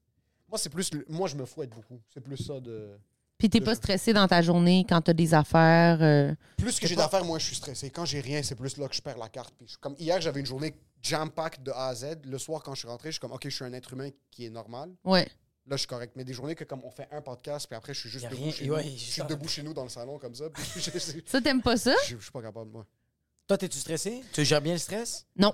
moi, c'est plus. le- Moi, je me fouette beaucoup. C'est plus ça de. Puis t'es pas stressé dans ta journée quand t'as des affaires. euh, Plus que C'est j'ai pas- d'affaires, moi, je suis stressé. Quand j'ai rien, c'est plus là que je perds la carte. Puis je suis comme hier, j'avais une journée jam-pack de A à Z. Le soir, quand je suis rentré, je suis comme OK, je suis un être humain qui est normal. Ouais. Là, je suis correct. Mais des journées que comme on fait un podcast, puis après, je suis juste Y a debout, rien- chez ouais, nous. juste Je suis en- debout chez nous dans le salon comme ça. Puis je, je- je- Ça, t'aimes pas ça? je- je suis pas capable, moi. Toi, t'es-tu stressé? Tu gères bien le stress? Non.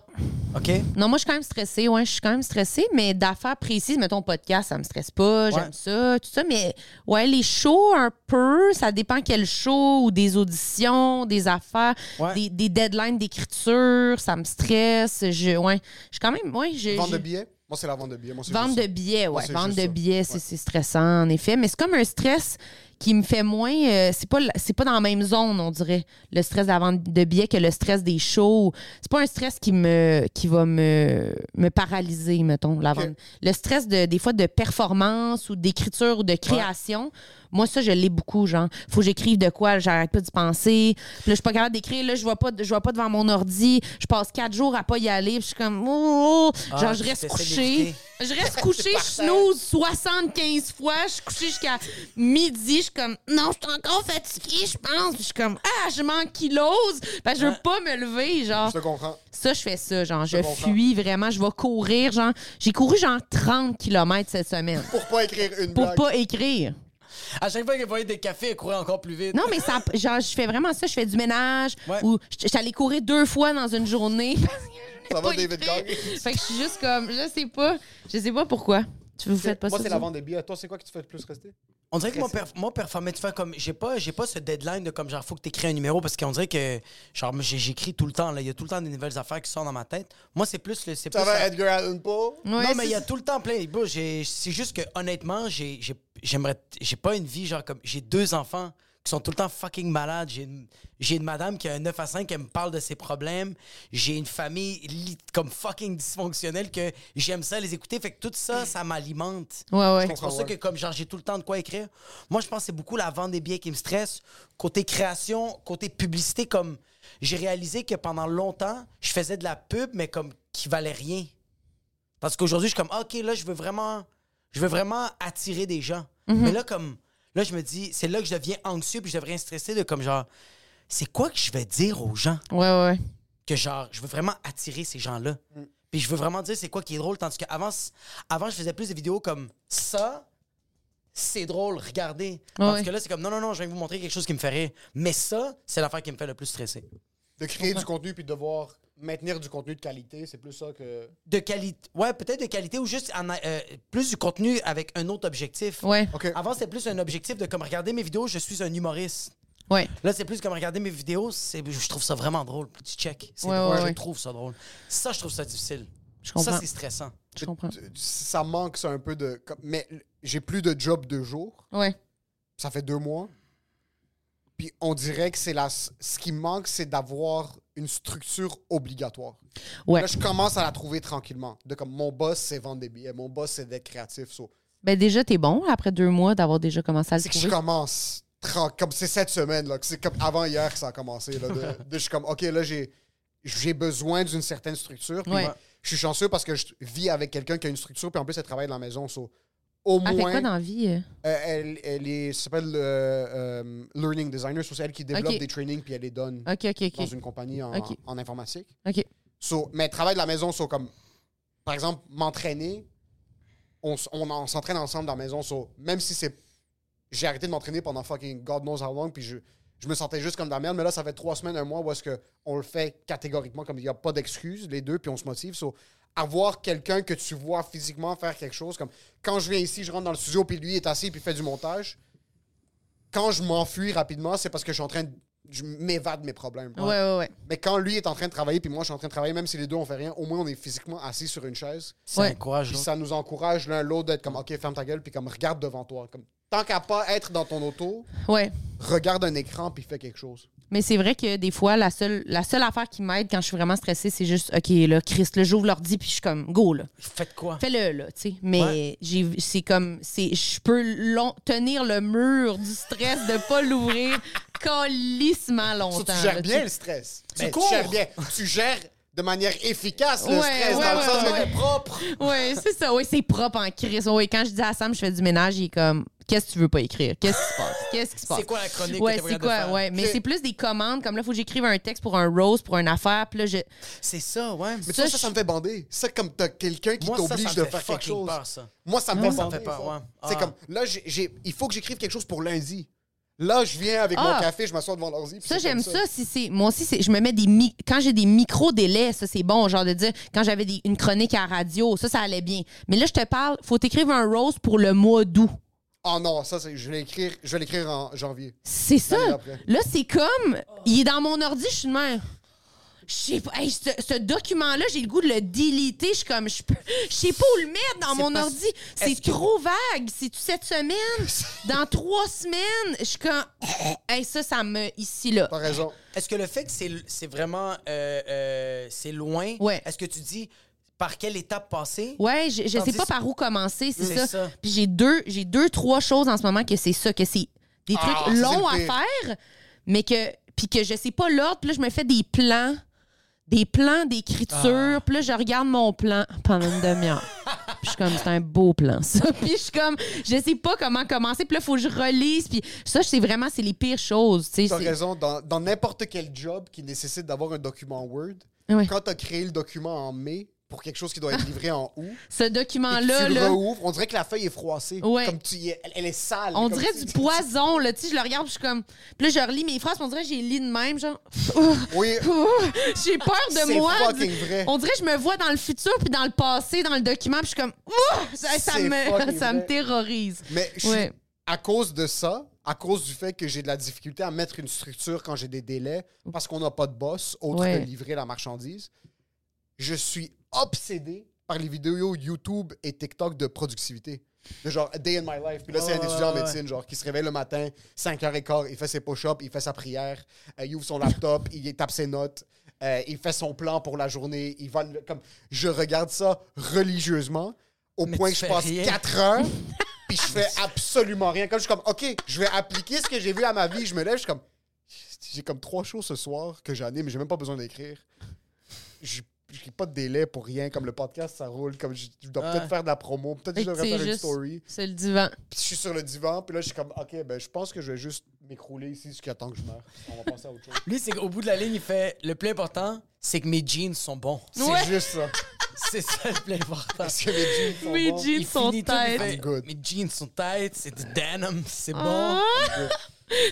OK. Non, moi, je suis quand même stressée. Ouais, je suis quand même stressée, mais d'affaires précises, mettons podcast, ça me stresse pas. J'aime Ouais. ça, tout ça. Mais ouais, les shows, un peu, ça dépend quel show ou des auditions, des affaires, Ouais. des, des deadlines d'écriture, ça me stresse. Je, ouais, je suis quand même. Ouais, je, Vente je- de billets? Moi, c'est la vente de billets. Moi, c'est Vente juste de ça. billets, ouais. c'est Vente juste de ça. billets, c'est Ouais. c'est stressant, en effet. Mais c'est comme un stress qui me fait moins. euh, c'est pas, la- c'est pas dans la même zone, on dirait, le stress de la vente de billets que le stress des shows. C'est pas un stress qui, me, qui va me, me paralyser, mettons, la Ok. vente. Le stress, de, des fois, de performance ou d'écriture ou de création, moi, ça, je l'ai beaucoup, genre. Faut que j'écrive de quoi, j'arrête pas d'y penser. Puis là, je suis pas capable d'écrire, là, je vois pas, je vois pas devant mon ordi. Je passe quatre jours à pas y aller, puis je suis comme... oh, oh. Ah, Genre, je tu reste t'essaies couché. d'éviter. Je reste couché, je snooze 75 fois. Je suis couché jusqu'à midi. Je suis comme, non, je suis encore fatiguée, je pense. Puis Je suis comme, ah, je m'enquilose. Ben, je veux pas me lever, genre. Hein? Je te comprends. Ça, je fais ça, genre. Je comprends. fuis vraiment. Je vais courir, genre. J'ai couru, genre, 30 km cette semaine Pour pas écrire une pour blague. pas écrire. À chaque fois qu'il voyait des cafés, il courait encore plus vite. Non, mais ça, genre, je fais vraiment ça. Je fais du ménage. Ouais. Ou je je suis allée courir deux fois dans une journée. parce que je Ça l'ai va, pas David écrit. Gogg? Fait que je suis juste comme, je sais pas. Je sais pas pourquoi. Tu vous faites pas Moi, ça. c'est vous? la vente de billets. Toi, c'est quoi que tu fais le plus rester? On dirait que moi, perf- moi performer, tu fais comme. J'ai pas, j'ai pas ce deadline de comme genre, faut que tu écris un numéro parce qu'on dirait que, genre, moi, j'ai- j'écris tout le temps, là. Il y a tout le temps des nouvelles affaires qui sortent dans ma tête. Moi, c'est plus le. c'est Ça plus va, la- Edgar Allan Poe? Ouais, non, mais c'est il y a ça. tout le temps plein. Bon, j'ai- C'est juste que, honnêtement, j'ai- j'ai- j'aimerais. J'ai pas une vie, genre, comme. J'ai deux enfants qui sont tout le temps fucking malades. J'ai une, j'ai une madame qui a un 9 à 5 qui me parle de ses problèmes. J'ai une famille li- comme fucking dysfonctionnelle que j'aime ça les écouter. Fait que tout ça, ça m'alimente. Ouais, ouais. C'est pour ça que comme genre j'ai tout le temps de quoi écrire. Moi je pense que c'est beaucoup la vente des billets qui me stresse. Côté création, côté publicité, comme j'ai réalisé que pendant longtemps, je faisais de la pub, mais comme qui valaient rien. Parce qu'aujourd'hui, je suis comme, OK, là, je veux vraiment, je veux vraiment attirer des gens. Mhm. Mais là, comme, là, je me dis, c'est là que je deviens anxieux puis je deviens stressé de comme, genre, c'est quoi que je vais dire aux gens? Ouais, ouais, ouais. Que genre, je veux vraiment attirer ces gens-là. Puis je veux vraiment dire c'est quoi qui est drôle, tandis qu'avant, c- avant, je faisais plus de vidéos comme ça, c'est drôle, regardez. Parce Ouais. que là, c'est comme, non, non, non, je viens vous montrer quelque chose qui me fait rire. Mais ça, c'est l'affaire qui me fait le plus stresser. De créer du contenu puis de devoir maintenir du contenu de qualité, c'est plus ça que. De qualité. Ouais, peut-être de qualité ou juste en a- euh, plus du contenu avec un autre objectif. Ouais. Avant, c'était plus un objectif de comme regarder mes vidéos, je suis un humoriste. Ouais. Là, c'est plus comme regarder mes vidéos, c'est, je trouve ça vraiment drôle. Tu check. C'est Ouais, drôle, ouais, je ouais. trouve ça drôle. Ça, je trouve ça difficile. Je comprends. Ça, c'est stressant. Je comprends. Ça manque, ça, un peu de. comme- Mais j'ai plus de job deux jours. Ouais. Ça fait deux mois. Puis on dirait que c'est la. Ce qui me manque, c'est d'avoir une structure obligatoire. Ouais. Là, je commence à la trouver tranquillement. De comme mon boss, c'est vendre des billets. Mon boss, c'est d'être créatif. so. Ben déjà, t'es bon après deux mois d'avoir déjà commencé à le C'est que je trouver. commence. tran- Comme c'est cette semaine, là. que C'est comme avant hier que ça a commencé. Là, de, de- je suis comme, OK, là, j'ai, j'ai besoin d'une certaine structure. Puis Ouais. moi, je suis chanceux parce que je vis avec quelqu'un qui a une structure, puis en plus, elle travaille dans la maison. so, au Elle fait moins. Ah, quoi dans la vie? euh? Euh, elle, elle est, ça s'appelle euh, euh, Learning Designer. so, C'est elle qui développe Ok. des trainings, puis elle les donne Ok, ok, ok. dans une compagnie en, Ok. en informatique. OK. So, mais travail de la maison, so, comme, par exemple, m'entraîner, on, s- on, en- on s'entraîne ensemble dans la maison. so, même si c'est. J'ai arrêté de m'entraîner pendant fucking God knows how long, puis je, je me sentais juste comme de la merde. Mais là, ça fait trois semaines, un mois où est-ce qu'on le fait catégoriquement, comme il n'y a pas d'excuses, les deux, puis on se motive. So, avoir quelqu'un que tu vois physiquement faire quelque chose, comme quand je viens ici, je rentre dans le studio, puis lui est assis, puis fait du montage. Quand je m'enfuis rapidement, c'est parce que je suis en train de. Je m'évade mes problèmes. Ouais, ouais, ouais. Mais quand lui est en train de travailler, puis moi je suis en train de travailler, même si les deux on fait rien, au moins on est physiquement assis sur une chaise. Ça Ouais. encourage Puis l'autre. Ça nous encourage l'un l'autre d'être comme OK, ferme ta gueule, puis comme regarde devant toi. Comme, tant qu'à pas être dans ton auto, Ouais. regarde un écran puis fais quelque chose. Mais c'est vrai que des fois, la seule, la seule affaire qui m'aide quand je suis vraiment stressée, c'est juste, OK, là, Chris, là, j'ouvre l'ordi, puis je suis comme, go, là. Faites quoi? Fais-le, là, tu sais. Mais j'ai- c'est comme, c'est, je peux long- tenir le mur du stress de pas l'ouvrir colissement Ça, longtemps. tu là, gères bien sais. le stress. Tu Ben, cours. Tu gères bien. Tu gères de manière efficace le Ouais, stress ouais, dans le ouais, sens ouais. que t'es propre. Oui, c'est ça. Oui, c'est propre en crise. Oui, quand je dis à Sam, je fais du ménage, il est comme Qu'est-ce que tu veux pas écrire? Qu'est-ce qui se passe? Qu'est-ce qui se passe? C'est quoi la chronique que Ouais, t'es pas c'est capable de quoi? faire? Ouais, mais Ok. c'est plus des commandes. Comme là, il faut que j'écrive un texte pour un rose, pour une affaire. Puis là, je. C'est ça, ouais. Mais tu vois, ça, ça me fait bander. Ça, comme t'as quelqu'un qui Moi, ça, ça t'oblige me de fait faire quelque fucking chose. peur, ça. Moi, ça me Moi, fait ça bander, me fait peur, ouais. Ah. C'est comme, là, j'ai- j'ai- il faut que j'écrive quelque chose pour lundi. Là, je viens avec Ah. mon café, je m'assois devant l'ordi. puis Ça, c'est comme j'aime ça. si c'est Moi aussi, c'est- je me mets des. mi- Quand j'ai des micro-délais, ça, c'est bon. Genre de dire, quand j'avais des- une chronique à la radio, ça, ça allait bien. Mais là, je te parle, faut t'écrire un rose pour le mois d'août. Oh non, ça, c'est- je vais l'écrire, je vais l'écrire en janvier. C'est ça. L'année d'après. Là, c'est comme. Il est dans mon ordi, je suis de même. Je sais pas. Hey, ce ce document-là, j'ai le goût de le déliter. Je suis comme. Je peux- je sais pas où le mettre dans C'est mon parce- ordi. C'est trop vague. C'est-tu cette semaine? dans trois semaines? Je suis comme. Hey, ça, ça me. Ici, là. T'as raison. Est-ce que le fait que c'est c'est vraiment euh, euh, c'est loin, Ouais. est-ce que tu dis par quelle étape passer? Ouais, je, je sais Tandis- pas par où commencer, c'est C'est ça. ça. Puis j'ai deux, j'ai deux, trois choses en ce moment que c'est ça, que c'est des trucs Ah, ça, c'est longs le à pire. faire, mais que puis que je sais pas l'ordre. Puis là, je me fais des plans, des plans Ah. d'écriture. Puis là, je regarde mon plan pendant une demi-heure. Puis je suis comme, c'est un beau plan, ça. Puis je suis comme, je sais pas comment commencer. Puis là, faut que je relise. Puis ça, c'est vraiment, c'est les pires choses. Tu sais, T'as c'est- raison, dans dans n'importe quel job qui nécessite d'avoir un document Word, Ouais. quand t'as créé le document en mai pour quelque chose qui doit être livré en août, Ce et que document-là, tu le Ah, là, rouvres, on dirait que la feuille est froissée. Ouais. Comme tu y es- elle, elle est sale. On comme dirait si- du poison, là. Tu sais, je le regarde, puis je suis comme. Puis là, je relis mes phrases, puis on dirait que j'ai lu de même, genre. Oui, J'ai peur de C'est moi. fucking vrai. On dirait que je me vois dans le futur, puis dans le passé, dans le document, puis je suis comme. Ouh! Ça, ça C'est me, fucking ça me vrai. terrorise. mais je suis- Ouais. à cause de ça, à cause du fait que j'ai de la difficulté à mettre une structure quand j'ai des délais, parce qu'on n'a pas de boss autre Ouais. que livrer la marchandise, je suis obsédé par les vidéos YouTube et TikTok de productivité. De genre A Day in My Life. Puis là, c'est un Ouais, étudiant en ouais, ouais. médecine, genre, qui se réveille le matin, 5h15, il fait ses push-ups, il fait sa prière, euh, il ouvre son laptop, il tape ses notes, euh, il fait son plan pour la journée, il va le- comme je regarde ça religieusement au Mais point tu que je fais passe rien. 4 heures puis je fais absolument rien. Comme je suis comme OK, je vais appliquer ce que j'ai vu à ma vie, je me lève, je suis comme j'ai comme trois choses ce soir que j'anime, j'ai même pas besoin d'écrire. Je- j'ai pas de délai pour rien. Comme le podcast, ça roule. Comme je, je dois Ouais. peut-être faire de la promo. Peut-être que je Ah. Fait que devrais t'es faire une juste story. sur le divan. Puis je suis sur le divan. Puis là, je suis comme, OK, ben, je pense que je vais juste m'écrouler ici jusqu'à temps que je meure. On va penser à autre chose. Lui, c'est qu'au bout de la ligne, il fait le plus important, c'est que mes jeans sont bons. C'est juste ça. C'est ça le plus important. Parce que mes jeans sont Mes bons. jeans Il sont finit tout, il fait, tight. Mes jeans sont tight, c'est du denim, c'est bon. Ah!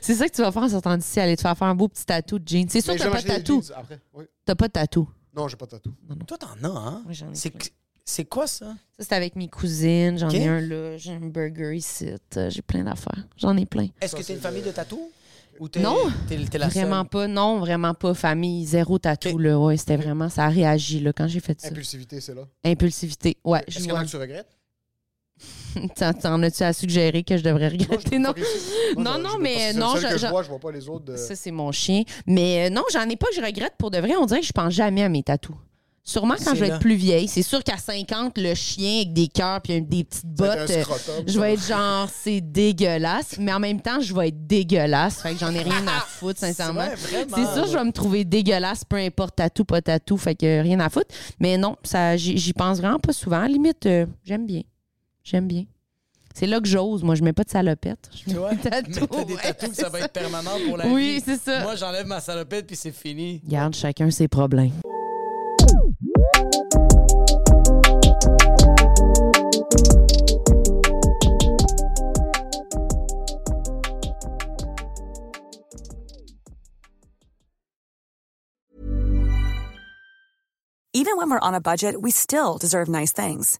C'est ça que tu vas faire en sortant d'ici, aller te faire faire un beau petit tatou de jeans. C'est sûr Mais que je t'as vais pas de m'acheter des tatou. jeans après, oui. T'as pas de tatou. Non, j'ai pas de tatou. Toi, t'en as, hein? j'en ai C'est plein. que- C'est quoi ça? Ça, c'est avec mes cousines. J'en Ok. ai un là. J'ai un burger ici. Euh, J'ai plein d'affaires. J'en ai plein. Est-ce que t'es une famille de tatou? Ou t'es- Non. T'es t'es la Vraiment seule? pas. Non, vraiment pas. Famille, zéro tatou. Là. Ouais, c'était vraiment. Ça a réagi là, quand j'ai fait ça. Impulsivité, c'est là. Impulsivité. Ouais. je Est-ce qu'il y en a vois. que tu regrettes? T'en- T'en as-tu à suggérer que je devrais regretter? Non. Pas réussi. Moi, Non, je- non, je- mais, parce que non, C'est le seul que je- je je- vois, je vois pas les autres. de- Ça, c'est mon chien. Mais euh, non, j'en ai pas que je regrette pour de vrai. On dirait que je pense jamais à mes tatous. Sûrement quand C'est je vais là. être plus vieille. C'est sûr qu'à 50, le chien avec des cœurs puis un- des petites va être bottes, un euh, scrotum, je ça. vais être genre, c'est dégueulasse. Mais en même temps, je vais être dégueulasse. Fait que j'en ai rien à foutre, sincèrement. Ouais, vraiment. C'est sûr, je vais me trouver dégueulasse, peu importe tatou, pas tatou. Fait que rien à foutre. Mais non, ça, j'y j'y pense vraiment pas souvent. Limite, euh, j'aime bien. J'aime bien. C'est là que j'ose. Moi, je mets pas de salopette. Je mets Ouais. des tatous. Mais T'as des Ouais, tatous, c'est ça va être permanent pour la Oui, vie. c'est ça. Moi, j'enlève ma salopette, puis c'est fini. Garde chacun ses problèmes. Even when we're on a budget, we still deserve nice things.